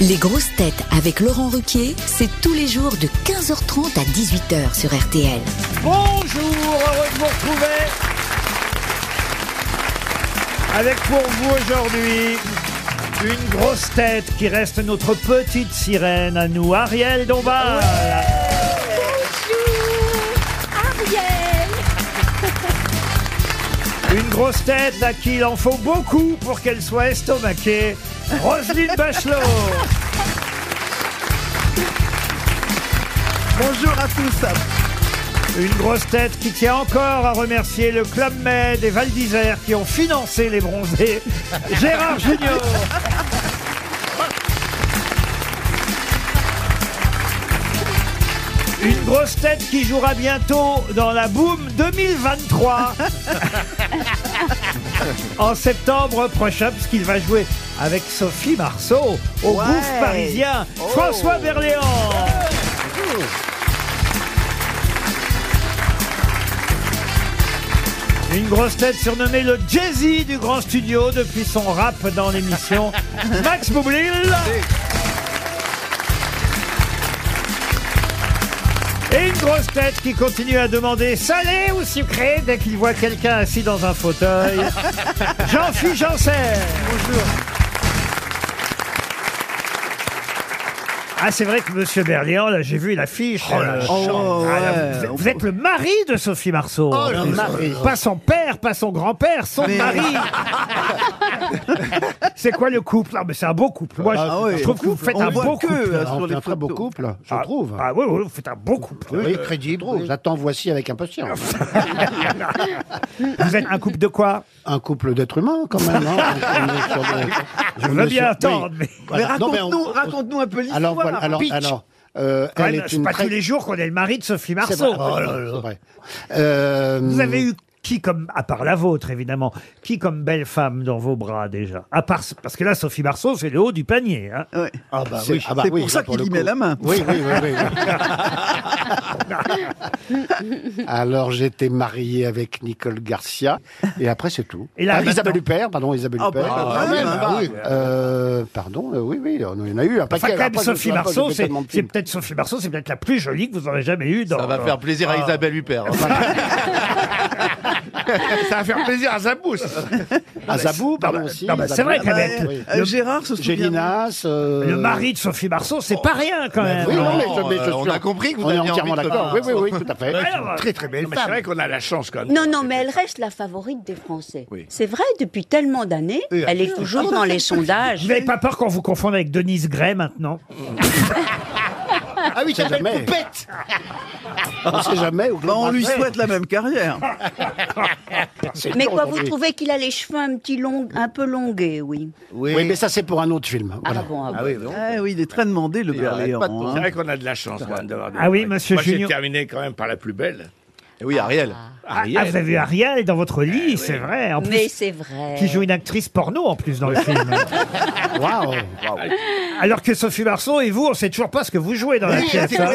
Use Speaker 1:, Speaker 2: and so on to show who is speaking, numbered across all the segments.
Speaker 1: Les grosses têtes avec Laurent Ruquier, c'est tous les jours de 15h30 à 18h sur RTL.
Speaker 2: Bonjour, heureux de vous retrouver. Avec pour vous aujourd'hui une grosse tête qui reste notre petite sirène à nous, Ariel Dombal. Une grosse tête à qui il en faut beaucoup pour qu'elle soit estomaquée, Roselyne Bachelot. Bonjour à tous. Une grosse tête qui tient encore à remercier le Club Med et Val d'Isère qui ont financé les bronzés, Gérard Junior. Une grosse tête qui jouera bientôt dans la Boom 2023 en septembre prochain, puisqu'il va jouer avec Sophie Marceau au
Speaker 3: Ouais.
Speaker 2: Gouffre parisien. François Berléand. Une grosse tête surnommée le Jay-Z du grand studio depuis son rap dans l'émission Max Boublil. Et une grosse tête qui continue à demander salé ou sucré dès qu'il voit quelqu'un assis dans un fauteuil. Jean-Philippe Janssen. Bonjour. Ah, c'est vrai que Monsieur Berlian, là, j'ai vu l'affiche.
Speaker 4: Oh, la
Speaker 2: euh,
Speaker 4: chance.
Speaker 2: ah, là,
Speaker 4: Ouais.
Speaker 2: vous êtes- vous, êtes le mari de Sophie Marceau.
Speaker 4: Oh, le
Speaker 2: Euh,
Speaker 4: mari.
Speaker 2: Pas son père, pas son grand-père, son
Speaker 4: Mais-
Speaker 2: mari. c'est quoi le couple Ah, mais c'est un beau couple. Moi, je,
Speaker 5: Ah oui,
Speaker 2: je trouve
Speaker 5: le
Speaker 2: que vous
Speaker 5: couple.
Speaker 2: faites
Speaker 5: On
Speaker 2: un
Speaker 5: voit
Speaker 2: beau
Speaker 5: que,
Speaker 2: couple.
Speaker 5: euh, Ah, sur on fait les un très photos. beau couple, je
Speaker 2: Ah,
Speaker 5: trouve.
Speaker 2: Ah oui, oui, vous faites un beau couple.
Speaker 5: Oui,
Speaker 6: euh,
Speaker 5: crédible. J'attends voici avec impatience.
Speaker 2: Vous êtes un couple de quoi
Speaker 5: Un couple d'êtres humains, quand même. hein. On est sur des-
Speaker 2: Je
Speaker 5: on
Speaker 2: veux
Speaker 5: est
Speaker 2: bien
Speaker 5: sur-
Speaker 2: attendre,
Speaker 5: oui.
Speaker 2: mais-
Speaker 5: Voilà.
Speaker 2: Mais
Speaker 5: Non,
Speaker 2: raconte-nous-
Speaker 5: on- on-
Speaker 2: raconte-nous un peu l'histoire.
Speaker 5: Alors, voilà, alors,
Speaker 2: Pitch.
Speaker 5: alors, euh,
Speaker 2: Quand
Speaker 5: elle
Speaker 2: même,
Speaker 5: est
Speaker 2: c'est
Speaker 5: une
Speaker 2: pas
Speaker 5: très-
Speaker 2: tous les jours qu'on est le mari de Sophie
Speaker 5: C'est
Speaker 2: Marceau.
Speaker 5: vrai. Oh là là. C'est vrai.
Speaker 2: Vous avez eu qui comme, à part la vôtre évidemment, qui comme belle femme dans vos bras déjà À part, parce que là, Sophie Marceau, c'est le haut du panier. hein.
Speaker 5: Ah bah oui, ah bah oui, là, le coup. Oui, oui, oui. oui. alors j'étais marié avec Nicole Garcia et après c'est tout.
Speaker 2: Et là,
Speaker 5: Ah,
Speaker 2: maintenant-
Speaker 5: Isabelle Huppert, pardon, Isabelle
Speaker 2: Ah,
Speaker 5: Huppert.
Speaker 2: bah, bah,
Speaker 5: quand
Speaker 2: oui,
Speaker 5: même,
Speaker 2: bah,
Speaker 5: ah
Speaker 2: bah.
Speaker 5: oui. Euh, pardon, euh, oui, oui, on- il y en a eu un
Speaker 2: Enfin,
Speaker 5: paquet.
Speaker 2: quand même,
Speaker 5: Après, je me
Speaker 2: Sophie
Speaker 5: souviens pas,
Speaker 2: Marceau,
Speaker 5: j'ai fait
Speaker 2: c'est
Speaker 5: tellement de
Speaker 2: c'est
Speaker 5: films.
Speaker 2: peut-être Sophie Marceau, c'est peut-être la plus jolie que vous aurez jamais eue. Dans,
Speaker 7: Ça va faire plaisir à
Speaker 2: Ah.
Speaker 7: Isabelle Huppert. hein.
Speaker 2: Ça va faire plaisir à Zabou.
Speaker 5: À Zabou, pardon aussi.
Speaker 2: Non, mais c'est vrai
Speaker 5: Ah
Speaker 2: qu'elle est- le-
Speaker 5: Gélinas. euh,
Speaker 2: Le mari de Sophie Marceau, c'est pas rien quand même.
Speaker 5: Oui, non, mais je- mais je suis- on est entièrement d'accord. Oui, oui, oui, tout à fait.
Speaker 8: Très très belle
Speaker 2: Non, mais
Speaker 8: femme.
Speaker 2: c'est vrai qu'on a la chance quand même.
Speaker 8: Non, non, mais elle reste la favorite des Français. C'est vrai, depuis tellement d'années,
Speaker 2: Oui,
Speaker 8: elle est
Speaker 2: absolument.
Speaker 8: toujours dans les sondages.
Speaker 2: Vous n'avez pas peur qu'on vous confonde avec Denise Gray maintenant
Speaker 5: Ah oui, ça jamais. On
Speaker 2: Ah.
Speaker 5: sait jamais. Au
Speaker 9: on lui souhaite la même carrière.
Speaker 8: Mais quoi, vous trouvez qu'il a les cheveux un petit long, un peu longués, oui.
Speaker 5: Oui. mais ça c'est pour un autre film.
Speaker 8: Ah bon, ah bon.
Speaker 9: Ah oui, il est très demandé, le Berléand.
Speaker 7: hein.
Speaker 9: hein.
Speaker 10: C'est vrai qu'on a de la chance, quand
Speaker 7: bah.
Speaker 10: même, d'avoir des-
Speaker 2: Ah oui, monsieur
Speaker 10: Moi, j'ai
Speaker 2: Junior.
Speaker 10: terminé quand même par la plus belle.
Speaker 7: Et oui, Ariel.
Speaker 9: bah,
Speaker 2: Ah, vous avez vu Ariel dans votre
Speaker 9: Eh
Speaker 2: lit, c'est vrai. En
Speaker 8: Mais
Speaker 2: plus,
Speaker 8: c'est vrai. Ah,
Speaker 2: qui joue une actrice porno en plus dans le film.
Speaker 5: Waouh.
Speaker 2: Alors que Sophie Marceau et vous, on sait toujours pas ce que vous jouez dans la pièce. hein.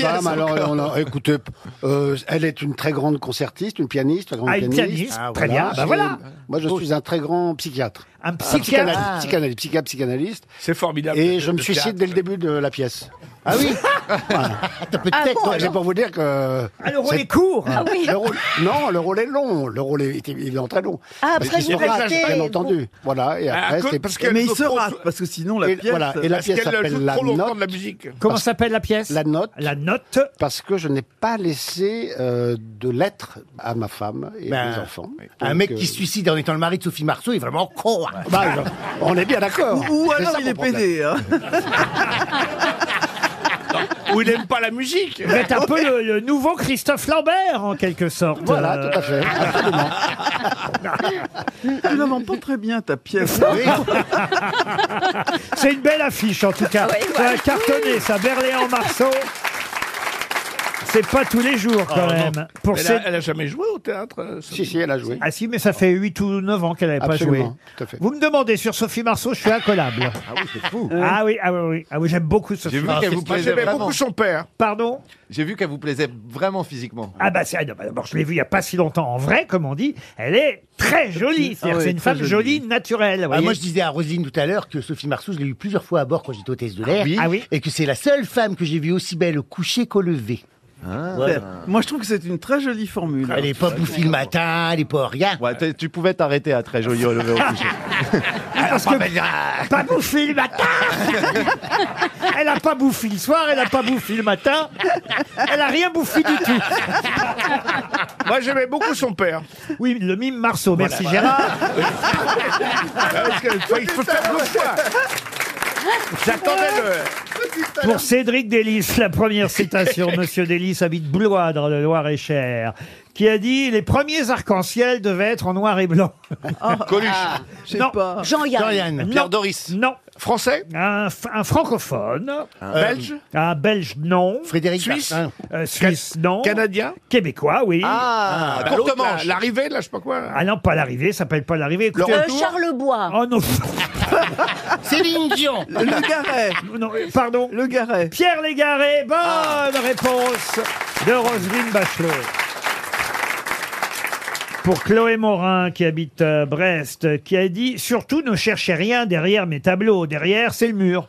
Speaker 5: Bam, alors, on a- écoutez, euh, elle est une très grande concertiste, une pianiste, une grande
Speaker 2: Ah, une
Speaker 5: pianiste.
Speaker 2: pianiste, très bien, bah
Speaker 5: Et
Speaker 2: voilà.
Speaker 5: Moi, je suis un très grand psychiatre.
Speaker 2: Un
Speaker 5: psychanalyste,
Speaker 2: psychiatre. Ah.
Speaker 5: psychanalyste, psychiatre, psychanalyste.
Speaker 10: C'est formidable.
Speaker 5: Et je me
Speaker 10: Le
Speaker 5: suicide
Speaker 10: théâtre.
Speaker 5: dès le début de la pièce. Ah oui Voilà.
Speaker 2: Ah
Speaker 5: Peut-être,
Speaker 2: bon,
Speaker 5: ouais, c'est
Speaker 2: alors-
Speaker 5: pour vous dire que...
Speaker 2: Ah, le rôle
Speaker 5: c'est-
Speaker 2: est court.
Speaker 8: Ah oui.
Speaker 5: Le rôle- Non, le rôle est long. Le rôle est évidemment très long.
Speaker 8: Ah,
Speaker 5: Parce
Speaker 8: après,
Speaker 5: qu'il
Speaker 8: vous
Speaker 5: se rate,
Speaker 8: restez-
Speaker 5: Bien
Speaker 8: vous-
Speaker 5: entendu. Voilà, et
Speaker 10: Ah,
Speaker 5: après,
Speaker 10: co-
Speaker 5: c'est...
Speaker 10: parce qu'elle
Speaker 9: Mais il
Speaker 10: joue
Speaker 9: se
Speaker 10: trop-
Speaker 9: rate, parce que sinon, la
Speaker 5: Et
Speaker 9: pièce...
Speaker 5: voilà, et la
Speaker 10: Parce
Speaker 5: pièce
Speaker 10: qu'elle
Speaker 5: s'appelle
Speaker 10: joue
Speaker 5: La
Speaker 10: trop longtemps
Speaker 5: Note.
Speaker 10: de la musique.
Speaker 2: Comment s'appelle la pièce
Speaker 5: La note.
Speaker 2: La note.
Speaker 5: Parce que je n'ai pas laissé euh, de lettres à ma femme et à
Speaker 6: Ben,
Speaker 5: mes enfants.
Speaker 6: Un
Speaker 5: Donc,
Speaker 6: mec
Speaker 5: euh,
Speaker 6: qui se suicide en étant le mari de Sophie Marceau est vraiment con. hein.
Speaker 5: bah, je- on est bien d'accord.
Speaker 9: Ou, ou
Speaker 5: C'est
Speaker 9: alors,
Speaker 5: ça
Speaker 9: il
Speaker 5: mon
Speaker 9: est
Speaker 5: problème.
Speaker 9: pédé. hein.
Speaker 10: Ou il aime pas la musique.
Speaker 2: Vous êtes un peu le, le nouveau Christophe Lambert en quelque sorte.
Speaker 5: Voilà,
Speaker 2: Euh,
Speaker 5: tout à fait. absolument.
Speaker 9: Tu la vends pas très bien, ta pièce.
Speaker 10: Ah,
Speaker 2: C'est une belle affiche en tout cas.
Speaker 8: Ouais,
Speaker 2: Ça a cartonné, ça, Berléand Marceau. C'est pas tous les jours
Speaker 5: Ah,
Speaker 2: quand même. Pour
Speaker 10: Oh, elle,
Speaker 2: ces-
Speaker 10: a, elle a jamais joué au théâtre euh,
Speaker 5: Si, si, elle a joué.
Speaker 2: Ah si, mais ça fait 8 ou 9 ans qu'elle n'avait pas joué.
Speaker 5: Absolument, tout à fait.
Speaker 2: Vous me demandez sur Sophie Marceau, je suis incollable.
Speaker 3: Ah oui, c'est fou.
Speaker 2: ah oui, ah oui, oui. Ah oui, j'aime beaucoup Sophie
Speaker 3: J'ai vu
Speaker 2: Marceau.
Speaker 3: qu'elle vous
Speaker 5: Ah,
Speaker 10: Moi,
Speaker 3: plaisait
Speaker 10: j'aimais
Speaker 3: vraiment.
Speaker 10: beaucoup son père.
Speaker 2: Pardon
Speaker 3: J'ai vu qu'elle vous plaisait vraiment physiquement.
Speaker 2: Ah bah c'est ah, d'abord je l'ai vue il y a pas si longtemps en vrai comme on dit, elle est très jolie, C'est-à-dire
Speaker 9: Ah
Speaker 2: que
Speaker 9: oui,
Speaker 2: c'est une
Speaker 9: très
Speaker 2: femme jolie, naturelle. vous
Speaker 6: Ah, moi,
Speaker 2: voyez.
Speaker 6: je disais à Roselyne tout à l'heure que Sophie Marceau, je l'ai eu plusieurs fois à bord quand j'étais hôtesse de l'air.
Speaker 2: oui Ah oui
Speaker 6: Et que c'est la seule femme que j'ai vue aussi belle au coucher qu'au lever.
Speaker 9: Ah. Moi, je trouve que c'est une très jolie formule.
Speaker 6: Elle est pas bouffée le matin, elle est pas rien.
Speaker 3: Ouais, t'es- tu pouvais t'arrêter à très joli au lever au coucher.
Speaker 6: Ah,
Speaker 2: parce que pas bouffé le matin. elle a pas bouffé le soir, elle a pas bouffé le matin. Elle a rien bouffé du tout.
Speaker 10: Moi, j'aimais beaucoup son père.
Speaker 2: Oui, le mime Marceau, merci Gérard.
Speaker 10: Ah, Parce que, faut- il faut faire deux fois. J'attendais le.
Speaker 2: Pour Cédric Délis, la première citation, Monsieur Délis habite Blois dans le Loir-et-Cher, qui a dit les premiers arcs-en-ciel devaient être en noir et blanc.
Speaker 3: Coluche,
Speaker 9: Je sais
Speaker 2: Non.
Speaker 9: pas.
Speaker 8: Jean-Yann.
Speaker 6: Dorian.
Speaker 3: Pierre Doris,
Speaker 2: Non,
Speaker 10: Français
Speaker 2: un, f- un francophone, Euh,
Speaker 10: Belge
Speaker 2: un belge non,
Speaker 6: Frédéric
Speaker 10: Suisse
Speaker 6: Martin.
Speaker 2: euh, suisse non,
Speaker 10: Canadien
Speaker 2: québécois oui. Ah,
Speaker 3: ah,
Speaker 10: Bah,
Speaker 3: courte
Speaker 10: l'autre, là,
Speaker 3: manche.
Speaker 10: L'arrivée, là, je sais pas quoi. là.
Speaker 2: non, pas l'arrivée, ça s'appelle pas l'arrivée. écoutez-
Speaker 8: Euh, Charlebois.
Speaker 2: Oh non,
Speaker 6: Céline Dion.
Speaker 9: Le Garret.
Speaker 2: non, pardon.
Speaker 9: Le Ah. Garret.
Speaker 2: Pierre Légaré, bonne réponse de Roselyne Bachelot. Pour Chloé Morin, qui habite euh, Brest, euh, qui a dit « Surtout ne cherchez rien derrière mes tableaux. Derrière, c'est le mur.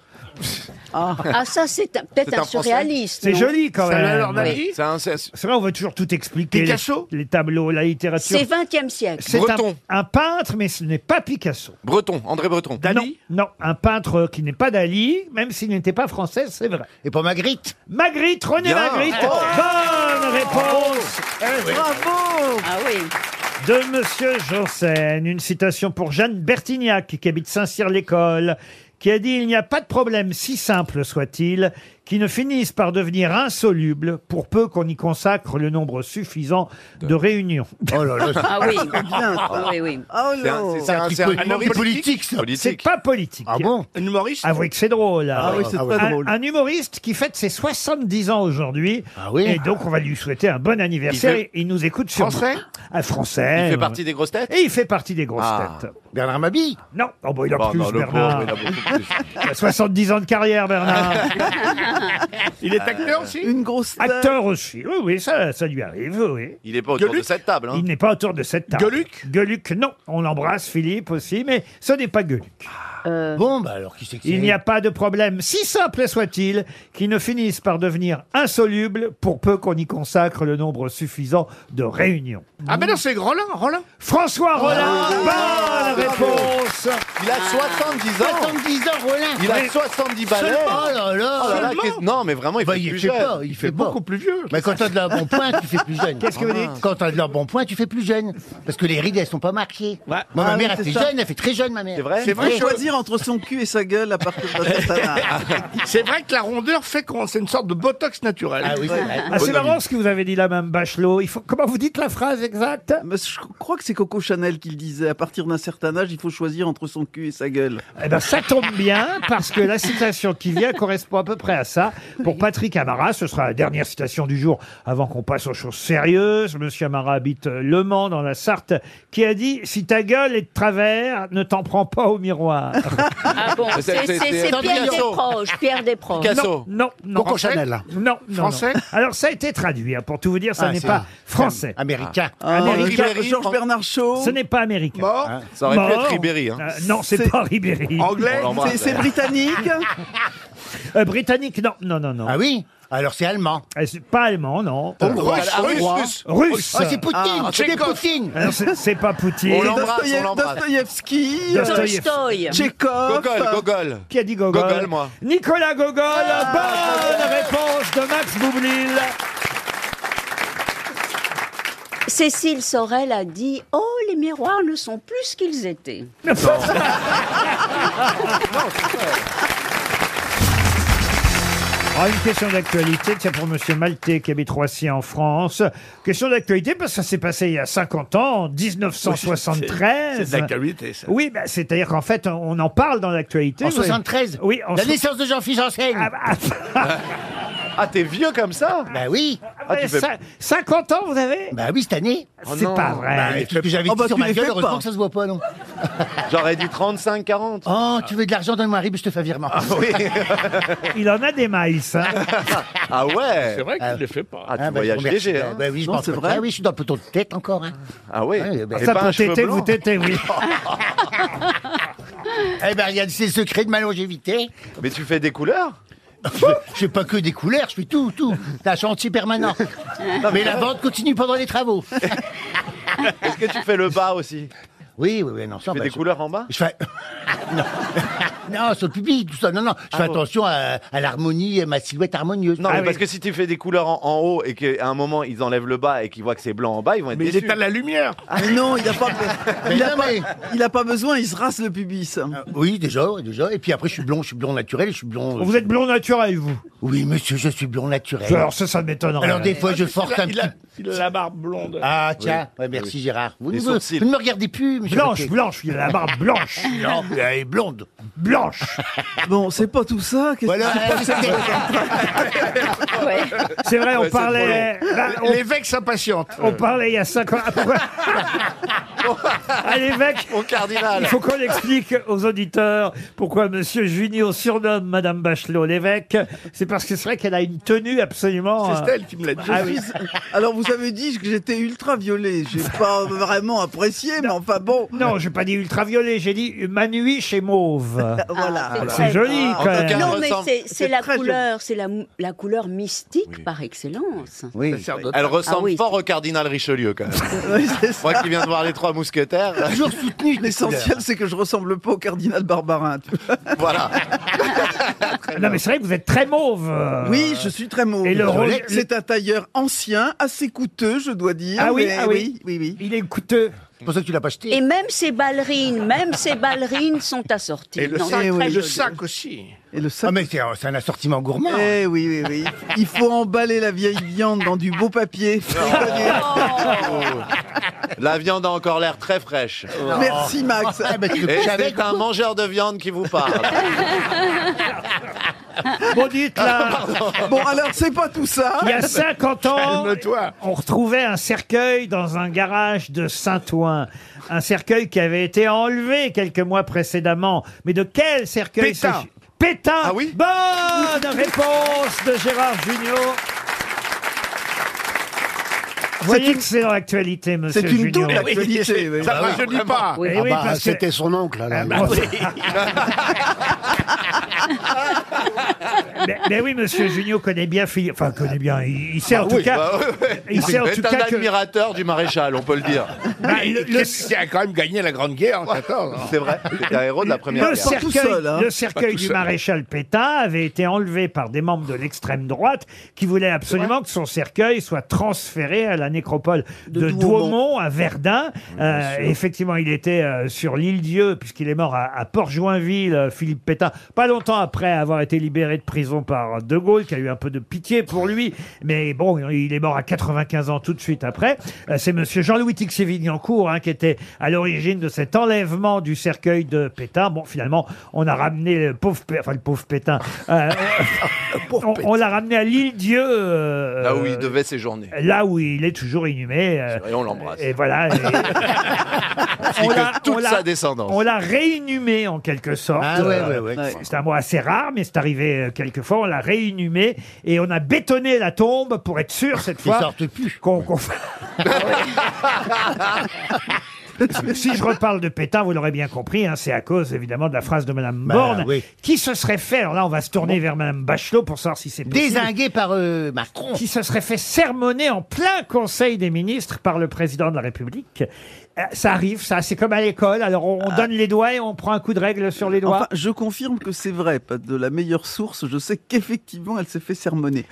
Speaker 8: Ah, ça, c'est un- peut-être
Speaker 3: C'est
Speaker 8: un,
Speaker 3: un Français.
Speaker 8: surréaliste. »
Speaker 2: C'est
Speaker 8: non
Speaker 2: joli, quand
Speaker 10: Salah
Speaker 2: même.
Speaker 10: Lornali.
Speaker 2: Ouais.
Speaker 3: c'est un c'est-
Speaker 2: C'est vrai, on veut toujours tout expliquer. les-
Speaker 10: Picasso
Speaker 2: Les, tableaux, la
Speaker 8: C'est
Speaker 2: littérature.
Speaker 8: 20e siècle.
Speaker 2: C'est un,
Speaker 3: Breton.
Speaker 2: un peintre, mais ce n'est pas Picasso.
Speaker 3: Breton, André Breton.
Speaker 10: Dali
Speaker 2: Non, non, un peintre qui n'est pas Dali, même s'il n'était pas français, c'est vrai.
Speaker 6: Et pour Magritte.
Speaker 2: Magritte, René
Speaker 3: Bien.
Speaker 2: Magritte, bonne réponse
Speaker 9: Bravo.
Speaker 8: Ah oui.
Speaker 2: de Monsieur Janssen. Une citation pour Jeanne Bertignac, qui habite Saint-Cyr-l'École, qui a dit Il n'y a pas de problème, si simple soit-il, qui ne finisse par devenir insoluble pour peu qu'on y consacre le nombre suffisant de réunions.
Speaker 6: Oh là là,
Speaker 8: Ah oui. Ah oui, oui.
Speaker 9: Oh
Speaker 3: C'est un,
Speaker 9: non.
Speaker 3: c'est- c'est un- c'est un
Speaker 6: homme
Speaker 3: humoriste
Speaker 6: politique, ça.
Speaker 2: C'est
Speaker 3: Politique.
Speaker 2: pas politique.
Speaker 6: Ah bon
Speaker 10: Un humoriste
Speaker 2: Avouez que c'est drôle.
Speaker 9: Ah oui, c'est
Speaker 6: Ah
Speaker 9: très
Speaker 2: un,
Speaker 9: drôle.
Speaker 2: un humoriste qui fête ses 70 ans aujourd'hui.
Speaker 6: Ah oui.
Speaker 2: Et donc, on va lui souhaiter un bon anniversaire.
Speaker 3: Il
Speaker 2: Il,
Speaker 3: fait-
Speaker 2: nous écoute sur.
Speaker 10: Français
Speaker 2: Un français.
Speaker 3: Il
Speaker 2: ouais.
Speaker 3: fait partie des grosses têtes
Speaker 2: Et il fait partie des grosses
Speaker 3: Ah.
Speaker 2: têtes.
Speaker 6: Bernard Mabille. bah,
Speaker 2: Non, oh, bon, il a
Speaker 5: Bah,
Speaker 3: Bon,
Speaker 2: plus,
Speaker 3: non, le
Speaker 2: Bernard.
Speaker 3: pauvre, il a beaucoup plus.
Speaker 2: Il a 70 ans de carrière, Bernard. Euh,
Speaker 10: Il est acteur aussi
Speaker 9: Une grosse tête.
Speaker 2: Acteur aussi. Oui, oui, ça, ça lui arrive, oui.
Speaker 3: Il est pas autour de
Speaker 10: Gueuluc
Speaker 3: cette table. Hein.
Speaker 2: Il n'est pas autour de cette table.
Speaker 10: Gueuluc
Speaker 2: Gueuluc, non. On l'embrasse, Philippe aussi, mais ce n'est pas Gueuluc.
Speaker 6: Bon, bah alors qui c'est que c'est
Speaker 2: Il n'y a pas de problème, si simple soit-il, qui ne finisse par devenir insoluble pour peu qu'on y consacre le nombre suffisant de réunions.
Speaker 10: Ah, mais non, c'est Roland, Roland.
Speaker 2: François
Speaker 10: Ah,
Speaker 2: Rollin, bonne réponse
Speaker 3: Il a 70 ans.
Speaker 6: 70 ans, Roland.
Speaker 3: Il a 70 balais.
Speaker 6: Oh là là.
Speaker 3: Oh là là, qu'est- non, mais vraiment, il
Speaker 6: Bah,
Speaker 3: fait
Speaker 6: il
Speaker 3: plus
Speaker 6: fait
Speaker 3: jeune.
Speaker 6: pas, il fait pas.
Speaker 10: Beaucoup plus vieux.
Speaker 6: Mais quand t'as de l'embonpoint, tu fais plus jeune.
Speaker 2: Qu'est-ce que vous dites
Speaker 6: Quand t'as de l'embonpoint, tu fais plus jeune. Parce que les rides, elles sont pas marquées.
Speaker 10: Ouais.
Speaker 6: Moi, ma mère,
Speaker 9: Ah, oui,
Speaker 6: elle
Speaker 9: c'est
Speaker 6: fait
Speaker 9: ça.
Speaker 6: jeune, elle fait très jeune, ma mère.
Speaker 3: C'est vrai
Speaker 10: C'est
Speaker 9: Il
Speaker 10: vrai,
Speaker 9: faut
Speaker 10: que-
Speaker 9: choisir entre son cul et sa gueule à partir de cet âge.
Speaker 10: c'est vrai que la rondeur fait qu'on c'est une sorsorte de botox naturel.
Speaker 6: Ah oui, c'est vrai.
Speaker 2: Ah, c'est
Speaker 3: Bonhomme.
Speaker 2: marrant ce que vous avez dit là, même Bachelot. Il faut... Comment vous dites la phrase exacte
Speaker 9: Mais Je crois que c'est Coco Chanel qui le disait. À partir d'un certain âge, il faut choisir entre son cul et sa gueule.
Speaker 2: Eh ben, ça tombe bien, parce que la citation qui vient correspond à peu près à ça. Pour Patrick Amara, ce sera la dernière citation du jour avant qu'on passe aux choses sérieuses. Monsieur Amara habite euh, Le Mans, dans la Sarthe, qui a dit « Si ta gueule est de travers, ne t'en prends pas au miroir
Speaker 8: Ah bon,
Speaker 3: Mais c'est-
Speaker 8: c'est c'est-
Speaker 3: c'est-
Speaker 8: c'est
Speaker 3: c'est-
Speaker 8: Pierre
Speaker 3: Picasso.
Speaker 8: Desproges. Pierre Desproges.
Speaker 3: Picasso. ».
Speaker 2: Non, non, non.
Speaker 5: Coco Chanel.
Speaker 2: Non, non, non.
Speaker 10: Français
Speaker 2: Alors, ça a été traduit, hein, pour tout vous dire, ça
Speaker 6: Ah,
Speaker 2: n'est
Speaker 6: c'est-
Speaker 2: pas français.
Speaker 6: Américain.
Speaker 9: Ah,
Speaker 3: Américain,
Speaker 9: Georges- Georges
Speaker 3: Fran-
Speaker 9: Bernard Shaw.
Speaker 2: Ce n'est pas américain.
Speaker 10: Mort,
Speaker 3: Ça aurait pu
Speaker 2: Mort.
Speaker 3: être Ribéry. Hein.
Speaker 2: Euh, non, c'est
Speaker 9: C'est-
Speaker 2: pas Ribéry.
Speaker 10: anglais.
Speaker 3: On l'embrasse,
Speaker 9: C'est- C'est
Speaker 3: d'ailleurs.
Speaker 9: britannique.
Speaker 2: Euh, britannique, non, non, non, non.
Speaker 6: Ah oui Alors c'est allemand.
Speaker 2: Euh, c'est Pas allemand, non.
Speaker 10: Russe, russe, russe.
Speaker 2: Russe.
Speaker 6: Oh, c'est Poutine
Speaker 10: Ah,
Speaker 6: C'est des
Speaker 10: Tchekhov.
Speaker 6: Poutine
Speaker 2: Alors, c'est c'est pas Poutine.
Speaker 3: On l'embrasse, on
Speaker 9: Dostoïev-
Speaker 3: l'embrasse.
Speaker 9: Dostoïevski. euh,
Speaker 2: Dostoïevski.
Speaker 8: Tolstoï.
Speaker 9: Tchekhov.
Speaker 3: Gogol, Gogol.
Speaker 2: Qui a dit Gogol
Speaker 3: Gogol, moi.
Speaker 2: Nicolas Gogol,
Speaker 3: Ah,
Speaker 2: bonne réponse de Max Boublil.
Speaker 8: Cécile Sorel a dit Oh, les miroirs ne sont plus ce qu'ils étaient.
Speaker 2: Ah, une question d'actualité, tiens, pour Monsieur Maltais, qui habite Roissy en France. Question d'actualité, parce que ça s'est passé il y a 50 ans, en 1973.
Speaker 10: C'est de l'actualité, ça.
Speaker 2: Oui, bah, c'est-à-dire qu'en fait, on en parle dans l'actualité.
Speaker 6: En
Speaker 2: oui.
Speaker 6: 73
Speaker 2: Oui, en so-
Speaker 6: La
Speaker 9: Ah,
Speaker 6: naissance de Jean-Philippe Janssen
Speaker 2: Ah, bah,
Speaker 3: Ah, t'es vieux comme ça
Speaker 6: Bah oui.
Speaker 3: Ah, tu fais-
Speaker 2: Cin- 50 ans, vous avez
Speaker 6: Bah oui, cette année.
Speaker 2: C'est pas
Speaker 6: Bah,
Speaker 2: vrai.
Speaker 6: tout ce que j'avais
Speaker 9: Oh,
Speaker 6: dit
Speaker 9: bah,
Speaker 6: sur
Speaker 9: tu
Speaker 6: ma
Speaker 9: les
Speaker 6: gueule,
Speaker 9: fais
Speaker 6: heureusement
Speaker 9: pas.
Speaker 6: que ça se voit pas, non.
Speaker 3: J'aurais dit 35, 40.
Speaker 6: Oh, tu veux de l'argent, donne-moi un rib, je te fais un virement.
Speaker 2: Il en a des miles. hein.
Speaker 3: Ah ouais
Speaker 10: C'est vrai qu'il
Speaker 6: Ah.
Speaker 10: ne les fait pas.
Speaker 3: Ah, tu
Speaker 6: Hein, bah, je
Speaker 3: voyages
Speaker 6: vous remercie.
Speaker 3: léger, hein
Speaker 6: Bah, oui, je
Speaker 9: Non,
Speaker 6: pense
Speaker 9: c'est
Speaker 6: que-
Speaker 9: vrai.
Speaker 6: Ah oui, je suis dans le peloton de tête encore. hein.
Speaker 3: Ah oui
Speaker 6: Ouais, bah,
Speaker 3: Et
Speaker 2: Ça
Speaker 3: pas un
Speaker 2: pour
Speaker 3: cheveu
Speaker 2: téter, vous
Speaker 3: blanc
Speaker 2: tétez, oui.
Speaker 6: Eh ben, regarde, c'est le secret de ma longévité.
Speaker 3: Mais tu fais des couleurs
Speaker 6: Je je fais pas que des couleurs, je fais tout, tout. C'est un chantier permanent. mais la vente continue pendant les travaux.
Speaker 3: Est-ce que tu fais le bas aussi Tu
Speaker 6: Oui, oui, oui, non, ça,
Speaker 3: fais
Speaker 6: bah,
Speaker 3: des
Speaker 6: je-
Speaker 3: couleurs en bas
Speaker 6: Je fais. non. non, sur le public, tout ça. Non, non, je fais
Speaker 3: Ah bon.
Speaker 6: attention à, à l'harmonie, à ma silhouette harmonieuse.
Speaker 3: Non, mais
Speaker 6: Ah,
Speaker 3: parce que si tu fais des couleurs en, en haut et qu'à un moment ils enlèvent le bas et qu'ils voient que c'est blanc en bas, ils vont être
Speaker 10: Mais il
Speaker 3: déçus.
Speaker 10: éteint la lumière.
Speaker 9: Mais non, il n'a pas,
Speaker 6: Ah mais
Speaker 9: il a
Speaker 6: non,
Speaker 9: pas-
Speaker 6: mais-
Speaker 9: il a pas besoin, il se rase le pubis.
Speaker 6: euh, Oui, déjà, déjà. Et puis après, je suis blond, je suis blond naturel, je suis blond. euh,
Speaker 2: Vous êtes blond naturel, vous.
Speaker 6: Oui, monsieur, je suis blond naturel.
Speaker 2: Alors ça, ça m'étonnerait. Ah,
Speaker 6: Alors des fois, je force un
Speaker 10: Il
Speaker 6: petit.
Speaker 10: a, il a la barbe blonde.
Speaker 6: Ah tiens, ouais, merci Gérard. Vous,
Speaker 3: Les
Speaker 6: ne-
Speaker 3: sourcils.
Speaker 6: vous ne me regardez plus, monsieur.
Speaker 2: Blanche,
Speaker 6: Ruquier.
Speaker 2: blanche, il a la barbe blanche.
Speaker 6: Non, mais elle est blonde.
Speaker 2: Blanche.
Speaker 9: Bon, c'est pas tout ça. qu'est-ce
Speaker 6: Voilà.
Speaker 9: qui se passe
Speaker 8: Ouais.
Speaker 2: C'est vrai, on
Speaker 3: Ouais, c'est
Speaker 2: parlait. là, on-
Speaker 10: L'évêque s'impatiente.
Speaker 2: On parlait il y a 5 ans. Ah, pourquoi Ah, l'évêque,
Speaker 3: Au cardinal
Speaker 10: Ah,
Speaker 2: il faut qu'on explique aux auditeurs pourquoi Monsieur Junio surnomme Madame Bachelot l'évêque. C'est parce que c'est vrai qu'elle a une tenue absolument.
Speaker 10: C'est
Speaker 2: euh,
Speaker 10: Stella qui me l'a dit.
Speaker 2: Ah oui.
Speaker 9: Alors, vous avez dit que j'étais ultra violet. J'ai pas vraiment apprécié, mais enfin bon.
Speaker 2: Non, j'ai pas dit ultraviolet, j'ai dit hum- Manui chez Mauve.
Speaker 9: Voilà.
Speaker 8: Ah,
Speaker 2: C'est
Speaker 8: Ouais.
Speaker 2: joli
Speaker 3: En
Speaker 2: quand
Speaker 3: tout
Speaker 2: même.
Speaker 3: cas-
Speaker 8: Non,
Speaker 3: Elle
Speaker 8: mais
Speaker 3: ressemble-
Speaker 8: c'est- c'est la
Speaker 9: très
Speaker 8: couleur, c'est la, mou- la couleur mystique par excellence.
Speaker 6: Oui.
Speaker 3: Elle ressemble
Speaker 8: Ah oui.
Speaker 3: fort au cardinal Richelieu quand même.
Speaker 9: Oui, c'est ça.
Speaker 3: Moi qui viens de voir les trois mousquetaires,
Speaker 6: Toujours soutenu. cette couleur.
Speaker 9: L'essentiel, c'est que je ressemble pas au cardinal Barbarin.
Speaker 3: voilà.
Speaker 2: Non, mais c'est vrai que vous êtes très mauve. euh.
Speaker 9: Oui, je suis très mauvais.
Speaker 2: Et le rose-
Speaker 9: c'est un tailleur ancien, assez coûteux, je dois dire.
Speaker 2: Ah oui,
Speaker 9: mais
Speaker 2: ah oui.
Speaker 9: oui, oui, oui.
Speaker 2: Il est coûteux.
Speaker 6: C'est pour ça que tu l'as pas acheté.
Speaker 8: Et même ces ballerines, même ces ballerines sont assorties.
Speaker 10: Et le
Speaker 8: Non,
Speaker 10: sac,
Speaker 8: très
Speaker 10: et le
Speaker 8: joli.
Speaker 10: sac aussi.
Speaker 9: Et le
Speaker 6: Ah
Speaker 9: sac.
Speaker 6: mais c'est un c'est un assortiment gourmand.
Speaker 9: Eh oui, oui, oui. Il faut emballer la vieille viande dans du beau papier.
Speaker 3: Oh. La viande a encore l'air très fraîche.
Speaker 9: Oh. Merci, Max.
Speaker 6: Ah, bah, tu le
Speaker 3: Et
Speaker 6: couches avec.
Speaker 3: c'est un mangeur de viande qui vous parle.
Speaker 2: Bon, dites là,
Speaker 9: Bon, alors, c'est pas tout ça.
Speaker 2: il y a 50 ans,
Speaker 10: Calme-toi.
Speaker 2: on retrouvait un cercueil dans un garage de Saint-Ouen. Un cercueil qui avait été enlevé quelques mois précédemment. Mais de quel cercueil
Speaker 10: Pétain.
Speaker 2: s'agit- Pétain
Speaker 3: Ah oui
Speaker 2: Bonne réponse de Gérard Junior. Vous voyez que c'est dans l'actualité, monsieur
Speaker 9: C'est une
Speaker 2: Junior.
Speaker 9: double actualité. oui.
Speaker 10: Ça ne dis pas.
Speaker 8: Oui.
Speaker 2: Eh oui,
Speaker 5: bah,
Speaker 2: parce que- Ah,
Speaker 5: c'était son oncle. alors.
Speaker 2: mais, mais oui, monsieur Junio connaît bien Philippe. Enfin, connaît bien. Il, il sait en tout
Speaker 3: Oui,
Speaker 2: cas.
Speaker 3: bah ouais, ouais.
Speaker 2: Il sait en tout
Speaker 3: C'est un
Speaker 2: cas que.
Speaker 3: admirateur du maréchal, on peut le dire.
Speaker 2: bah, le- le-
Speaker 10: Qu'est-ce qui a quand même gagné la Grande Guerre en 14 hein.
Speaker 3: C'est vrai, c'est un héros de la première
Speaker 2: le
Speaker 3: guerre.
Speaker 9: Pas tout
Speaker 2: cercueil,
Speaker 9: seul, hein.
Speaker 2: le cercueil
Speaker 10: tout
Speaker 2: du
Speaker 10: seul.
Speaker 2: maréchal Pétain avait été enlevé par des membres de l'extrême droite qui voulaient absolument que son cercueil soit transféré à la nécropole de,
Speaker 9: De
Speaker 2: Douaumont.
Speaker 9: Douaumont.
Speaker 2: à Verdun. Euh, effectivement, il était euh, sur l'île Dieu puisqu'il est mort à, à Port-Joinville, euh, Philippe Pétain, pas longtemps après avoir été libéré de prison par De Gaulle, qui a eu un peu de pitié pour lui. Mais bon, il est mort à 95 ans tout de suite après. Euh, C'est monsieur Jean-Louis Tixier-Vignancourt hein, qui était à l'origine de cet enlèvement du cercueil de Pétain. Bon, finalement, on a ramené le pauvre, Pé- enfin le pauvre Pétain. Euh, on on l'a ramené à l'île Dieu. euh,
Speaker 3: Là où Ah il devait séjourner.
Speaker 2: là où il est toujours inhumé. euh,
Speaker 3: Et on l'embrasse.
Speaker 2: et voilà. et-
Speaker 3: Ainsi
Speaker 2: on
Speaker 3: que
Speaker 2: l'a- on
Speaker 3: toute
Speaker 2: l'a-
Speaker 3: sa descendance.
Speaker 2: on l'a réinhumé en quelque sorte.
Speaker 6: Ah ouais,
Speaker 2: Euh,
Speaker 6: ouais, ouais.
Speaker 9: Ouais.
Speaker 2: C'est un mot assez rare, mais c'est arrivé euh, quelquefois. On l'a réinhumé et on a bétonné la tombe pour être sûr cette
Speaker 6: Il
Speaker 2: fois
Speaker 6: sortent plus.
Speaker 2: qu'on. qu'on- si je reparle de Pétain, vous l'aurez bien compris, hein, c'est à cause évidemment de la phrase de Madame
Speaker 6: Bah,
Speaker 2: Borne,
Speaker 6: oui.
Speaker 2: qui se serait fait. Alors là, on va se tourner vers Madame Bachelot pour savoir si c'est possible
Speaker 6: Désingué par euh, Macron.
Speaker 2: qui se serait fait sermonner en plein Conseil des ministres par le président de la République. Euh, Ça arrive, ça, c'est comme à l'école. Alors on,
Speaker 6: Ah.
Speaker 2: on donne les doigts et on prend un coup de règle sur les doigts.
Speaker 9: Enfin, je confirme que c'est vrai. Pas de la meilleure source, je sais qu'effectivement, elle s'est fait sermonner.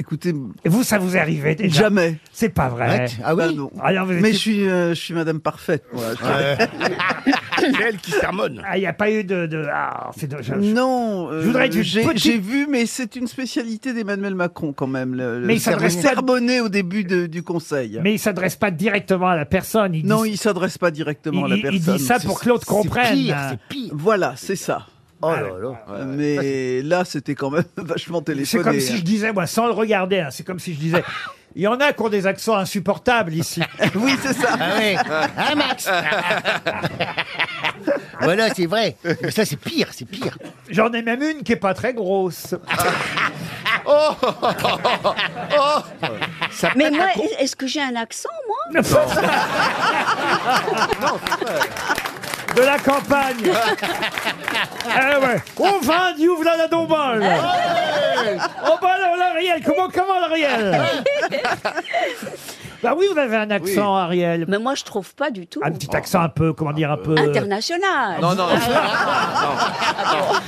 Speaker 9: Écoutez,
Speaker 2: Et vous, ça vous est arrivé déjà
Speaker 9: jamais.
Speaker 2: C'est pas vrai.
Speaker 6: Arrête. Ah
Speaker 9: Bah
Speaker 6: oui.
Speaker 9: non.
Speaker 2: Alors vous
Speaker 9: Mais
Speaker 2: étiez-
Speaker 9: je suis, euh, je suis Madame Parfaite. moi. Je-
Speaker 10: C'est elle qui sermonne.
Speaker 2: Ah, il n'y a pas eu de... de- Ah, c'est de- je- je-
Speaker 9: Non, euh,
Speaker 2: Je voudrais être une
Speaker 9: j'ai
Speaker 2: petite-
Speaker 9: j'ai vu, mais c'est une spécialité d'Emmanuel Macron quand même. Le, le
Speaker 2: Mais il
Speaker 9: sermon-
Speaker 2: s'adresse pas-
Speaker 9: sermonner au début de- du Conseil.
Speaker 2: Mais il s'adresse pas directement à la personne. Il
Speaker 9: Non,
Speaker 2: dit...
Speaker 9: il s'adresse pas directement à
Speaker 2: il-
Speaker 9: la
Speaker 2: il- il
Speaker 9: personne.
Speaker 2: dit ça pour que l'autre
Speaker 6: C'est
Speaker 2: comprenne.
Speaker 6: pire, c'est pire.
Speaker 9: Voilà, c'est ça. Ah,
Speaker 6: Oh là là.
Speaker 9: Mais là, c'était quand même vachement
Speaker 2: C'est
Speaker 9: téléphoné.
Speaker 2: comme si je disais, moi, sans le regarder, hein, c'est comme si je disais, il y en a qui ont des accents insupportables ici.
Speaker 9: Oui, c'est ça.
Speaker 6: Ah ouais. Hein, Max Voilà, c'est vrai. Mais ça, c'est pire, c'est pire.
Speaker 2: J'en ai même une qui est pas très grosse.
Speaker 8: Mais moi, est-ce que j'ai un accent, moi
Speaker 2: de la campagne. eh ouais. Eh On va du v'là la dombale. On va là, l'Ariel. Comment, comment l'Ariel Bah oui, vous avez un accent, Ariel.
Speaker 8: Mais moi, je trouve pas du tout.
Speaker 2: Un petit accent un peu, comment dire, un peu...
Speaker 8: International. Ah,
Speaker 3: Non, non,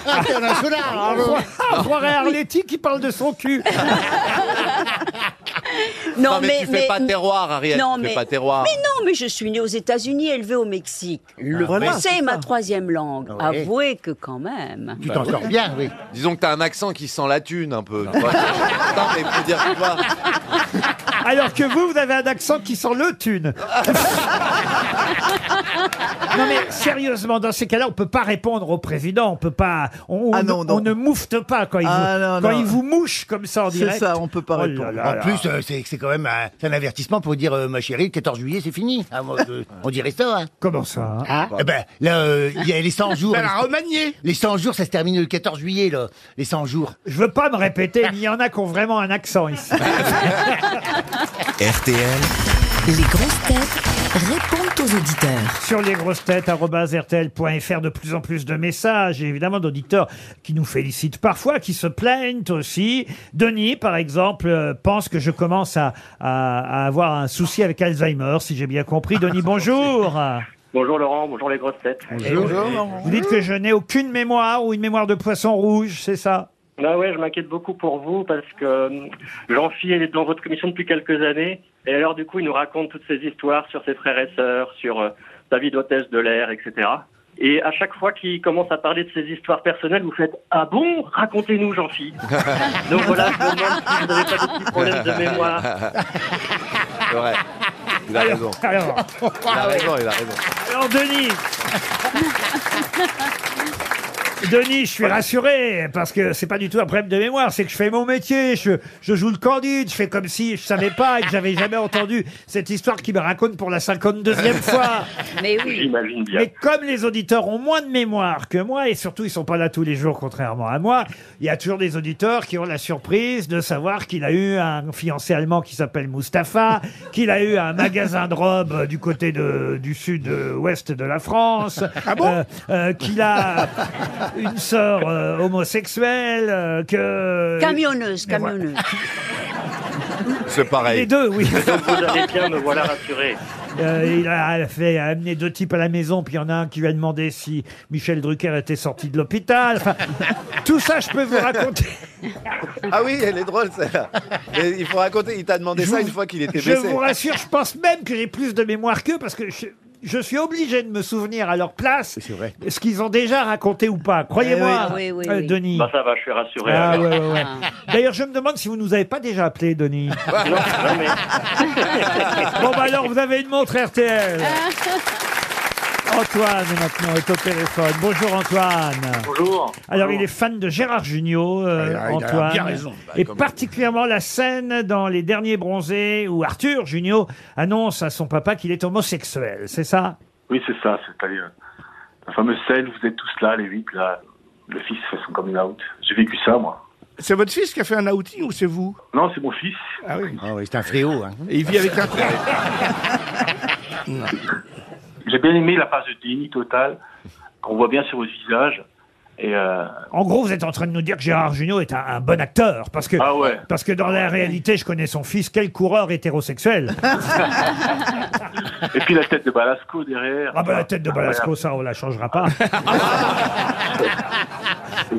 Speaker 6: Ah, International. bravo.
Speaker 5: Ah,
Speaker 2: On croirait Arletty qui parle de son cul.
Speaker 8: Non,
Speaker 3: Non, mais tu fais pas terroir, Ariel,
Speaker 8: Non,
Speaker 3: tu fais
Speaker 8: mais,
Speaker 3: pas terroir.
Speaker 8: Mais non, mais je suis née aux États-Unis, élevée au Mexique. Le
Speaker 9: Voilà,
Speaker 8: français
Speaker 9: c'est
Speaker 8: est ma
Speaker 9: ça.
Speaker 8: troisième langue.
Speaker 2: Ah
Speaker 6: Ouais.
Speaker 8: Avouez que quand même. Bah
Speaker 6: Tu
Speaker 2: Bah
Speaker 6: t'en sors bien, oui.
Speaker 3: Disons que t'as un accent qui sent la thune un peu. tu vois. non, mais faut
Speaker 8: Ah
Speaker 3: dire tu vois.
Speaker 2: Alors que vous, vous avez un accent qui sent le thune. non mais sérieusement, dans ces cas-là, on peut pas répondre au président, on peut pas, on, on
Speaker 9: Ah
Speaker 2: ne-
Speaker 9: non, non.
Speaker 2: on ne moufte pas quand il
Speaker 9: Ah
Speaker 2: vous,
Speaker 9: non,
Speaker 2: quand
Speaker 9: non.
Speaker 2: il vous mouche comme ça en
Speaker 9: C'est
Speaker 2: direct.
Speaker 9: ça, on peut pas
Speaker 2: Oh là
Speaker 9: répondre.
Speaker 2: là
Speaker 6: En
Speaker 2: là.
Speaker 6: plus, euh, c'est c'est quand même un, c'est un avertissement pour dire, euh, ma chérie, le 14 juillet, c'est fini. Ah, moi, je- on dirait ça, hein.
Speaker 2: Comment ça hein
Speaker 9: Bah.
Speaker 6: Eh ben, là, euh, il y a les 100 jours.
Speaker 10: Elle a remanié.
Speaker 6: Les 100 jours, ça se termine le 14 juillet, là. Les 100 jours.
Speaker 2: Je veux pas me répéter, mais il y en a qui ont vraiment un accent ici.
Speaker 4: RTL,
Speaker 1: Les grosses têtes répondent aux auditeurs.
Speaker 2: Sur lesgrossetêtes.rtl.fr, de plus en plus de messages, et évidemment d'auditeurs qui nous félicitent parfois, qui se plaignent aussi. Denis, par exemple, euh, pense que je commence à, à- à avoir un souci avec Alzheimer, si j'ai bien compris. Denis, bonjour.
Speaker 7: Bonjour Laurent, bonjour les grosses têtes.
Speaker 2: Vous dites que je n'ai aucune mémoire ou une mémoire de poisson rouge, c'est ça
Speaker 7: Ah ouais, je m'inquiète beaucoup pour vous parce que euh, Jean-Phi elle est dans votre commission depuis quelques années et alors du coup il nous raconte toutes ces histoires sur ses frères et sœurs, sur euh, sa vie d'hôtesse de l'air, etc. Et à chaque fois qu'il commence à parler de ses histoires personnelles, vous faites Ah bon Racontez-nous, Jean-Phi Donc voilà, je me demande si vous n'avez pas de petits problèmes de mémoire.
Speaker 3: C'est vrai. Il a raison.
Speaker 2: Alors,
Speaker 3: Il a raison, il a raison.
Speaker 2: alors, Denis Denis, je suis rassuré, parce que c'est pas du tout un problème de mémoire, c'est que je fais mon métier, je, je joue le candide, je fais comme si je savais pas et que j'avais jamais entendu cette histoire qui me raconte pour la 52e fois.
Speaker 8: Mais oui.
Speaker 7: J'imagine bien.
Speaker 2: Mais comme les auditeurs ont moins de mémoire que moi, et surtout ils sont pas là tous les jours, contrairement à moi, il y a toujours des auditeurs qui ont la surprise de savoir qu'il a eu un fiancé allemand qui s'appelle Mustapha, qu'il a eu un magasin de robes euh, du côté de, du sud-ouest de la France, euh, euh, qu'il a une sœur euh, homosexuelle, euh, que...
Speaker 8: Camionneuse,
Speaker 2: Mais voilà.
Speaker 8: camionneuse.
Speaker 3: C'est
Speaker 2: Les
Speaker 3: pareil.
Speaker 2: deux, oui.
Speaker 7: Vous allez bien, me voilà rassuré.
Speaker 2: Euh, il a fait amener deux types à la maison, puis il y en a un qui lui a demandé si Michel Drucker était sorti de l'hôpital. Enfin, tout ça, je peux vous raconter.
Speaker 3: Ah oui, elle est drôle celle-là. Mais il faut raconter, il t'a demandé ça une fois qu'il était
Speaker 2: Je
Speaker 3: blessé.
Speaker 2: vous rassure, je pense même que j'ai plus de mémoire qu'eux, parce que je, je suis obligé de me souvenir à leur place ce qu'ils ont déjà raconté ou pas. Croyez-moi,
Speaker 8: Eh oui. Oui, oui,
Speaker 2: euh,
Speaker 8: oui.
Speaker 2: Denis.
Speaker 7: Bah ça va, je suis rassuré.
Speaker 2: Ah,
Speaker 7: alors.
Speaker 2: ouais, ouais, ouais. D'ailleurs, je me demande si vous nous avez pas déjà appelé, Denis.
Speaker 7: Non, non, mais...
Speaker 2: Bon, bah alors, vous avez une montre RTL.
Speaker 8: Ah,
Speaker 2: Antoine, maintenant, est au téléphone. Bonjour, Antoine.
Speaker 7: Bonjour.
Speaker 2: Alors,
Speaker 7: Bonjour.
Speaker 2: il est fan de Gérard Jugnot, euh,
Speaker 5: Ah, il a
Speaker 2: Antoine.
Speaker 5: bien raison.
Speaker 2: et particulièrement la scène dans Les Derniers Bronzés où Arthur Jugnot annonce à son papa qu'il est homosexuel, c'est ça
Speaker 7: Oui, c'est ça, c'est-à-dire euh, la fameuse scène, vous êtes tous là, les huit, là, le fils fait son coming out. J'ai vécu ça, moi.
Speaker 10: C'est votre fils qui a fait un outing ou c'est vous
Speaker 7: Non, c'est mon fils.
Speaker 10: Ah oui.
Speaker 6: Ah oui, c'est un fléau, hein.
Speaker 10: Et il vit avec un frère.
Speaker 7: J'ai bien aimé la phase de déni total qu'on voit bien sur votre visage. Et euh,
Speaker 2: En gros, vous êtes en train de nous dire que Gérard Jugnot est un, un bon acteur, parce que,
Speaker 7: Ah ouais.
Speaker 2: parce que dans la réalité, je connais son fils, quel coureur hétérosexuel
Speaker 7: et puis la tête de Balasco derrière.
Speaker 2: Ah bah la tête de Balasco, ça, on la changera pas.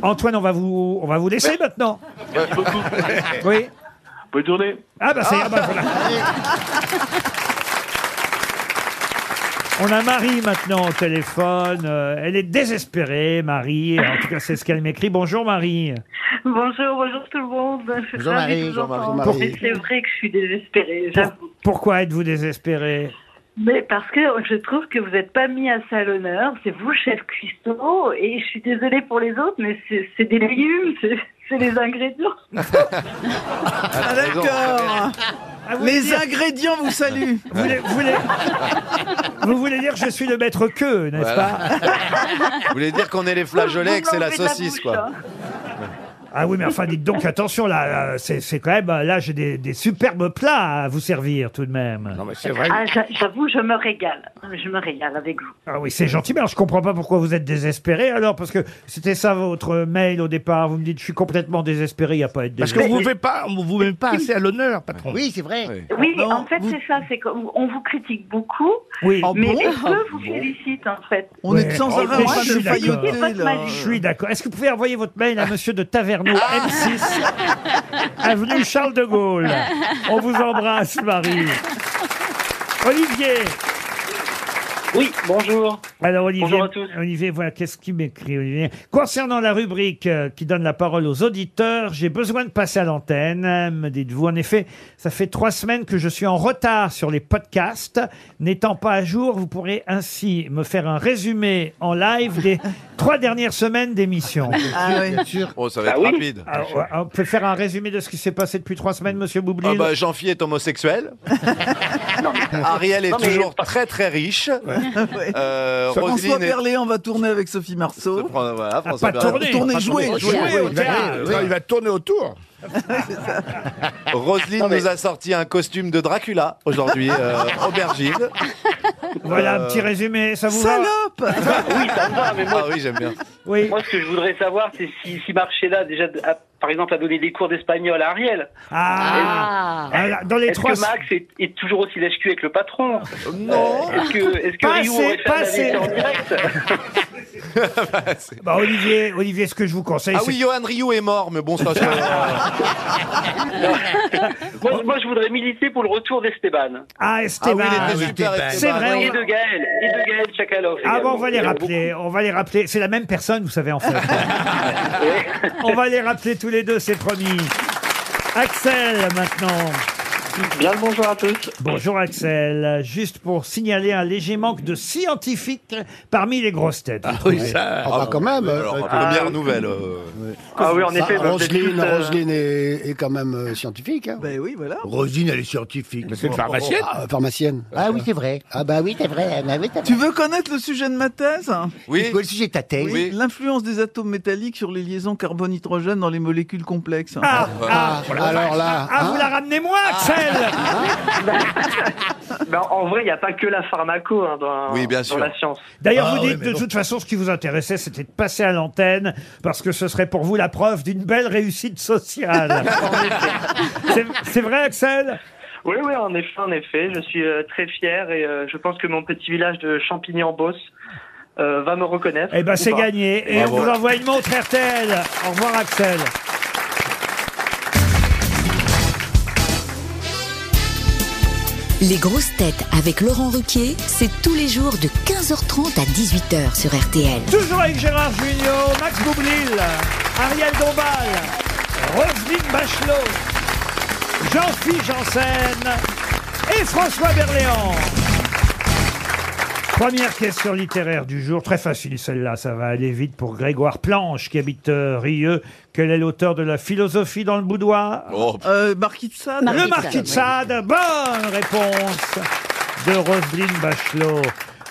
Speaker 2: Antoine, on va vous, on va vous laisser maintenant.
Speaker 7: Merci beaucoup. Bonne
Speaker 2: Oui.
Speaker 7: journée.
Speaker 2: Ah bah c'est ah bah, voilà. On a Marie maintenant au téléphone. Euh, elle est désespérée, Marie. En tout cas, c'est ce qu'elle m'écrit. Bonjour Marie.
Speaker 11: Bonjour, bonjour tout le monde. Je suis
Speaker 6: Bonjour
Speaker 11: ravie
Speaker 6: Marie,
Speaker 11: de vous
Speaker 6: bonjour
Speaker 11: entendre.
Speaker 6: Marie.
Speaker 11: Mais C'est vrai que je suis désespérée, j'avoue.
Speaker 2: Pourquoi êtes-vous désespérée
Speaker 11: Mais parce que je trouve que vous n'êtes pas mis à ça à l'honneur. C'est vous, chef cuistot, et je suis désolée pour les autres, mais c'est c'est des légumes, c'est c'est les ingrédients.
Speaker 10: Ah,
Speaker 9: d'accord.
Speaker 2: Ah,
Speaker 9: Les ingrédients vous saluent.
Speaker 2: Vous voulez, vous voulez- vous voulez dire que je suis le maître queue, n'est-ce pas
Speaker 3: Vous voulez dire qu'on est les flageolets et que c'est la saucisse, quoi.
Speaker 2: Ah oui, mais enfin, dites donc, attention, là, euh, c'est c'est quand même, euh, là, j'ai des, des superbes plats à vous servir tout de même. Non, mais c'est
Speaker 11: Ah, j'a- J'avoue, je me régale. Je me régale avec vous.
Speaker 2: Ah oui, c'est gentil, mais alors je comprends pas pourquoi vous êtes désespéré alors, parce que c'était ça votre mail au départ. Vous me dites, je suis complètement désespéré, il n'y a pas à être
Speaker 10: Parce
Speaker 2: désespéré.
Speaker 10: qu'on vous fait pas, on vous met pas assez à l'honneur, patron.
Speaker 6: Oui, c'est vrai.
Speaker 11: Oui, en fait, c'est ça. C'est qu'on vous critique beaucoup,
Speaker 2: Oui. Ah
Speaker 11: mais
Speaker 2: bon
Speaker 11: les peu vous
Speaker 2: Bon.
Speaker 11: félicitent, en fait.
Speaker 2: On est sans
Speaker 11: arrêt en train de failloter, là.
Speaker 2: Je suis d'accord. Est-ce que vous pouvez envoyer votre mail à monsieur de Taverneau, M6, avenue Charles de Gaulle On vous embrasse, Marie. Olivier
Speaker 4: Oui, bonjour.
Speaker 2: Alors Olivier,
Speaker 4: Bonjour à tous.
Speaker 2: Olivier, voilà qu'est-ce qu'il m'écrit Olivier. Concernant la rubrique euh, qui donne la parole aux auditeurs, j'ai besoin de passer à l'antenne, euh, me dites-vous. En effet, ça fait trois semaines que je suis en retard sur les podcasts. N'étant pas à jour, vous pourrez ainsi me faire un résumé en live des trois dernières semaines d'émission.
Speaker 6: Ah
Speaker 3: Oh, ça va être
Speaker 2: hein. Ah oui
Speaker 3: rapide.
Speaker 2: Ah, ouais, on peut faire un résumé de ce qui s'est passé depuis trois semaines, monsieur Boublil
Speaker 3: Ah bah, Jean-Phi est homosexuel. Ariel est
Speaker 9: Non, mais-
Speaker 3: toujours très très riche. Euh,
Speaker 9: François
Speaker 3: Roselyne est-
Speaker 9: Berléand va tourner avec Sophie Marceau.
Speaker 2: Ah,
Speaker 3: Voilà, François Berléand.
Speaker 9: jouer, jouer, au
Speaker 10: Il va-
Speaker 9: théâtre.
Speaker 10: non, il va tourner autour.
Speaker 3: Roselyne
Speaker 10: Non, mais-
Speaker 3: nous a sorti un costume de Dracula aujourd'hui, euh, aubergine.
Speaker 2: Voilà
Speaker 3: Euh,
Speaker 2: un petit résumé, ça vous va
Speaker 4: Oui, ça me va, mais moi,
Speaker 3: Ah oui, j'aime bien.
Speaker 2: Oui.
Speaker 4: moi, ce que je voudrais savoir, c'est si, si Marcella, déjà, a- par exemple, a donné des cours d'espagnol à Ariel.
Speaker 2: Ah, Voilà, Dans les
Speaker 4: Est-ce
Speaker 2: trois Euh,
Speaker 4: que Max est, est toujours aussi lèche avec le patron Euh,
Speaker 2: Non.
Speaker 4: Est-ce que, est-ce que
Speaker 2: Pas
Speaker 4: Rio
Speaker 2: assez,
Speaker 4: aurait fait
Speaker 2: pas
Speaker 4: un
Speaker 2: assez.
Speaker 4: AVC en direct
Speaker 2: Bah, Olivier, Olivier, ce que je vous conseille,
Speaker 3: Ah
Speaker 2: c'est-
Speaker 3: oui, Johan Rioux est mort, mais bon, ça. c'est-
Speaker 4: Ah, moi, moi, je voudrais militer pour le retour d'Esteban.
Speaker 2: Ah, Esteban.
Speaker 4: Ah oui, il était super,
Speaker 2: Esteban. C'est vrai.
Speaker 4: Et
Speaker 2: on
Speaker 4: de
Speaker 2: va-
Speaker 4: Gaël. Et de Gaël Chakalov.
Speaker 2: Ah bon, on
Speaker 4: également.
Speaker 2: va les rappeler. On va les rappeler. C'est la même personne, vous savez, en fait. on va les rappeler tous les deux, c'est promis. Axel, maintenant.
Speaker 4: Bien le bonjour à tous.
Speaker 2: Bonjour Axel. Juste pour signaler un léger manque de scientifiques parmi les grosses têtes. Ah
Speaker 10: oui, ça-
Speaker 5: Ah, bah, quand même.
Speaker 3: Alors,
Speaker 5: euh,
Speaker 3: première
Speaker 5: euh,
Speaker 3: nouvelle.
Speaker 4: Ah oui, en effet, bah, vous êtes
Speaker 5: Roselyne,
Speaker 4: tous, euh,
Speaker 5: Roselyne est, est quand même euh, scientifique. Hein.
Speaker 9: Ben oui, voilà.
Speaker 6: Rosine, elle est scientifique.
Speaker 5: c'est une pharmacienne.
Speaker 6: oh,
Speaker 5: Ah, pharmacienne.
Speaker 6: Ah oui, c'est vrai. Ah bah oui, c'est vrai. Ah, oui,
Speaker 9: Tu veux connaître le sujet de ma thèse
Speaker 3: Oui.
Speaker 6: Quoi, le sujet de ta thèse
Speaker 9: Oui, L'influence des atomes métalliques sur les liaisons carbone-hydrogène dans les molécules complexes.
Speaker 2: Ah, ah,
Speaker 6: alors là, hein
Speaker 2: Ah, vous la ramenez moi,
Speaker 3: Ah.
Speaker 2: Axel
Speaker 4: Ben, en vrai, il n'y a pas que la pharmaco hein, dans,
Speaker 3: Oui, bien
Speaker 4: dans
Speaker 3: sûr. Ah,
Speaker 4: la science.
Speaker 2: D'ailleurs,
Speaker 4: Ah
Speaker 2: vous dites de toute façon, ce qui vous intéressait, c'était de passer à l'antenne, parce que ce serait pour vous la preuve d'une belle réussite sociale. C'est- C'est vrai, Axel
Speaker 4: Oui, oui, en effet, en effet. Je suis euh, très fier et euh, je pense que mon petit village de Champigny-en-Beauce euh, va me reconnaître.
Speaker 2: Eh ben,
Speaker 4: Ou
Speaker 2: c'est
Speaker 4: pas.
Speaker 2: gagné. Et on vous envoie une montre RTL. Au revoir, Axel.
Speaker 1: Les grosses têtes avec Laurent Ruquier, c'est tous les jours de 15h30 à 18h sur RTL.
Speaker 2: Toujours avec Gérard Junior, Max Boublil, Ariel Dombal, Roselyne Bachelot, Jean-Philippe Janssen et François Berléand. Première question littéraire du jour, très facile celle-là, ça va aller vite pour Grégoire Planche qui habite euh, Rieux. Quel est l'auteur de la philosophie dans le boudoir
Speaker 9: Euh, Marquis de Sade.
Speaker 2: Le Marquis de Sade, bonne réponse de Roselyne Bachelot.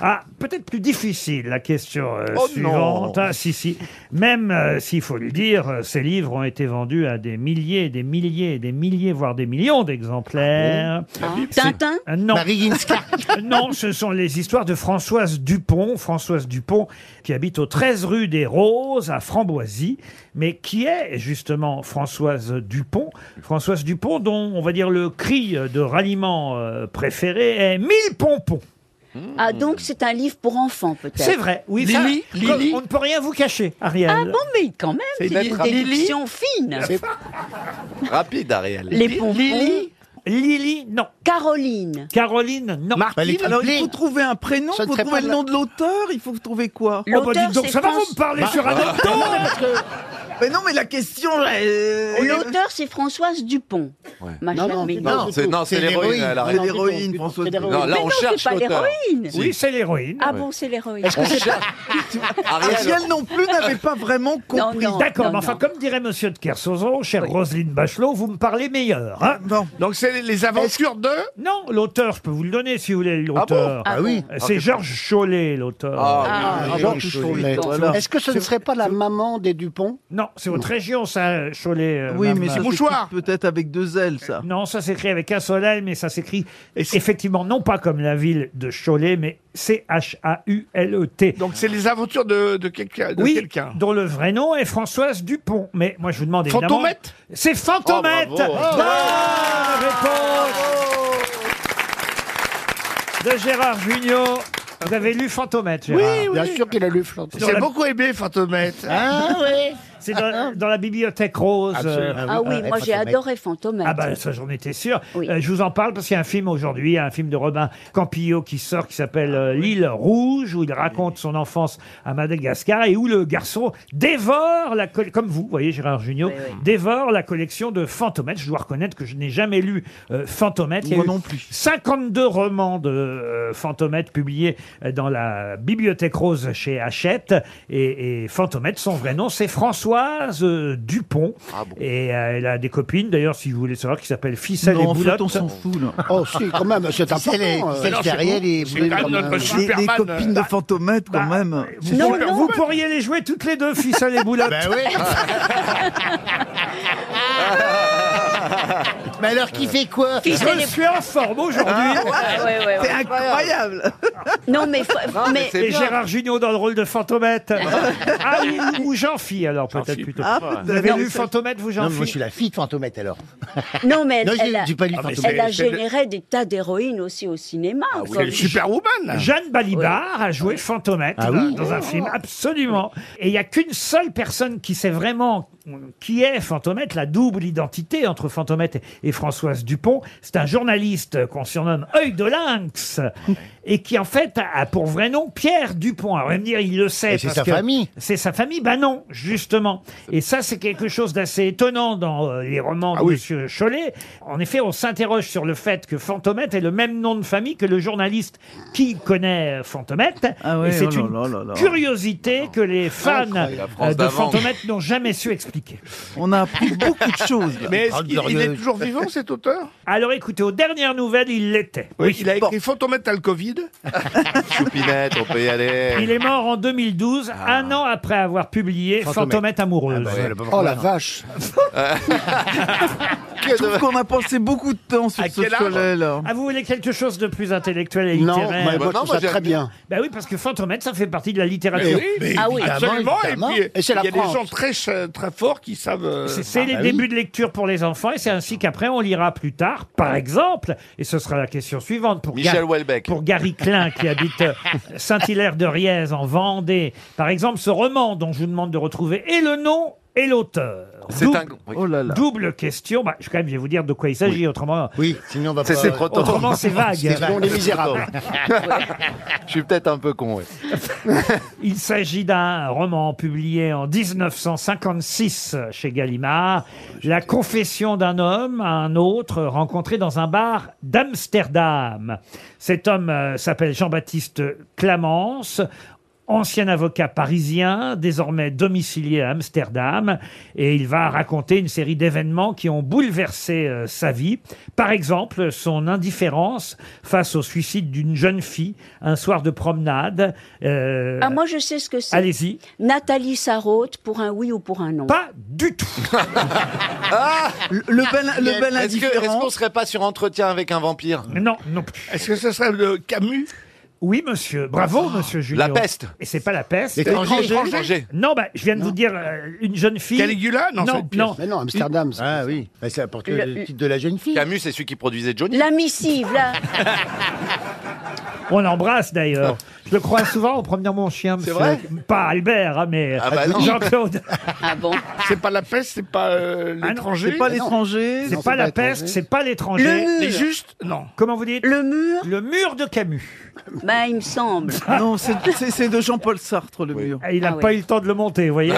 Speaker 2: Ah, peut-être plus difficile la question euh,
Speaker 10: Oh
Speaker 2: suivante. Ah, si, si. Même euh, s'il faut le dire, euh, ces livres ont été vendus à des milliers, des milliers, des milliers, voire des millions d'exemplaires.
Speaker 8: Ah. Tintin
Speaker 2: Euh, Non. Euh, non, ce sont les histoires de Françoise Dupont. Françoise Dupont, qui habite au 13 rue des Roses, à Framboisy. Mais qui est justement Françoise Dupont Françoise Dupont, dont on va dire le cri de ralliement euh, préféré est Mille pompons.
Speaker 8: Ah, donc c'est un livre pour enfants, peut-être.
Speaker 2: C'est vrai, oui. ça, comme- on ne peut rien vous cacher, Ariel.
Speaker 8: Ah bon, mais quand même,
Speaker 2: C'est
Speaker 8: c'est
Speaker 2: une
Speaker 8: une
Speaker 2: attrape.
Speaker 8: déduction fine.
Speaker 3: Rapide, Ariel.
Speaker 8: Les pompons.
Speaker 9: Lily
Speaker 2: Lily, non.
Speaker 8: Caroline.
Speaker 2: Caroline, non.
Speaker 9: Martine, alors il faut trouver un prénom,
Speaker 6: Ça ne
Speaker 9: il faut
Speaker 6: serait pas
Speaker 9: trouver le
Speaker 6: la-
Speaker 9: nom de l'auteur, il faut trouver quoi
Speaker 2: Oh, bah, dites donc, ça va, vous me parler sur un autre ton
Speaker 6: Non, parce que
Speaker 9: Mais non, mais la question. euh,
Speaker 8: L'auteur, c'est Françoise Dupont. Ma chère Mimi.
Speaker 3: Non, c'est- non, c'est l'héroïne, elle a
Speaker 9: C'est
Speaker 3: raison.
Speaker 9: l'héroïne, François.
Speaker 8: C'est l'héroïne.
Speaker 3: Non, là,
Speaker 8: Mais
Speaker 3: on
Speaker 8: non,
Speaker 3: cherche
Speaker 8: c'est pas
Speaker 3: l'auteur.
Speaker 8: l'héroïne.
Speaker 3: Oui,
Speaker 2: c'est l'héroïne.
Speaker 8: Ah bon, c'est l'héroïne. Ah,
Speaker 2: Est-ce que c'est pas-
Speaker 9: Ariel. Ariel non plus n'avait pas vraiment compris.
Speaker 2: D'accord, mais enfin, comme dirait Monsieur de Kersauzon, chère Roselyne Bachelot, vous me parlez meilleur. hein.
Speaker 10: Donc c'est les- les aventures de
Speaker 2: Non, l'auteur, je peux vous le donner si vous voulez, l'auteur.
Speaker 10: Ah bon Ah oui.
Speaker 2: C'est
Speaker 10: Ah,
Speaker 2: Georges Chollet, l'auteur.
Speaker 5: Ah, oui, Ah, oui, Georges Georges Chollet. Chollet. Voilà. Est-ce que ce ne serait
Speaker 2: pas la maman des Dupont Non, c'est votre région, ça, Chollet. euh,
Speaker 9: Oui,
Speaker 2: maman.
Speaker 9: mais ça s'écrit peut-être avec deux ailes, ça.
Speaker 2: Non, ça s'écrit avec un soleil, mais ça s'écrit effectivement non pas comme la ville de Cholet, mais C-H-A-U-L-E-T. Donc c'est les aventures de, quelqu'un.
Speaker 10: de
Speaker 2: E oui,
Speaker 10: quelqu'un.
Speaker 2: dont le vrai nom est Françoise Dupont. Mais moi je vous demande évidemment...
Speaker 10: Fantomette
Speaker 2: C'est Ah Fantomette
Speaker 10: Oh, bravo.
Speaker 2: Bonne réponse De Gérard Junior. Vous avez lu Fantomette, Gérard
Speaker 5: oui. Bien sûr qu'il a lu Flanton.
Speaker 2: Dans la-
Speaker 5: aimé Fantomette.
Speaker 2: Ah,
Speaker 5: oui.
Speaker 2: C'est dans, dans la bibliothèque rose. euh,
Speaker 8: Ah oui, moi j'ai adoré Fantomette.
Speaker 2: ah bah ça j'en étais sûr. Euh, je vous en parle parce qu'il y a un film aujourd'hui, un film de Robin Campillo qui sort qui s'appelle euh, L'île rouge où il raconte son enfance à Madagascar et où le garçon dévore la coll- comme vous, vous voyez Gérard Jugnot, dévore la collection de Fantomètre. Je dois reconnaître que je n'ai jamais lu euh, Fantomètre.
Speaker 9: Moi
Speaker 2: non plus. 52 romans de euh, Fantomètre publiés euh, dans la bibliothèque rose chez Hachette et, et Fantomètre son vrai nom c'est Françoise euh, Dupont.
Speaker 5: Ah
Speaker 2: Et euh, elle a des copines d'ailleurs si vous voulez savoir qui s'appelle Ficelle
Speaker 9: Non,
Speaker 2: et
Speaker 9: en fait,
Speaker 2: Boulotte.
Speaker 9: on s'en fout, là.
Speaker 5: Oh, si, quand même, c'est important.
Speaker 9: C'est les-
Speaker 5: euh.
Speaker 9: c'est le Ariel et Boulogne, quand même. Les- les copines
Speaker 2: Bah,
Speaker 9: de Fantomette, quand même.
Speaker 2: Vous, pourriez- vous pourriez les jouer toutes les deux, Ficelle et Boulotte.
Speaker 6: Ben oui. Mais alors, qui fait quoi
Speaker 2: Je suis en forme aujourd'hui.
Speaker 8: Ah
Speaker 6: C'est
Speaker 9: incroyable.
Speaker 8: Non mais, fa- mais,
Speaker 2: et Gérard Jugnot dans le rôle de Fantomette. ah oui, ou ou Jean-Phi alors peut-être plutôt. vous avez lu Fantomette, vous
Speaker 6: Non, mais moi,
Speaker 2: Jean-Phi
Speaker 6: je suis la fille de Fantomette, alors.
Speaker 8: non mais elle,
Speaker 6: Non, j'ai-
Speaker 8: elle a,
Speaker 6: j'ai pas
Speaker 2: Ah,
Speaker 6: lu Fantomètre.
Speaker 8: elle a
Speaker 6: C'est- c'est le-
Speaker 8: généré des tas d'héroïnes aussi au cinéma.
Speaker 6: Ah
Speaker 8: quoi.
Speaker 2: Superwoman. Jeanne Balibar a joué Fantomette
Speaker 6: Ah
Speaker 2: dans-
Speaker 6: oui.
Speaker 2: dans un film, absolument. Et il n'y a qu'une seule personne qui sait vraiment qui est Fantomette, la double identité entre Fantomette et Françoise Dupont. C'est un journaliste qu'on surnomme Œil de Lynx et qui en fait a pour vrai nom Pierre Dupont. Alors, on va me dire, il le sait.
Speaker 6: Et c'est
Speaker 2: parce
Speaker 6: sa
Speaker 2: que
Speaker 6: famille.
Speaker 2: C'est sa famille, bah non, justement. Et ça, c'est quelque chose d'assez étonnant dans euh, les
Speaker 10: Ah
Speaker 2: romans de Monsieur Chollet. En effet, on s'interroge sur le fait que Fantomette est le même nom de famille que le journaliste qui connaît euh, Fantomette.
Speaker 9: ouais,
Speaker 2: Et c'est
Speaker 9: oh là
Speaker 2: une
Speaker 9: là là là.
Speaker 2: curiosité que les fans
Speaker 9: Incroyable. La France
Speaker 2: euh, de
Speaker 9: d'avant.
Speaker 2: Fantomette n'ont jamais su expliquer.
Speaker 9: On a appris beaucoup de choses. là.
Speaker 10: Mais est-ce qu'il il est toujours vivant cet auteur
Speaker 2: Alors écoutez, aux dernières nouvelles, il l'était.
Speaker 10: Oui, il a écrit Fantomette à le Covid.
Speaker 3: Choupinette, on peut y aller.
Speaker 2: Il est mort en 2012,
Speaker 10: Ah.
Speaker 2: un an après avoir publié
Speaker 3: Fantomette.
Speaker 2: Fantomette amoureuse.
Speaker 3: Ah bah, elle peut
Speaker 5: Oh la vache
Speaker 9: Je trouve qu'on a pensé beaucoup de temps sur ce collet, là.
Speaker 2: Ah, vous voulez quelque chose de plus intellectuel et
Speaker 5: Non,
Speaker 2: littéraire
Speaker 5: mais moi, je Bah, trouve non, moi, ça j'ai- très bien.
Speaker 2: Bah oui, parce que Fantomètre, ça fait partie de la
Speaker 10: Mais
Speaker 2: littérature.
Speaker 10: Eh oui, mais absolument. Et puis, il y a des gens très, ch- très forts qui savent. euh,
Speaker 3: Ah
Speaker 2: C'est c'est
Speaker 3: bah
Speaker 2: les débuts de lecture pour les enfants et c'est ainsi qu'après on lira plus tard, par exemple, et ce sera la question suivante pour
Speaker 3: Michel
Speaker 2: Gar-
Speaker 3: Houellebecq.
Speaker 2: pour Gary Klein qui habite euh, Saint-Hilaire-de-Riez en Vendée. Par exemple, ce roman dont je vous demande de retrouver et le nom et l'auteur.
Speaker 3: C'est
Speaker 2: Double-
Speaker 3: un- oui.
Speaker 6: Oh
Speaker 2: Double question. Bah, je, quand même, je vais vous dire de quoi il s'agit. Autrement,
Speaker 6: oui, sinon on va
Speaker 3: C'est-
Speaker 6: pas-
Speaker 3: c'est trop tôt.
Speaker 2: Autrement, c'est vague.
Speaker 6: C'est vague.
Speaker 2: Les Misérables.
Speaker 3: Je suis peut-être un peu con, oui.
Speaker 2: Il s'agit d'un roman publié en 1956 chez Gallimard, La confession d'un homme à un autre rencontré dans un bar d'Amsterdam. Cet homme euh, s'appelle Jean-Baptiste Clamence. Ancien avocat parisien, désormais domicilié à Amsterdam, et il va raconter une série d'événements qui ont bouleversé euh, sa vie. Par exemple, son indifférence face au suicide d'une jeune fille un soir de promenade. euh,
Speaker 8: Ah, moi je sais ce que c'est.
Speaker 2: Allez-y.
Speaker 8: Nathalie Sarraute pour un oui ou pour un non.
Speaker 2: Pas du tout.
Speaker 9: le bel,
Speaker 3: Ah Est-ce que- Est-ce qu'on serait pas sur entretien avec un vampire
Speaker 2: Non, non plus.
Speaker 10: Est-ce que ce serait le Camus
Speaker 2: Oui, monsieur. Bravo, monsieur Julien.
Speaker 3: La peste.
Speaker 2: Et c'est pas la peste.
Speaker 10: Ah. L'étranger. L'étranger.
Speaker 2: Non, bah, je viens de vous dire euh, une jeune fille.
Speaker 10: Caligula
Speaker 2: Non,
Speaker 10: Non, c'est
Speaker 2: non.
Speaker 10: une pièce.
Speaker 5: Mais non, Amsterdam.
Speaker 6: Ah oui, Bah, c'est apporté
Speaker 8: Le-
Speaker 6: le titre de la jeune fille.
Speaker 3: Camus, c'est celui qui produisait Johnny.
Speaker 8: La missive, la...
Speaker 2: On l'embrasse d'ailleurs. Je le crois souvent en promenant mon chien, monsieur.
Speaker 10: Ah. vrai
Speaker 2: pas Albert, hein, mais
Speaker 10: Ah bah non.
Speaker 2: Jean-Claude.
Speaker 8: Ah bon
Speaker 10: C'est pas la peste, c'est pas euh,
Speaker 2: Ah non,
Speaker 10: l'étranger.
Speaker 2: c'est pas l'étranger, Non, c'est pas la
Speaker 10: étranger.
Speaker 2: peste, c'est pas l'étranger. Le mur.
Speaker 10: C'est juste, non.
Speaker 2: Comment vous dites
Speaker 8: Le mur
Speaker 2: Le mur de Camus.
Speaker 8: Bah, il me semble.
Speaker 9: Non, c'est- c'est c'est de Jean-Paul Sartre, le mur.
Speaker 2: Il n'a
Speaker 8: Ah
Speaker 2: pas
Speaker 8: oui.
Speaker 2: eu le temps de le monter, vous voyez.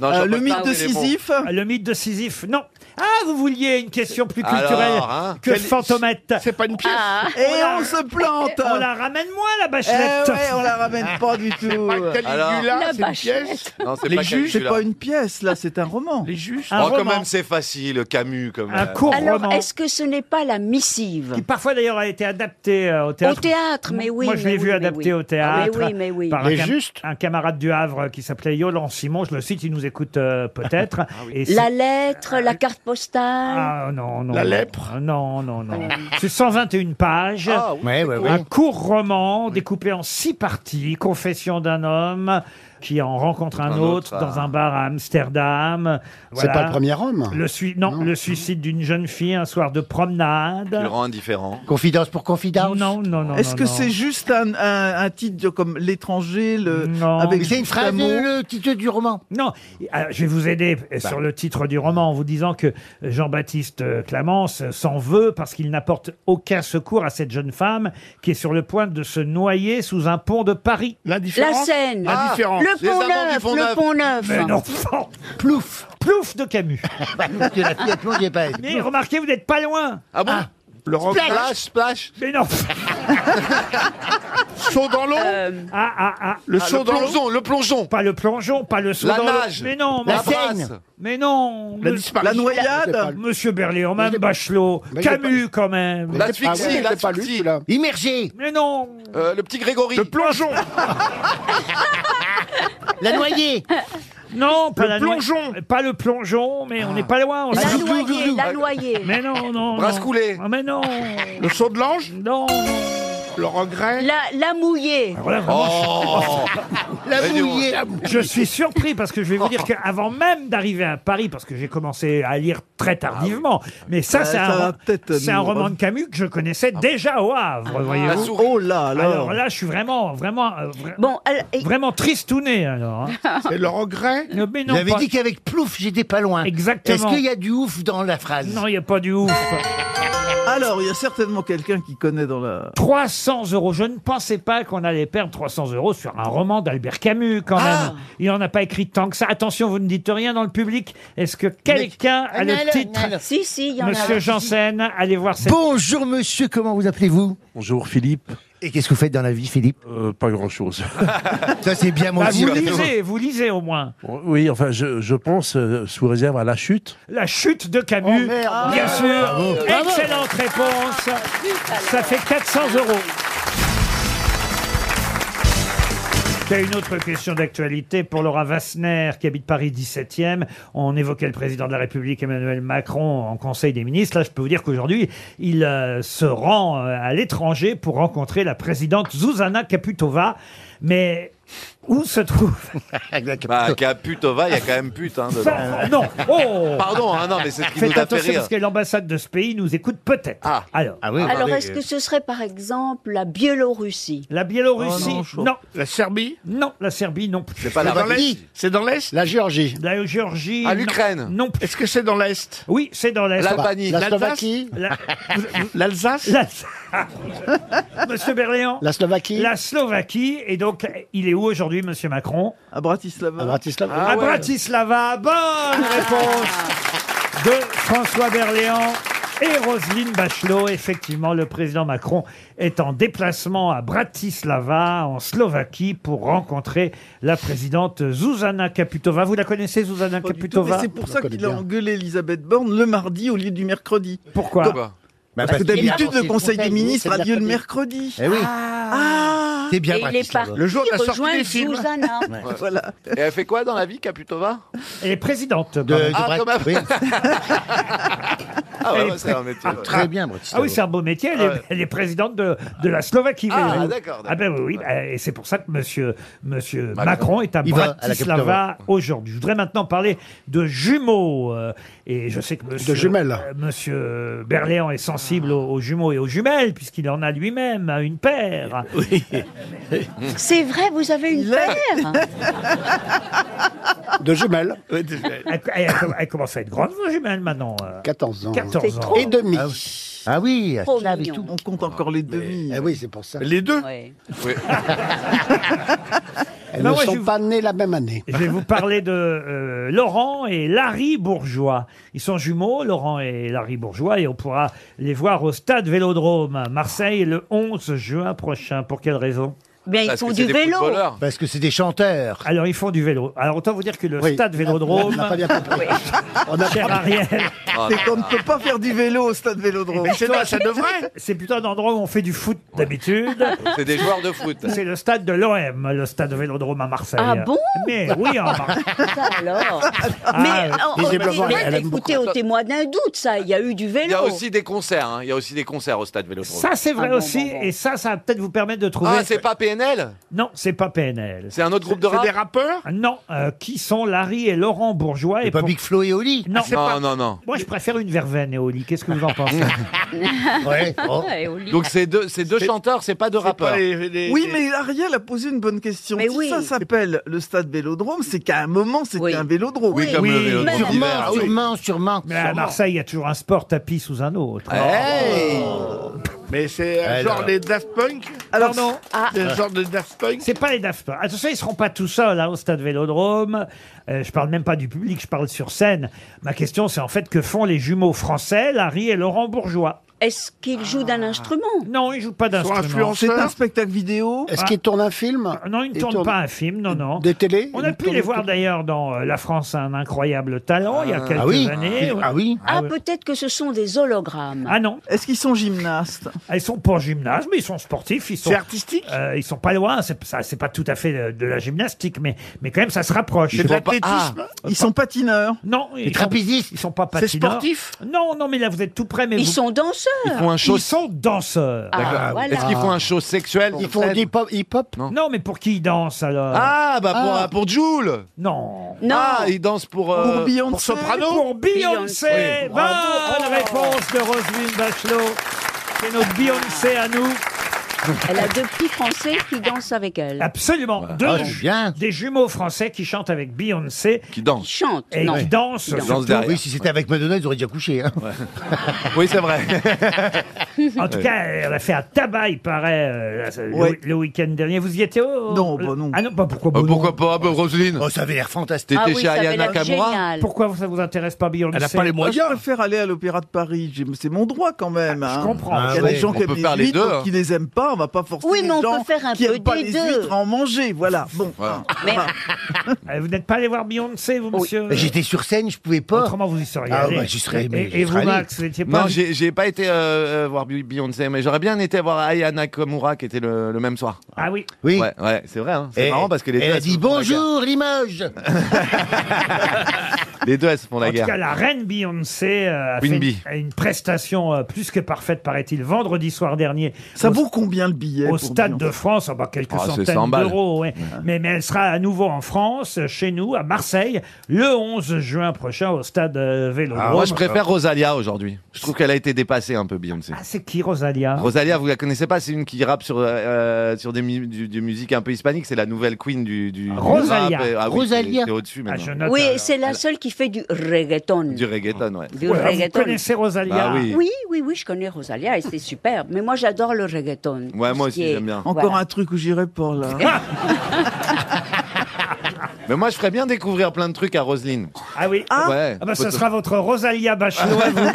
Speaker 9: Non, Euh, Jean-Paul le mythe Sartre, de il est bon.
Speaker 2: Sisyphe Le mythe de Sisyphe, non. Ah, vous vouliez une question plus culturelle
Speaker 10: Alors, hein.
Speaker 2: que
Speaker 10: Quelle-
Speaker 2: fantomette.
Speaker 10: C'est pas une pièce.
Speaker 9: Et on se plante
Speaker 2: On la ramène moins, la bachelette.
Speaker 9: Eh ouais, on la ramène pas du tout.
Speaker 10: Caligula, c'est une pièce.
Speaker 9: Les juges, c'est pas une pièce, là, c'est un roman. Les
Speaker 10: juges
Speaker 9: un
Speaker 12: oh, quand
Speaker 9: roman.
Speaker 12: même, c'est facile, Camus. Comme
Speaker 3: euh,
Speaker 2: Un court roman.
Speaker 8: Alors, est-ce que ce n'est pas la missive
Speaker 2: Qui parfois d'ailleurs a été adapté euh, au théâtre.
Speaker 8: Au théâtre, mais oui,
Speaker 2: Moi je
Speaker 8: mais
Speaker 2: l'ai
Speaker 8: oui,
Speaker 2: vu
Speaker 8: mais oui.
Speaker 2: adapté au théâtre.
Speaker 8: Ah oui, oui, mais oui.
Speaker 2: Par
Speaker 8: Mais
Speaker 2: un, cam-
Speaker 8: juste.
Speaker 2: un camarade du Havre euh, qui s'appelait Yolan Simon, je le cite, il nous écoute euh, peut-être. Et c'est-
Speaker 8: La lettre, la carte postale
Speaker 2: Ah non, non.
Speaker 8: La
Speaker 2: non.
Speaker 8: lèpre
Speaker 2: Non, non, non.
Speaker 8: Euh.
Speaker 2: C'est 121 pages.
Speaker 6: Ah oui, Ouais, ouais,
Speaker 2: Un
Speaker 6: ouais.
Speaker 2: court roman découpé en six parties. Confession d'un homme qui en rencontre un,
Speaker 5: Un
Speaker 2: autre,
Speaker 5: autre,
Speaker 2: dans
Speaker 5: ah.
Speaker 2: un bar à Amsterdam.
Speaker 5: C'est pas le premier homme.
Speaker 2: Le sui- non, le suicide d'une jeune fille un soir de promenade.
Speaker 12: Il rend indifférent.
Speaker 6: Confidence pour confidence.
Speaker 2: Non, non, non.
Speaker 9: Est-ce
Speaker 2: non,
Speaker 9: que
Speaker 2: non.
Speaker 9: c'est juste un, un- un titre comme L'étranger le... avec
Speaker 6: Mais c'est une
Speaker 9: juste
Speaker 6: phrase,
Speaker 9: un mot
Speaker 6: le titre du roman.
Speaker 2: Non, Alors, je vais vous aider euh,
Speaker 9: Bah.
Speaker 2: sur le titre du roman en vous disant que Jean-Baptiste euh, Clamence euh, s'en veut parce qu'il n'apporte aucun secours à cette jeune femme qui est sur le point de se noyer sous un pont de Paris.
Speaker 8: La Seine Ah. Le Pont-Neuf Le Pont-Neuf
Speaker 2: Mais non, plouf Plouf de Camus
Speaker 6: Bah, Parce que la fille à plomb, il y est pas.
Speaker 2: Mais remarquez, vous n'êtes pas loin
Speaker 10: Ah bon Le rock
Speaker 2: Splash.
Speaker 10: splash,
Speaker 12: splash.
Speaker 2: Mais non
Speaker 10: Saut dans l'eau
Speaker 2: Ah, ah, ah
Speaker 10: Le Ah, saut le dans l'eau plongeon,
Speaker 12: le plongeon
Speaker 2: Pas le plongeon, pas le saut
Speaker 10: La
Speaker 2: dans l'eau.
Speaker 10: nage.
Speaker 2: Mais non
Speaker 10: La
Speaker 2: mais-
Speaker 10: brasse.
Speaker 2: Mais non
Speaker 10: La
Speaker 2: le-
Speaker 10: disparition. La noyade. Je sais pas.
Speaker 2: Monsieur Berléand, même Bachelot,
Speaker 10: Mais je l'ai
Speaker 2: Camus quand même
Speaker 10: Mais je l'ai pas- L'asphyxie, ah oui, je l'ai pas lu, l'asphyxie. celui-là.
Speaker 6: Immergé
Speaker 2: Mais non
Speaker 12: Le petit Grégory.
Speaker 10: Le plongeon.
Speaker 6: La noyée
Speaker 2: Non, pas
Speaker 10: Le
Speaker 2: la noyée.
Speaker 10: plongeon. Ah.
Speaker 2: Pas le plongeon, mais on n'est pas loin. on
Speaker 8: La
Speaker 2: s'en-
Speaker 8: noyée, la noyée.
Speaker 2: Mais non, non.
Speaker 10: Brasse
Speaker 2: non.
Speaker 10: coulée.
Speaker 2: Ah, mais non.
Speaker 10: Le saut de l'ange
Speaker 2: Non.
Speaker 10: Le regret.
Speaker 8: La, la mouillée.
Speaker 2: Alors là, Ah,
Speaker 9: Oh.
Speaker 2: vraiment,
Speaker 6: La
Speaker 2: Mais dis-donc.
Speaker 6: mouillée
Speaker 2: je... je suis surpris parce que je vais vous dire qu'avant même d'arriver à Paris, parce que j'ai commencé à lire très tardivement, mais ça,
Speaker 9: Ah Ouais,
Speaker 2: c'est un,
Speaker 9: ça va
Speaker 2: ro-
Speaker 9: peut-être
Speaker 2: c'est un
Speaker 9: nous
Speaker 2: roman de Camus que je connaissais déjà au Havre,
Speaker 9: La
Speaker 2: voyez-vous.
Speaker 9: souris. Oh là, alors.
Speaker 2: Alors là, je suis vraiment, vraiment, euh, vra-
Speaker 8: Bon, alors, et-
Speaker 2: vraiment tristouné alors. hein.
Speaker 10: C'est le regret.
Speaker 2: Non, mais non,
Speaker 6: J'avais
Speaker 2: pas-
Speaker 6: dit qu'avec plouf, j'étais pas loin.
Speaker 2: Exactement.
Speaker 6: Est-ce qu'il y a du ouf dans la phrase
Speaker 2: Non, il n'y a pas du ouf.
Speaker 9: Alors, il y a certainement quelqu'un qui connaît dans la...
Speaker 2: 300 euros. Je ne pensais pas qu'on allait perdre 300 euros sur un roman d'Albert Camus, quand
Speaker 8: Ah
Speaker 2: même. Il n'en a pas écrit tant que ça. Attention, vous ne dites rien dans le public. Est-ce que quelqu'un a le titre
Speaker 8: Si, si, il y en
Speaker 2: Monsieur
Speaker 8: a.
Speaker 2: Janssen, allez voir cette...
Speaker 6: Bonjour monsieur, comment vous appelez-vous
Speaker 13: Bonjour Philippe,
Speaker 6: Et qu'est-ce que vous faites dans la vie, Philippe
Speaker 13: Euh, pas grand chose.
Speaker 6: Ça,
Speaker 8: Eh
Speaker 6: c'est bien mon
Speaker 2: Bah, vous
Speaker 6: style.
Speaker 2: lisez, vous lisez au moins.
Speaker 13: oui, enfin, je, je pense, euh, sous réserve à la chute.
Speaker 2: La chute de Camus, bien sûr. Excellente réponse. Ça fait 400 euros. Il y a une autre question d'actualité pour Laura Wassner, qui habite Paris 17e. On évoquait le président de la République, Emmanuel Macron, en Conseil des ministres. Là, je peux vous dire qu'aujourd'hui, il euh, se rend euh, à l'étranger pour rencontrer la présidente Zuzana Kaputova. Mais où se trouve
Speaker 12: Bah, Caputova, il y a quand même pute hein, dedans.
Speaker 2: Non Oh
Speaker 12: Pardon, hein, non, mais c'est ce qui
Speaker 2: Faites
Speaker 12: nous a fait
Speaker 2: attention
Speaker 12: rire.
Speaker 2: parce que l'ambassade de ce pays nous écoute peut-être. Ah. Alors,
Speaker 8: Alors, est-ce que ce serait par exemple la Biélorussie
Speaker 2: la Biélorussie
Speaker 9: Oh non,
Speaker 2: non,
Speaker 9: chaud.
Speaker 10: La Serbie.
Speaker 2: non, la Serbie non plus.
Speaker 12: pas la
Speaker 10: C'est
Speaker 12: Russie.
Speaker 10: dans l'Est C'est dans l'Est
Speaker 5: La Géorgie.
Speaker 2: La Géorgie
Speaker 12: À
Speaker 2: non.
Speaker 12: l'Ukraine.
Speaker 2: non plus.
Speaker 10: Est-ce que c'est dans l'Est
Speaker 2: Oui, c'est dans l'Est.
Speaker 12: L'Albanie.
Speaker 5: La
Speaker 10: L'Alsace
Speaker 5: Slovaquie
Speaker 2: La-
Speaker 10: L'Alsace
Speaker 2: la- Monsieur Berléand,
Speaker 5: La Slovaquie
Speaker 2: la Slovaquie et donc il est où aujourd'hui Monsieur Macron
Speaker 9: À Bratislava.
Speaker 5: À Bratislava
Speaker 2: À
Speaker 12: Ah ouais.
Speaker 2: Bratislava.
Speaker 12: Ah
Speaker 2: Bonne réponse de François Berléand. Et Roselyne Bachelot, effectivement, le président Macron est en déplacement à Bratislava, en Slovaquie, pour rencontrer la présidente Zuzana Kaputova. Vous la connaissez, Zuzana
Speaker 9: Pas du tout,
Speaker 2: Kaputova
Speaker 9: mais c'est pour
Speaker 5: Je
Speaker 9: ça
Speaker 5: connais
Speaker 9: qu'il a
Speaker 5: bien.
Speaker 9: engueulé Elisabeth Borne le mardi au lieu du mercredi.
Speaker 2: Pourquoi
Speaker 9: Parce que d'habitude, le Conseil des ministres a lieu le mercredi.
Speaker 6: Eh oui.
Speaker 9: Ah
Speaker 6: était bien
Speaker 8: Et il est
Speaker 6: Bratislava.
Speaker 8: parti
Speaker 6: Le jour de la sortie
Speaker 8: rejoindre hein.
Speaker 6: des films.
Speaker 8: Susanna.
Speaker 3: Ouais. Et elle fait quoi dans la vie, Caputova
Speaker 2: Elle est présidente.
Speaker 3: De,
Speaker 2: pardon.
Speaker 3: ah, comme
Speaker 2: Oui.
Speaker 3: Ah ouais,
Speaker 2: Elle est
Speaker 3: ouais, c'est un métier. ouais.
Speaker 2: Ah oui, c'est un beau métier. Elle,
Speaker 3: Ouais.
Speaker 2: est, elle est présidente de, de la Slovaquie.
Speaker 3: Ah,
Speaker 2: voyez-vous.
Speaker 3: d'accord, d'accord.
Speaker 2: Ah ben oui, oui, bah, et c'est pour ça que monsieur, monsieur Macron. est à
Speaker 6: Il va à la
Speaker 2: Bratislava aujourd'hui. Je voudrais maintenant parler de jumeaux. euh, et je sais que monsieur,
Speaker 5: jumelles.
Speaker 2: euh, monsieur Berléand est sensible aux, aux jumeaux et aux jumelles, puisqu'il en a lui-même à une paire. Oui.
Speaker 8: C'est vrai, vous avez une paire
Speaker 2: de jumelles. Elle, elle- elle commence à être grande, vos jumelles, maintenant. euh.
Speaker 5: 14 ans.
Speaker 2: 14 ans. Et
Speaker 5: demi.
Speaker 2: Ah
Speaker 6: Ah oui,
Speaker 8: Oh.
Speaker 2: Trop
Speaker 6: Slav et
Speaker 2: mignon.
Speaker 6: tout.
Speaker 9: On compte encore les demi.
Speaker 6: eh
Speaker 5: Ah oui, c'est pour ça.
Speaker 6: Les deux
Speaker 5: Elles
Speaker 2: Non, Ben
Speaker 5: ne
Speaker 2: moi,
Speaker 5: sont
Speaker 2: Bah je-
Speaker 5: pas nées la même année.
Speaker 2: Je vais vous parler de euh, Laurent et Larry Bourgeois. Ils sont jumeaux, Laurent et Larry Bourgeois, et on pourra les voir au stade Vélodrome à Marseille le 11 juin prochain. Pour quelle raison
Speaker 8: Eh Bien, ils Parce que font c'est du des vélo. footballeurs.
Speaker 2: Parce que c'est des chanteurs. Alors, ils font du vélo. Alors, autant vous dire que le stade Vélodrome.
Speaker 5: on n'a pas bien compris.
Speaker 2: On a cher Ariel.
Speaker 3: Oh
Speaker 9: C'est qu'on ne peut pas faire du vélo au stade Vélodrome.
Speaker 2: C'est plutôt un endroit où on fait du foot d'habitude.
Speaker 3: C'est des joueurs de foot.
Speaker 2: C'est le stade de l'OM, le stade Vélodrome à Marseille.
Speaker 8: Ah bon
Speaker 2: Mais oui, en Marseille.
Speaker 8: Ça alors
Speaker 2: Ah,
Speaker 8: Mais on- on-
Speaker 3: visiblement,
Speaker 8: c'est vrai
Speaker 3: elle aime
Speaker 8: d'écouter
Speaker 3: beaucoup.
Speaker 8: au témoin d'un doute, ça. Il y a eu du vélo.
Speaker 3: Il y a aussi des concerts, hein. il y a aussi des concerts au stade Vélodrome.
Speaker 2: Ça, c'est
Speaker 6: Ah,
Speaker 2: vrai aussi, et ça, ça va peut-être vous permettre de trouver.
Speaker 3: Ah, c'est pas PNL
Speaker 2: Non, c'est pas PNL.
Speaker 3: C'est un autre groupe de rap Ah.
Speaker 2: rappeurs Non, euh, qui sont Larry et Laurent Bourgeois et,
Speaker 6: pas Big Flo et Oli
Speaker 2: Non,
Speaker 3: Non, non, non.
Speaker 2: Moi, je préfère une verveine et Oli. Qu'est-ce que vous en pensez
Speaker 6: Ouais,
Speaker 5: oh.
Speaker 3: Donc c'est deux, c'est deux chanteurs, c'est pas deux rappeurs.
Speaker 9: oui, mais Ariel a posé une bonne question. si ça s'appelle le stade Vélodrome, c'est qu'à un moment, c'était un vélodrome.
Speaker 3: Oui, comme le vélodrome
Speaker 6: Sûrement,
Speaker 3: d'hiver, ah oui.
Speaker 6: sûrement, sûrement.
Speaker 2: Mais à
Speaker 6: sûrement.
Speaker 2: Marseille, il y a toujours un sport tapis sous un autre.
Speaker 3: Eh, Oh.
Speaker 5: Oh.
Speaker 10: Mais c'est euh,
Speaker 2: Alors.
Speaker 10: genre les Daft Punk
Speaker 2: Alors non.
Speaker 8: Ah.
Speaker 10: C'est genre de Daft Punk
Speaker 2: Ah. C'est pas les Daft Punk. Ah, Attention, ils seront pas tout seuls hein, au stade Vélodrome. Euh, je parle même pas du public, je parle sur scène. Ma question, c'est en fait que font les jumeaux français, Larry et Laurent Bourgeois
Speaker 8: Est-ce qu'ils jouent d'un instrument
Speaker 2: Ah. Non, ils jouent pas d'instrument.
Speaker 9: C'est un spectacle vidéo.
Speaker 5: Est-ce qu'ils tournent un film
Speaker 2: Ah. Non, ils ne
Speaker 5: Ils
Speaker 2: tournent
Speaker 5: tournent-
Speaker 2: pas un film, non, non.
Speaker 5: Des télés
Speaker 2: On a
Speaker 5: Ils
Speaker 2: pu les
Speaker 5: tournent-
Speaker 2: voir d'ailleurs dans euh, La France a un incroyable talent il y a
Speaker 6: Ah
Speaker 2: quelques
Speaker 6: oui.
Speaker 2: années.
Speaker 6: Ah oui.
Speaker 8: Ah, peut-être que ce sont des hologrammes.
Speaker 2: Ah non. Ah,
Speaker 9: Est-ce qu'ils sont gymnastes
Speaker 2: Ils sont pas gymnastes, mais ils sont sportifs. Ils sont,
Speaker 10: C'est artistique
Speaker 2: Euh, Ils sont pas loin. C'est ça- c'est pas tout à fait euh, de la gymnastique, mais, mais quand même, ça se rapproche.
Speaker 9: C'est de l'athlétisme Ah, Ils sont patineurs
Speaker 2: Non,
Speaker 9: Des
Speaker 2: ils
Speaker 9: trapézistes
Speaker 2: sont, ils sont pas patineurs.
Speaker 9: sportif
Speaker 2: Non, non, mais là vous êtes tout près. Mais
Speaker 8: Ils
Speaker 2: vous-
Speaker 8: sont danseurs.
Speaker 2: Ils font un show. Ils sont danseurs.
Speaker 8: Ah, D'accord. voilà.
Speaker 3: Est-ce qu'ils font un show sexuel
Speaker 5: Ils
Speaker 3: sur
Speaker 5: font
Speaker 3: scène
Speaker 5: du hip-hop- hip-hop
Speaker 2: Non. mais pour qui ils dansent alors
Speaker 3: Ah, bah pour,
Speaker 2: Ah.
Speaker 3: euh, pour Joule
Speaker 2: Non.
Speaker 8: Non.
Speaker 3: Ah, ils dansent pour, euh,
Speaker 2: Pour Beyoncé.
Speaker 3: pour Soprano
Speaker 2: Pour Beyoncé.
Speaker 3: Oui.
Speaker 2: Bonne réponse de Roselyne Bachelot. C'est notre Beyoncé à nous.
Speaker 8: Elle a deux petits Français qui dansent avec elle.
Speaker 2: Ah, Absolument. Deux ju- des jumeaux français qui chantent avec Beyoncé.
Speaker 3: Qui dansent.
Speaker 8: Chante.
Speaker 2: Et
Speaker 8: non.
Speaker 2: qui dansent.
Speaker 6: Ils dansent
Speaker 2: surtout.
Speaker 6: derrière. Oui, si c'était avec Madonna, ils auraient déjà couché. hein.
Speaker 3: Oui, c'est vrai.
Speaker 2: En tout cas, elle a fait un tabac, il paraît, euh, le-
Speaker 6: Ouais.
Speaker 2: le, week-end dernier. Vous y étiez au- au-
Speaker 6: Non,
Speaker 2: le-
Speaker 6: bah non.
Speaker 2: Ah non, bah pourquoi
Speaker 6: Euh,
Speaker 2: bah
Speaker 6: pourquoi
Speaker 2: non
Speaker 3: pas, Roselyne
Speaker 6: Oh, ça avait l'air fantastique.
Speaker 3: T'étais Ah oui, chez ça avait Ayana l'air Kamura
Speaker 8: génial.
Speaker 2: Pourquoi ça vous intéresse pas Beyoncé
Speaker 9: Moi, je préfère aller à l'Opéra de Paris. J'ai- C'est mon droit quand même. hein.
Speaker 2: comprends.
Speaker 9: Il y a
Speaker 2: Ah
Speaker 9: des
Speaker 2: ouais.
Speaker 9: gens
Speaker 2: On
Speaker 9: qui aiment
Speaker 2: peut
Speaker 9: les
Speaker 2: faire les
Speaker 9: huîtres,
Speaker 2: deux, hein.
Speaker 9: qui les aiment pas. On va pas forcer
Speaker 8: Oui,
Speaker 9: les
Speaker 8: mais on
Speaker 9: gens
Speaker 8: peut faire un
Speaker 9: qui
Speaker 8: peu
Speaker 9: aiment pas
Speaker 8: des
Speaker 9: les
Speaker 8: deux.
Speaker 9: huîtres à en manger. Voilà. Bon. Ah,
Speaker 2: Euh, Vous n'êtes pas allé voir Beyoncé, vous, monsieur
Speaker 6: Mais J'étais sur scène, je pouvais pas.
Speaker 2: Autrement, vous y seriez
Speaker 6: Ah,
Speaker 2: allé.
Speaker 6: bah, j'y serais. mais
Speaker 2: Et,
Speaker 6: j'y
Speaker 2: et vous,
Speaker 6: serais allé.
Speaker 2: Max, vous n'étiez pas
Speaker 3: Non,
Speaker 2: allé
Speaker 3: j'ai j'ai pas été euh, euh, voir Bey- Beyoncé, mais j'aurais bien été voir Ayana Kamura qui était le, le même soir.
Speaker 2: Ah oui.
Speaker 6: Oui.
Speaker 3: Ouais, ouais, c'est vrai. hein. C'est
Speaker 6: Et-
Speaker 3: marrant parce que les deux,
Speaker 6: Elle a
Speaker 3: elles se
Speaker 6: dit
Speaker 3: font la guerre.
Speaker 6: bonjour Limoges
Speaker 3: Les deux, elles se font la
Speaker 2: En tout
Speaker 3: guerre.
Speaker 2: cas, la reine Beyoncé euh, a
Speaker 3: Queen
Speaker 2: fait
Speaker 3: Bee.
Speaker 2: une- une prestation euh, plus que parfaite, paraît-il, vendredi soir dernier.
Speaker 9: Ça
Speaker 2: au-
Speaker 9: vaut combien le billet
Speaker 2: Au
Speaker 9: pour
Speaker 2: Stade
Speaker 9: Beyoncé
Speaker 2: de France, ah bah, quelques
Speaker 3: Ah, c'est 100
Speaker 2: centaines
Speaker 3: balles.
Speaker 2: d'euros. ouais. Mais, mais elle sera à nouveau en France, euh, chez nous, à Marseille, le 11 juin prochain au Stade euh, Vélodrome.
Speaker 3: Ah, Moi, je préfère Rosalia aujourd'hui. Je trouve qu'elle a été dépassée un peu, Beyoncé.
Speaker 2: Ah, c'est qui, Rosalia
Speaker 3: Rosalia, vous la connaissez pas, c'est une qui rappe sur, euh, sur des, mu- du, du musique un peu hispanique, c'est la nouvelle queen du, du du
Speaker 2: Rosalia.
Speaker 3: rap. Ah oui,
Speaker 2: Rosalia.
Speaker 3: c'est- c'est au-dessus maintenant.
Speaker 8: Oui, et c'est la seule qui fait du reggaeton.
Speaker 3: Du reggaeton, ouais.
Speaker 8: Du
Speaker 2: Voilà, vous
Speaker 8: reggaeton.
Speaker 2: connaissez Rosalia
Speaker 3: Bah oui.
Speaker 8: oui, oui, oui, je connais Rosalia et c'est superbe. Mais moi, j'adore le reggaeton.
Speaker 3: Ouais, moi
Speaker 8: Tout ce qui
Speaker 3: aussi,
Speaker 8: est-
Speaker 3: j'aime bien.
Speaker 9: Encore
Speaker 8: voilà.
Speaker 9: un truc où j'irai pour là.
Speaker 3: Mais moi, je ferais bien découvrir plein de trucs à Roselyne.
Speaker 2: Ah oui
Speaker 3: Ouais.
Speaker 2: Ah bah, ce sera votre Rosalia Bachelot à vous.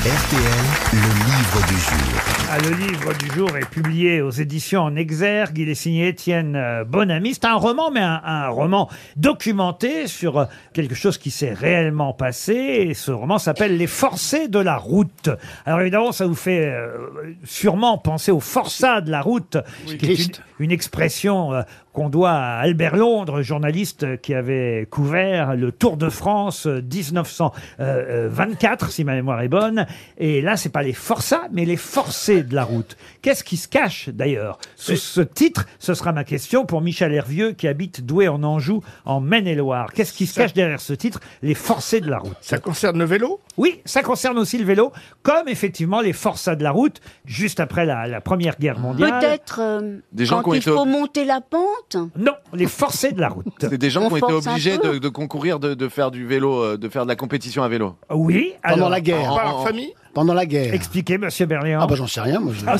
Speaker 14: RTL, le livre du jour.
Speaker 2: Ah, le livre du jour est publié aux éditions en exergue. Il est signé Étienne euh, Bonamy. C'est un roman, mais un, un roman documenté sur euh, quelque chose qui s'est réellement passé. Et ce roman s'appelle Les Forcés de la route. Alors évidemment, ça vous fait euh, sûrement penser aux forçats de la route, qui est une, une expression euh, qu'on doit à Albert Londres, journaliste qui avait couvert le Tour de France euh, 1924, euh, si ma mémoire est bonne. Et là, c'est pas les forçats, mais les forcés de la route. Qu'est-ce qui se cache d'ailleurs sous ce titre Ce sera ma question pour Michel Hervieux qui habite Douai en Anjou, en Maine-et-Loire. Qu'est-ce qui se cache derrière ce titre Les forcés de la route. Ça concerne le vélo Oui, ça concerne aussi le vélo, comme effectivement les forçats de la route, juste après la, la Première Guerre mondiale.
Speaker 8: Peut-être euh,
Speaker 2: Des gens qui
Speaker 8: quand
Speaker 2: ont
Speaker 8: il
Speaker 2: été
Speaker 8: faut
Speaker 2: ob-
Speaker 8: monter la pente.
Speaker 2: Non, les forcés de la route.
Speaker 3: C'est des gens
Speaker 8: On
Speaker 3: qui ont été
Speaker 8: force un
Speaker 3: obligés
Speaker 8: peu.
Speaker 3: de, de concourir, de, de faire du vélo, euh, de faire de la compétition à vélo.
Speaker 2: Oui.
Speaker 5: Pendant la guerre.
Speaker 3: Par leur famille
Speaker 5: Pendant la guerre.
Speaker 2: Expliquez, monsieur Berléand.
Speaker 5: Ah, bah j'en sais rien, moi. je-
Speaker 8: Ah,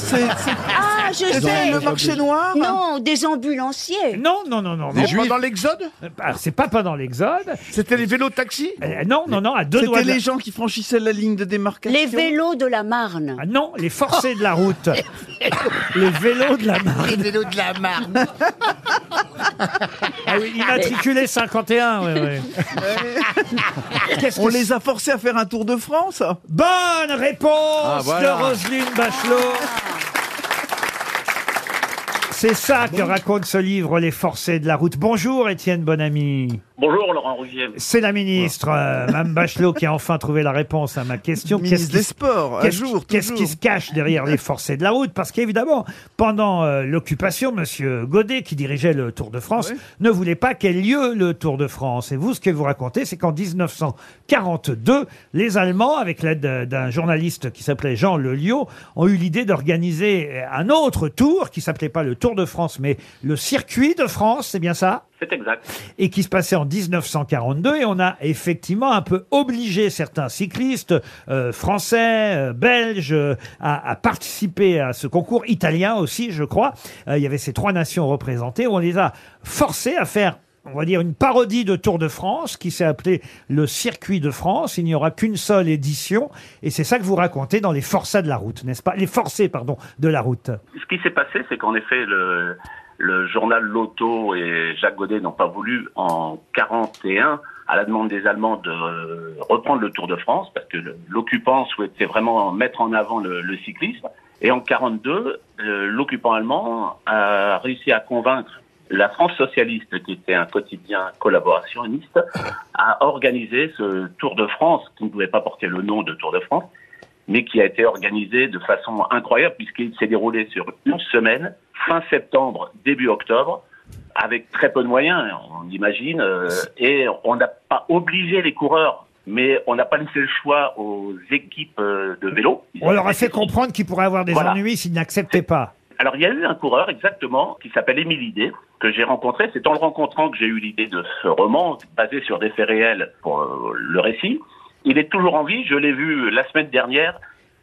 Speaker 8: je
Speaker 5: Dans
Speaker 8: sais.
Speaker 5: le marché
Speaker 8: noir Non, des ambulanciers.
Speaker 2: Non, non, non, non.
Speaker 8: Des
Speaker 2: non.
Speaker 8: Juifs Pendant
Speaker 2: l'Exode Ah, C'est pas pendant l'Exode. C'était les vélos taxis Non, non, non, à deux doigts.
Speaker 9: C'était
Speaker 2: de la-
Speaker 9: les gens qui franchissaient la ligne de démarcation.
Speaker 8: Les vélos de la Marne.
Speaker 2: Ah non, les forcés de la route. les vélos de la marque.
Speaker 6: Les vélos de la marne.
Speaker 2: Ah oui, immatriculé 51, oui, oui.
Speaker 9: On les a forcés à faire un tour de France
Speaker 2: Bonne réponse
Speaker 9: Ah, voilà.
Speaker 2: de Roselyne Bachelot. C'est ça que raconte ce livre, Les Forcés de la route. Bonjour, Étienne Bonamy.
Speaker 14: Bonjour Laurent Rougier.
Speaker 2: C'est la ministre, euh, Mme Bachelot, qui a enfin trouvé la réponse à ma question. Qu'est-ce qui
Speaker 9: des
Speaker 2: se-
Speaker 9: Sports, à
Speaker 2: qu'est-ce-
Speaker 9: jour,
Speaker 2: Qu'est-ce qui
Speaker 9: toujours.
Speaker 2: se cache derrière les forcés de la route Parce qu'évidemment, pendant euh, l'occupation, Monsieur Godet, qui dirigeait le Tour de France, ne voulait pas qu'ait lieu le Tour de France. Et vous, ce que vous racontez, c'est qu'en 1942, les Allemands, avec l'aide euh, d'un journaliste qui s'appelait Jean Lelio, ont eu l'idée d'organiser euh, un autre tour qui s'appelait pas le Tour de France, mais le Circuit de France. C'est bien ça
Speaker 14: C'est exact.
Speaker 2: et qui se passait en 1942. Et on a effectivement un peu obligé certains cyclistes euh, français, euh, belges, euh, à, à participer à ce concours italien aussi, je crois. Euh, il y avait ces trois nations représentées. On les a forcés à faire on va dire une parodie de Tour de France qui s'est appelée le Circuit de France. Il n'y aura qu'une seule édition et c'est ça que vous racontez dans les forçats de la route, n'est-ce pas Les forcés, pardon, de la route.
Speaker 14: Ce qui s'est passé, c'est qu'en effet, le, le journal Lotto et Jacques Godet n'ont pas voulu, en 41, à la demande des Allemands, de euh, reprendre le Tour de France, parce que le- l'occupant souhaitait vraiment mettre en avant le, le cyclisme. Et en 42, euh, l'occupant allemand a réussi à convaincre la France socialiste, qui était un quotidien collaborationniste, à organiser ce Tour de France, qui ne pouvait pas porter le nom de Tour de France, mais qui a été organisé de façon incroyable puisqu'il s'est déroulé sur une semaine, fin septembre, début octobre, avec très peu de moyens, on imagine, euh, et on n'a pas obligé les coureurs, mais on n'a pas laissé le choix aux équipes euh, de vélo.
Speaker 2: On leur a fait comprendre qu'ils pourraient avoir des
Speaker 14: Voilà.
Speaker 2: ennuis s'ils n'acceptaient pas.
Speaker 14: Alors il y a eu un coureur exactement qui s'appelle Émile Idé que j'ai rencontré. C'est en le rencontrant que j'ai eu l'idée de ce roman basé sur des faits réels pour euh, le récit. Il est toujours en vie. Je l'ai vu la semaine dernière.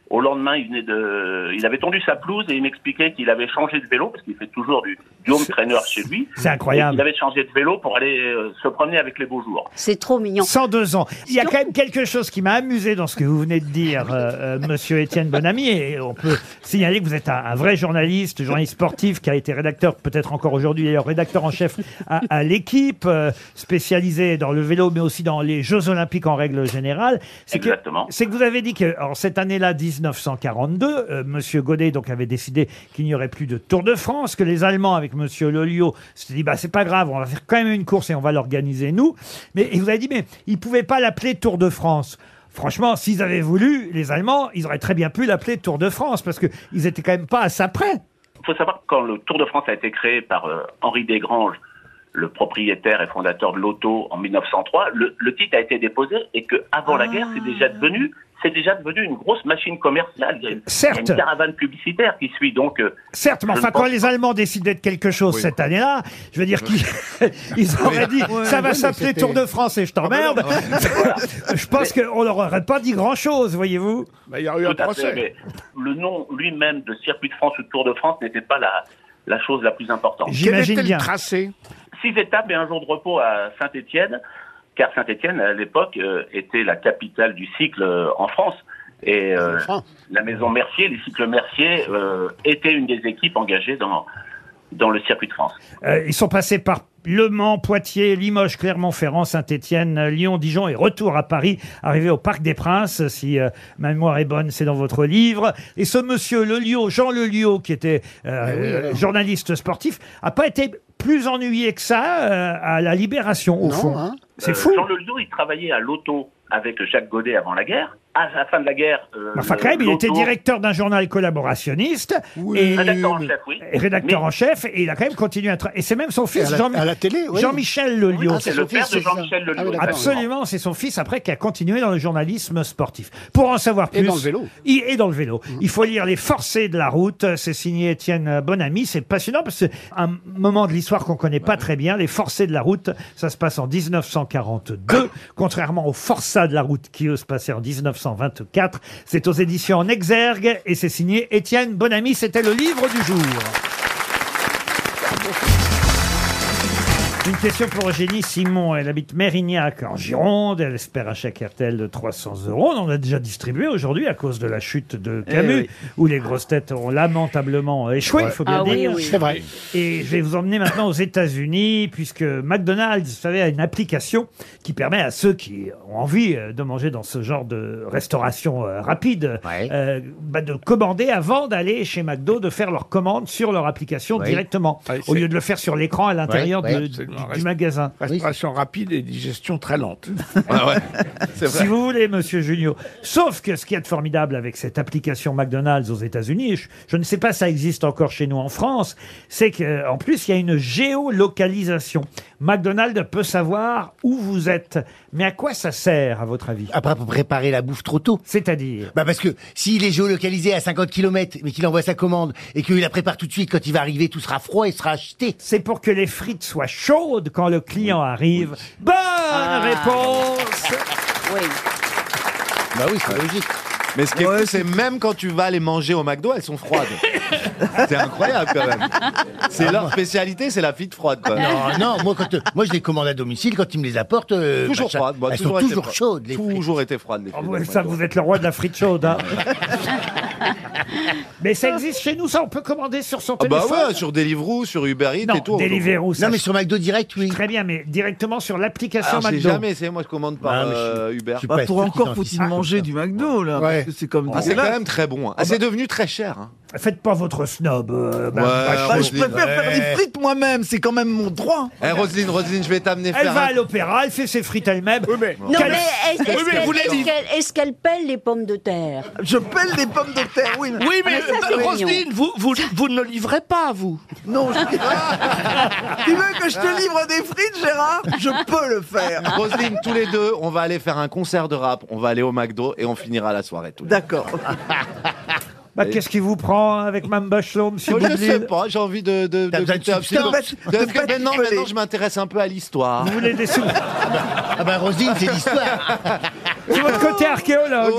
Speaker 14: Au lendemain, il venait de, il avait tendu sa pelouse et il m'expliquait qu'il avait changé de vélo parce qu'il fait toujours du, du home trainer chez lui.
Speaker 2: c'est incroyable.
Speaker 14: Et Il avait changé de vélo pour aller euh, se promener avec les beaux jours.
Speaker 8: C'est trop mignon.
Speaker 2: 102 ans. Il y a quand même quelque chose qui m'a amusé dans ce que vous venez de dire, euh, euh, monsieur Étienne Bonamy. Et on peut signaler que vous êtes un, un vrai journaliste, journaliste sportif, qui a été rédacteur, peut-être encore aujourd'hui d'ailleurs, rédacteur en chef à, à l'équipe, euh, spécialisé dans le vélo, mais aussi dans les Jeux Olympiques en règle générale. C'est que, c'est que vous avez dit que en cette année-là, 1942, euh, monsieur Godet donc, avait décidé qu'il n'y aurait plus de Tour de France, que les Allemands, avec monsieur Lelio, se sont dit bah, c'est pas grave, on va faire quand même une course et on va l'organiser nous. Mais et vous avez dit mais ils ne pouvaient pas l'appeler Tour de France. Franchement, s'ils avaient voulu, les Allemands, ils auraient très bien pu l'appeler Tour de France parce qu'ils n'étaient quand même pas à ça près.
Speaker 14: Il faut savoir que quand le Tour de France a été créé par euh, Henri Desgranges, le propriétaire et fondateur de l'auto en 1903, le, le titre a été déposé et que avant la guerre,
Speaker 2: Ah.
Speaker 14: c'est déjà devenu, c'est déjà devenu une grosse machine commerciale. Il y a, une-
Speaker 2: Certes.
Speaker 14: il y a une caravane publicitaire qui suit donc. euh,
Speaker 2: Certes, mais
Speaker 14: je
Speaker 2: enfin,
Speaker 14: ne pense
Speaker 2: quand les Allemands décidaient de quelque chose
Speaker 14: Oui.
Speaker 2: cette année-là, je veux dire qu'ils ils auraient
Speaker 14: Oui.
Speaker 2: dit
Speaker 14: Ouais,
Speaker 2: ça va
Speaker 14: ouais,
Speaker 2: s'appeler
Speaker 14: mais c'était- Ah, bah
Speaker 2: Tour de France et je t'emmerde. je pense qu'on leur aurait pas dit grand-chose, voyez-vous.
Speaker 14: Il y a eu
Speaker 2: un procès.
Speaker 14: le nom lui-même de Circuit de France ou Tour de France n'était pas la, la chose la plus importante.
Speaker 2: J'imagine Quel était le bien.
Speaker 14: tracé Six étapes et un jour de repos à Saint-Étienne, car Saint-Étienne, à l'époque, euh, était la capitale du cycle euh, en France. Et euh, la maison Mercier, les cycles Mercier euh, étaient une des équipes engagées dans, dans le circuit de France.
Speaker 2: Euh, ils sont passés par Le Mans, Poitiers, Limoges, Clermont-Ferrand, Saint-Étienne, Lyon, Dijon et retour à Paris, arrivé au Parc des Princes, si euh, ma mémoire est bonne, c'est dans votre livre. Et ce monsieur Lelio, Jean Lelio, qui était euh,
Speaker 5: Eh oui, alors.
Speaker 2: euh, journaliste sportif, a pas été plus ennuyé que ça euh, à la Libération, au fond.
Speaker 5: hein.
Speaker 2: C'est
Speaker 14: Euh,
Speaker 2: fou.
Speaker 14: Jean Lelio, il travaillait à l'auto avec Jacques Godet avant la guerre. À la fin de la guerre. euh,
Speaker 2: Enfin, quand même, Bah, il était
Speaker 14: l'auto-
Speaker 2: directeur d'un journal collaborationniste et
Speaker 14: Rédacteur en chef, oui.
Speaker 2: et rédacteur en chef, et il a quand même continué à travailler. Et c'est même son fils,
Speaker 5: à la-
Speaker 2: Jean-
Speaker 5: à la télé, oui.
Speaker 2: Jean-Michel Lelio.
Speaker 5: Ah, c'est C'est le son père fils, de c'est Jean-Michel ça. Lelio, Ah oui, d'accord.
Speaker 2: Absolument, c'est son fils après qui a continué dans le journalisme sportif. Pour en savoir plus.
Speaker 5: Et dans le vélo. Mm.
Speaker 2: Il est dans le vélo. Il faut lire Les Forcés de la route. C'est signé Étienne Bonamy. C'est passionnant parce que c'est un moment de l'histoire qu'on connaît pas très bien. Les Forcés de la route, ça se passe en 1942, contrairement aux Forçats de la route qui eux se passaient en 1924. C'est aux éditions en Exergue et c'est signé Étienne Bonamy. C'était le livre du jour. Une question pour Eugénie Simon. Elle habite Mérignac en Gironde. Elle espère un chèque RTL de 300 euros. On en a déjà distribué aujourd'hui à cause de la chute de
Speaker 5: Eh
Speaker 2: Camus,
Speaker 5: oui.
Speaker 2: où les grosses têtes ont lamentablement échoué, il faut bien
Speaker 5: Ah oui,
Speaker 2: dire.
Speaker 5: oui. C'est vrai.
Speaker 2: Et je vais vous emmener maintenant aux États-Unis, puisque McDonald's, vous savez, a une application qui permet à ceux qui ont envie euh, de manger dans ce genre de restauration euh, rapide, euh, bah, de commander avant d'aller chez McDo, de faire leur commande sur leur application
Speaker 15: Oui.
Speaker 2: directement,
Speaker 15: Ah Oui,
Speaker 2: au
Speaker 15: c'est-
Speaker 2: lieu de le faire sur l'écran à l'intérieur
Speaker 15: Ouais, ouais,
Speaker 2: de-
Speaker 15: absolument.
Speaker 2: du, du magasin. Ah
Speaker 15: Restauration rapide et digestion très lente.
Speaker 2: Si vous voulez, monsieur Junio. Sauf que ce qu'il y a de formidable avec cette application McDonald's aux États-Unis, je, je ne sais pas si ça existe encore chez nous en France, c'est qu'en plus, il y a une géolocalisation. McDonald's peut savoir où vous êtes. Mais à quoi ça sert, à votre avis
Speaker 3: Ah bah-
Speaker 6: Après, pour préparer la bouffe trop tôt.
Speaker 2: C'est-à-dire
Speaker 6: Bah parce que s'il est géolocalisé à 50 km, mais qu'il envoie sa commande et qu'il la prépare tout de suite, quand il va arriver, tout sera froid et sera acheté.
Speaker 2: C'est pour que les frites soient chaudes quand le client arrive. Bonne réponse
Speaker 6: Bah oui, c'est logique.
Speaker 3: Mais ce qui est fou, c'est même quand tu vas les manger au McDo, elles sont froides. c'est incroyable quand même.
Speaker 2: Ah,
Speaker 3: C'est leur spécialité, c'est la fille de froide. Quoi.
Speaker 6: Non, non, moi quand euh, moi je les commande à domicile, quand ils me les apportent, euh,
Speaker 3: toujours
Speaker 6: machin,
Speaker 3: froide. moi,
Speaker 6: elles
Speaker 3: toujours
Speaker 6: sont
Speaker 3: été
Speaker 6: toujours
Speaker 3: froide.
Speaker 6: chaudes. Les
Speaker 3: toujours été froide. Les frites
Speaker 2: Ah, Ouais,
Speaker 3: au
Speaker 2: ça,
Speaker 3: McDo.
Speaker 2: vous êtes le roi de la frite chaude. hein. mais ça existe chez nous, ça, on peut commander sur son
Speaker 3: Ah bah
Speaker 2: téléphone.
Speaker 3: ouais, sur Deliveroo, sur Uber Eats
Speaker 2: Non,
Speaker 3: et tout. on peut-
Speaker 2: Deliveroo, ça, je-
Speaker 6: McDo direct, oui.
Speaker 2: Très bien, mais directement sur l'application
Speaker 3: Alors, je sais
Speaker 2: McDo.
Speaker 3: jamais, c'est moi je commande par
Speaker 9: Ouais, Ah, mais je suis-
Speaker 3: euh, Uber.
Speaker 9: Bah, pour encore faut-il manger du McDo là parce que C'est comme
Speaker 3: Ah, c'est quand
Speaker 9: dégueulasse.
Speaker 3: même très bon. hein. Ah, c'est devenu très cher. hein.
Speaker 2: Faites pas votre snob. euh,
Speaker 3: Ouais,
Speaker 2: Bachot.
Speaker 3: Roselyne.
Speaker 9: Je préfère faire des frites moi-même, c'est quand même mon droit.
Speaker 3: Eh, Roselyne, Roselyne, je vais t'amener
Speaker 2: Elle
Speaker 3: faire
Speaker 2: va
Speaker 3: un-
Speaker 2: à l'opéra, elle fait ses frites elle-même.
Speaker 8: Non,
Speaker 2: Quelle-
Speaker 8: mais est-ce
Speaker 2: Oui, mais vous
Speaker 8: qu'elle-
Speaker 2: l'avez
Speaker 8: est-ce
Speaker 2: dit.
Speaker 8: qu'elle est-ce qu'elle pèle les pommes de terre
Speaker 9: Je pèle des pommes de terre, oui.
Speaker 8: Oui, mais, Ah, mais ça, c'est euh, mignon. Roselyne,
Speaker 9: vous, vous, ne livrez pas, vous. Non, je... tu veux que je te livre des frites, Gérard Je peux le faire.
Speaker 3: Roselyne, tous les deux, on va aller faire un concert de rap, on va aller au McDo et on finira la soirée. tous les deux.
Speaker 9: D'accord.
Speaker 2: Bah, Qu'est-ce qui vous prend avec Mme Bachelot, monsieur
Speaker 3: Moi, je
Speaker 2: Boublil
Speaker 3: sais pas, j'ai envie de. de,
Speaker 2: T'as
Speaker 3: de
Speaker 2: besoin de
Speaker 3: goûter un petit peu.
Speaker 2: substance.
Speaker 3: De-
Speaker 2: De pas
Speaker 3: maintenant,
Speaker 2: te mêler.
Speaker 3: maintenant, je m'intéresse un peu à l'histoire.
Speaker 2: Vous voulez des sous
Speaker 6: Ah bah Rosine, c'est l'histoire.
Speaker 2: C'est votre côté archéologue.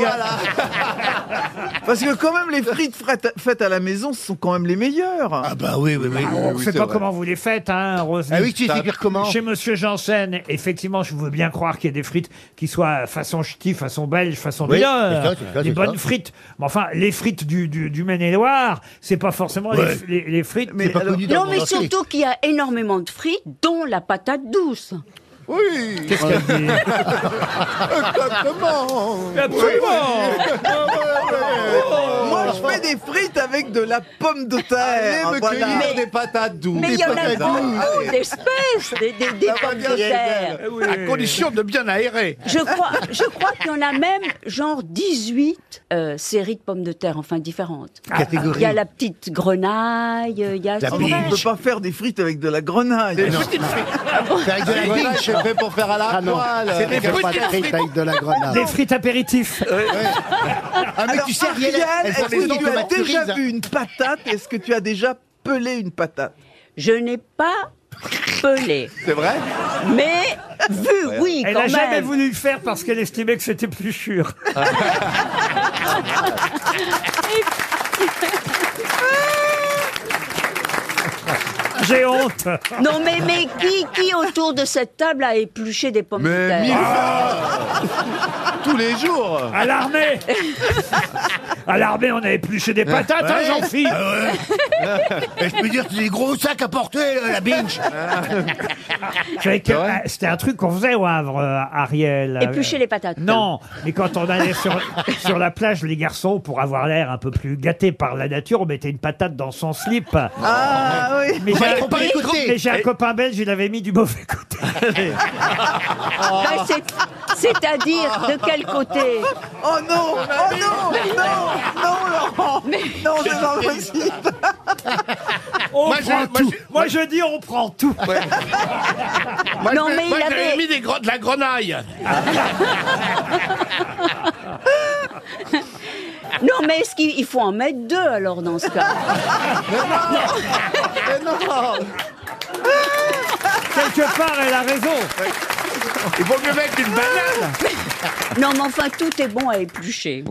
Speaker 9: Parce que quand même, les frites faites- faites à la maison ce sont quand même les meilleures. Ah
Speaker 6: bah oui, oui, oui.
Speaker 2: Ah, on ne sait pas comment vous les faites, hein, Roselyne.
Speaker 6: Ah oui, tu sais Ça- cuire comment
Speaker 2: Chez Monsieur Janssen, effectivement, je veux bien croire qu'il y a des frites qui soient façon ch'ti, façon belge, façon
Speaker 6: Oui,
Speaker 2: Milord.
Speaker 6: c'est ça, c'est ça,
Speaker 2: Des
Speaker 6: c'est
Speaker 2: bonnes
Speaker 6: ça.
Speaker 2: frites. Mais enfin, les frites du, du, du Maine-et-Loire, c'est pas forcément les-
Speaker 6: Ouais.
Speaker 2: les, les frites. Mais
Speaker 8: Non, mais surtout qu'il y a énormément de frites, dont la patate douce.
Speaker 3: Oui
Speaker 2: Qu'est-ce qu'elle dit
Speaker 3: Exactement
Speaker 9: Moi, je fais des frites avec de la pomme de terre.
Speaker 3: Allez me
Speaker 9: voilà.
Speaker 3: cueillir des patates douces.
Speaker 8: Mais il y en a beaucoup
Speaker 9: Allez.
Speaker 8: d'espèces, des, des, des
Speaker 5: Ah,
Speaker 9: Ça va
Speaker 8: pommes
Speaker 9: bien,
Speaker 5: bah,
Speaker 8: de
Speaker 9: Gilbert.
Speaker 8: terre.
Speaker 9: Eh oui.
Speaker 15: À condition de bien aérer.
Speaker 8: Je crois, je crois qu'il y en a même genre 18 euh, séries de pommes de terre, enfin différentes.
Speaker 9: Catégorie.
Speaker 8: Il y a la petite grenaille, euh, il y a...
Speaker 9: Oh, on ne peut pas faire des frites avec de la grenaille.
Speaker 8: Des
Speaker 9: petites
Speaker 3: Ah
Speaker 6: frites.
Speaker 9: de la grenaille,
Speaker 3: c'est fait pour faire à la
Speaker 9: Ah non,
Speaker 3: poêle.
Speaker 9: c'est des
Speaker 3: Faire
Speaker 9: petites
Speaker 3: pas de
Speaker 9: frites.
Speaker 3: frites.
Speaker 5: Taille de la grenade.
Speaker 2: Des frites apéritifs.
Speaker 9: Ah, mais
Speaker 6: Alors,
Speaker 9: tu sais, Ariel,
Speaker 6: Ariel,
Speaker 9: est-ce
Speaker 6: elles ont des
Speaker 9: que
Speaker 6: dents
Speaker 9: tu
Speaker 6: comme
Speaker 9: as
Speaker 6: la
Speaker 9: déjà
Speaker 6: cerise.
Speaker 9: vu une patate Est-ce que tu as déjà pelé une patate
Speaker 8: Je n'ai pas pelé.
Speaker 3: C'est vrai
Speaker 8: Mais vu, oui,
Speaker 2: Elle
Speaker 8: quand
Speaker 2: n'a
Speaker 8: même.
Speaker 2: jamais voulu le faire parce qu'elle estimait que c'était plus sûr. J'ai honte.
Speaker 8: Non, mais, mais qui, qui autour de cette table a épluché des pommes de terre
Speaker 2: mille-
Speaker 3: tous les jours.
Speaker 2: À l'armée À l'armée, on a épluché des patates, hein,
Speaker 6: Ouais.
Speaker 2: Jean-Philippe
Speaker 6: Ah ouais. Je peux dire que c'est des gros sacs à porter, là, la binge.
Speaker 3: Ah.
Speaker 6: Ah
Speaker 2: Vous savez que, euh, C'était un truc qu'on faisait au Havre, euh, Ariel. Euh,
Speaker 8: Éplucher les patates.
Speaker 2: Non, mais quand on allait sur, sur la plage, les garçons, pour avoir l'air un peu plus gâté par la nature, on mettait une patate dans son slip.
Speaker 10: Ah, oui.
Speaker 2: Mais
Speaker 10: Faut
Speaker 2: j'ai
Speaker 10: pas
Speaker 2: un,
Speaker 10: les comparer les côtés.
Speaker 2: mais j'ai un
Speaker 10: Et-
Speaker 2: copain belge, il avait mis du mauvais côté.
Speaker 10: Ah,
Speaker 8: Ben, c'est- C'est-à-dire, de quel côté
Speaker 9: Oh non Oh non Non Non, Laurent Non, c'est pas possible
Speaker 2: On
Speaker 9: Moi,
Speaker 2: prend
Speaker 9: je- moi,
Speaker 2: tout.
Speaker 9: je-
Speaker 2: Moi, je dis, on prend tout.
Speaker 15: Moi,
Speaker 8: Non,
Speaker 15: je-
Speaker 8: mais
Speaker 15: moi,
Speaker 8: il
Speaker 15: j'avais
Speaker 8: avait-
Speaker 15: mis des gre- de la grenaille.
Speaker 8: Non, mais est-ce qu'il il faut en mettre deux alors dans ce cas
Speaker 10: Mais non
Speaker 2: Quelque part, elle a raison.
Speaker 15: Il vaut mieux mettre une banane.
Speaker 8: Non, mais enfin, tout est bon à éplucher.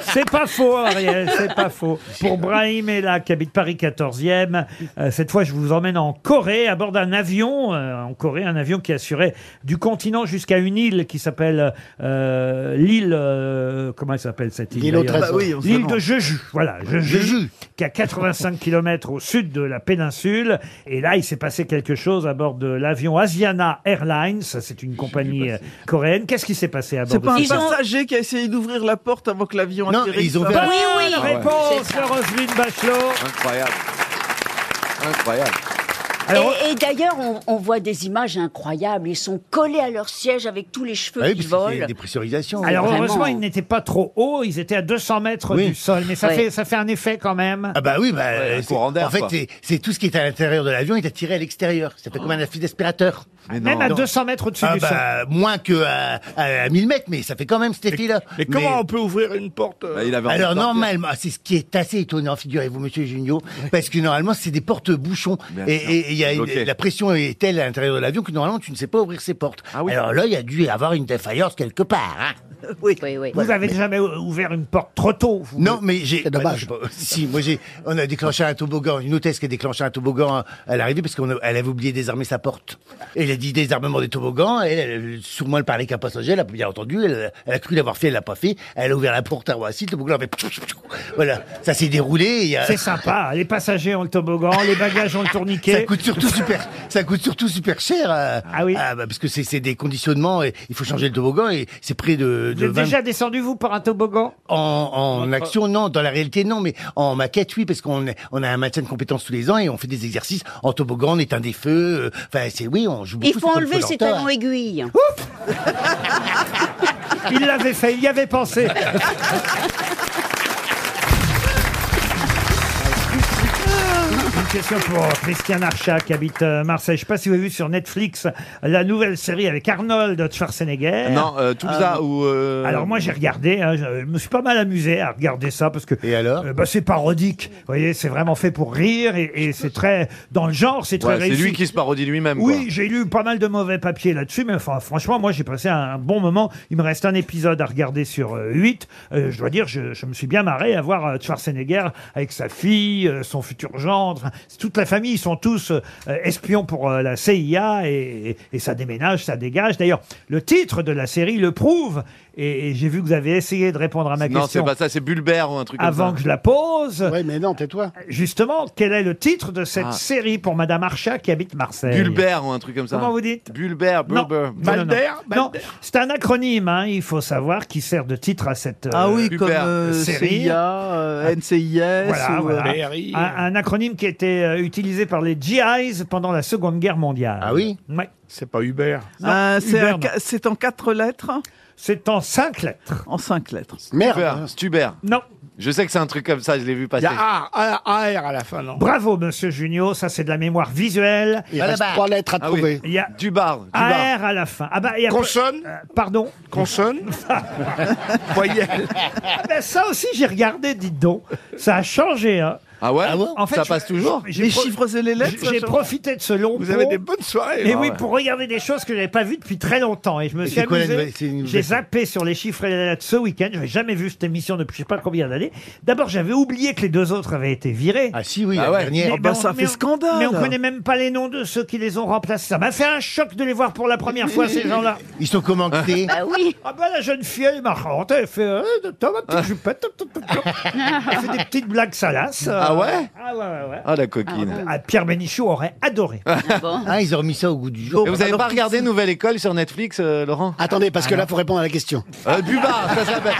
Speaker 2: C'est pas faux, Ariel, c'est pas faux. Pour Brahim Ella, qui habite Paris 14e, euh, cette fois, je vous emmène en Corée, à bord d'un avion, euh, en Corée, un avion qui assurait du continent jusqu'à une île qui s'appelle euh, l'île... euh, comment elle s'appelle, cette île
Speaker 5: L'île au
Speaker 2: d'ailleurs
Speaker 5: trésor. Bah oui, on se
Speaker 2: L'île
Speaker 5: demande.
Speaker 2: de Jeju, voilà, Jeju, qui est à 85 km au sud de la péninsule. Et là, il s'est passé quelque chose à bord de l'avion Asiana Airlines, ça, c'est une compagnie euh, coréenne. Qu'est-ce qui s'est passé à bord
Speaker 9: C'est
Speaker 2: de
Speaker 9: pas un
Speaker 2: cette-
Speaker 9: passager qui a essayé d'ouvrir la porte avant que l'avion
Speaker 2: Non,
Speaker 9: atterrisse. Ah.
Speaker 2: ils ont fait- Oui, oui. Bonne réponse,
Speaker 9: C'est ça.
Speaker 2: Roselyne Bachelot.
Speaker 3: Incroyable. Incroyable.
Speaker 8: et et d'ailleurs, on, on voit des images incroyables. Ils sont collés à leur siège avec tous les cheveux
Speaker 6: Ah oui,
Speaker 8: qui
Speaker 6: parce que c'est
Speaker 8: volent.
Speaker 6: des pressurisations.
Speaker 2: Alors
Speaker 6: Vraiment.
Speaker 2: heureusement, ils n'étaient pas trop hauts, ils étaient à 200 mètres
Speaker 6: Oui.
Speaker 2: du sol, mais ça,
Speaker 6: Ouais.
Speaker 2: fait, ça fait un effet quand même.
Speaker 6: Ah bah oui, bah, euh, c'est-
Speaker 2: courant d'air,
Speaker 6: en fait,
Speaker 2: quoi.
Speaker 6: c'est- c'est tout ce qui est à l'intérieur de l'avion est attiré à l'extérieur. Ça fait comme un fil d'aspirateur.
Speaker 2: Même à 200 mètres au-dessus
Speaker 6: Ah
Speaker 2: du
Speaker 6: bah, Moins que à, à- à 1000 mètres, mais ça fait quand même cet effet-là.
Speaker 15: Mais comment on peut ouvrir une porte
Speaker 3: Bah,
Speaker 15: euh
Speaker 6: Alors normalement, ah, c'est ce qui est assez étonnant, figurez-vous, monsieur Junio, parce que normalement, c'est des portes-bouchons.
Speaker 3: Bien
Speaker 6: Et,
Speaker 3: sûr.
Speaker 6: et- et il y a une-
Speaker 3: Bloqué.
Speaker 6: la pression est telle à l'intérieur de l'avion que normalement, tu ne sais pas ouvrir ses portes. Alors là, il y a dû y avoir une défaillance quelque part. hein.
Speaker 8: Oui, oui, oui.
Speaker 2: Vous avez jamais ouvert une porte trop tôt
Speaker 6: Non, mais j'ai. Bah, C'est dommage. si, moi j'ai. On a déclenché un toboggan. Une hôtesse qui a déclenché un toboggan à l'arrivée parce qu'elle avait oublié de désarmer sa porte. Et elle a dit désarmement des toboggans. Et elle, elle, sûrement elle parlait qu'un passager. Elle a bien entendu. Elle, elle a cru l'avoir fait. Elle l'a pas fait. Elle a ouvert la porte à Roissy. Le toboggan a fait. Voilà. Ça s'est déroulé. et il y a-
Speaker 2: C'est sympa, les passagers ont le toboggan, les bagages ont le tourniquet.
Speaker 6: Ça coûte surtout super, ça coûte surtout super cher. euh,
Speaker 2: Ah oui.
Speaker 6: bah, parce que c'est c'est des conditionnements et il faut changer le toboggan et c'est près de.
Speaker 2: Vous
Speaker 6: de
Speaker 2: êtes
Speaker 6: 20
Speaker 2: déjà descendu, vous, par un toboggan
Speaker 6: En, en
Speaker 2: Votre-
Speaker 6: action, non. Dans la réalité, non. Mais en maquette, oui, parce qu'on est- on a un maintien de compétences tous les ans et on fait des exercices. En toboggan, on éteint des feux. euh, Enfin, c'est oui, on joue beaucoup.
Speaker 8: Il faut
Speaker 6: sur
Speaker 8: enlever
Speaker 6: Paul
Speaker 8: ses
Speaker 6: Porter.
Speaker 8: talons aiguilles.
Speaker 2: Il l'avait fait, il y avait pensé. Une question pour Christian Archat qui habite euh, Marseille. Je ne sais pas si vous avez vu sur Netflix la nouvelle série avec Arnold Schwarzenegger.
Speaker 3: Non, euh, Tulsa
Speaker 2: Euh,
Speaker 3: ou. euh,
Speaker 2: Alors moi j'ai regardé, hein, je je me suis pas mal amusé à regarder ça parce que Euh, bah, c'est parodique, vous voyez, c'est vraiment fait pour rire et, et c'est très dans le genre, c'est très
Speaker 3: Ouais, c'est
Speaker 2: réussi.
Speaker 3: lui qui se parodie lui-même.
Speaker 2: Oui, j'ai lu pas mal de mauvais papiers là-dessus, mais enfin, franchement, moi, j'ai passé un un bon moment. Il me reste un épisode à regarder sur 8. je dois dire, je, je me suis bien marré à voir euh, Schwarzenegger avec sa fille, euh, son futur gendre. Enfin, c'est Toute la famille, ils sont tous euh, espions pour euh, la CIA et, et- et ça déménage, ça dégage. D'ailleurs, le titre de la série le prouve. Et, et j'ai vu que vous avez essayé de répondre à ma
Speaker 3: Non, c'est
Speaker 2: question
Speaker 3: pas ça, c'est Bulbert ou un truc
Speaker 2: avant
Speaker 3: comme
Speaker 2: que
Speaker 3: ça.
Speaker 2: je la pose. Oui, mais non, tais-toi. Justement, quel est le titre de cette
Speaker 3: Ah.
Speaker 2: série pour Madame Archat qui habite Marseille
Speaker 3: Bulbert ou un truc comme ça.
Speaker 2: Comment vous dites
Speaker 3: Bulbert,
Speaker 2: non,
Speaker 3: Bulbert.
Speaker 2: non, non, non. Non, c'est un acronyme, hein, il faut savoir, qui sert de titre à cette euh,
Speaker 9: Ah oui, comme
Speaker 2: série. Ah.
Speaker 9: euh, CIA, euh, NCIS
Speaker 2: Voilà,
Speaker 9: ou,
Speaker 2: voilà.
Speaker 9: euh,
Speaker 2: Un, un acronyme qui était euh, utilisé par les GIs pendant la Seconde Guerre mondiale. Ah
Speaker 6: oui
Speaker 2: C'est pas Uber.
Speaker 9: Ah, c'est un ca- c'est en quatre lettres
Speaker 2: C'est en cinq lettres.
Speaker 9: En cinq lettres.
Speaker 3: Stuber, Stuber.
Speaker 2: Non.
Speaker 3: Je sais que c'est un truc comme ça, je l'ai vu
Speaker 15: Il y
Speaker 3: passer.
Speaker 15: a A, A- AR à la fin, non
Speaker 2: Bravo, monsieur Junio, ça c'est de la mémoire visuelle.
Speaker 5: Il reste trois lettres à
Speaker 2: Ah oui.
Speaker 5: trouver.
Speaker 2: Il y a
Speaker 3: Du bar. Du
Speaker 2: AR à la fin. Ah bah, il y a
Speaker 15: Consonne
Speaker 2: Euh, Pardon
Speaker 15: Consonne Voyelle
Speaker 2: bah, Ah ben, ça aussi, j'ai regardé, dites donc. Ça a changé, hein.
Speaker 3: Ah ouais,
Speaker 2: En fait,
Speaker 3: Ça
Speaker 2: je-
Speaker 3: passe toujours
Speaker 2: j'ai
Speaker 3: Les
Speaker 2: pro-
Speaker 3: chiffres et les lettres,
Speaker 2: j'ai-
Speaker 3: ça
Speaker 2: J'ai
Speaker 3: se-
Speaker 2: profité de ce long
Speaker 3: Vous
Speaker 2: pot.
Speaker 3: avez des bonnes soirées.
Speaker 2: Et
Speaker 3: Ah
Speaker 2: oui,
Speaker 3: ouais.
Speaker 2: pour regarder des choses que je n'avais pas vues depuis très longtemps. Et je me
Speaker 6: Et
Speaker 2: suis
Speaker 6: c'est quoi la
Speaker 2: amusé.
Speaker 6: nouvelle- c'est une nouvelle-
Speaker 2: J'ai zappé sur les chiffres et les lettres ce week-end. Je n'avais jamais vu cette émission depuis je ne sais pas combien d'années. D'abord, j'avais oublié que les deux autres avaient été virés.
Speaker 6: Ah si, oui,
Speaker 2: Ah
Speaker 6: la
Speaker 2: ouais.
Speaker 6: dernière.
Speaker 2: Mais-
Speaker 3: bah,
Speaker 2: mais on- mais on- Mais on connaît
Speaker 6: même
Speaker 2: même pas les noms de ceux qui les ont remplacés. Ça m'a fait un choc de les voir pour la première fois, ces gens-là.
Speaker 6: Ils sont commentés.
Speaker 2: Ah oui. Ah bah la jeune fille, elle est marrante. Elle fait euh, T'as ma petite jupette. top, top, top, top. Elle fait des petites blagues salaces. euh.
Speaker 3: Ah ouais
Speaker 2: Ah ouais, ouais, ouais.
Speaker 3: Ah, la coquine.
Speaker 2: Ah, Pierre Bénichou aurait adoré.
Speaker 6: Ah, ils ont remis ça au goût du jour.
Speaker 3: Et vous n'avez pas regardé Nouvelle École sur Netflix, euh, Laurent
Speaker 5: Attendez, parce que là, faut répondre à la question.
Speaker 3: Euh, Buvard, ça s'appelle.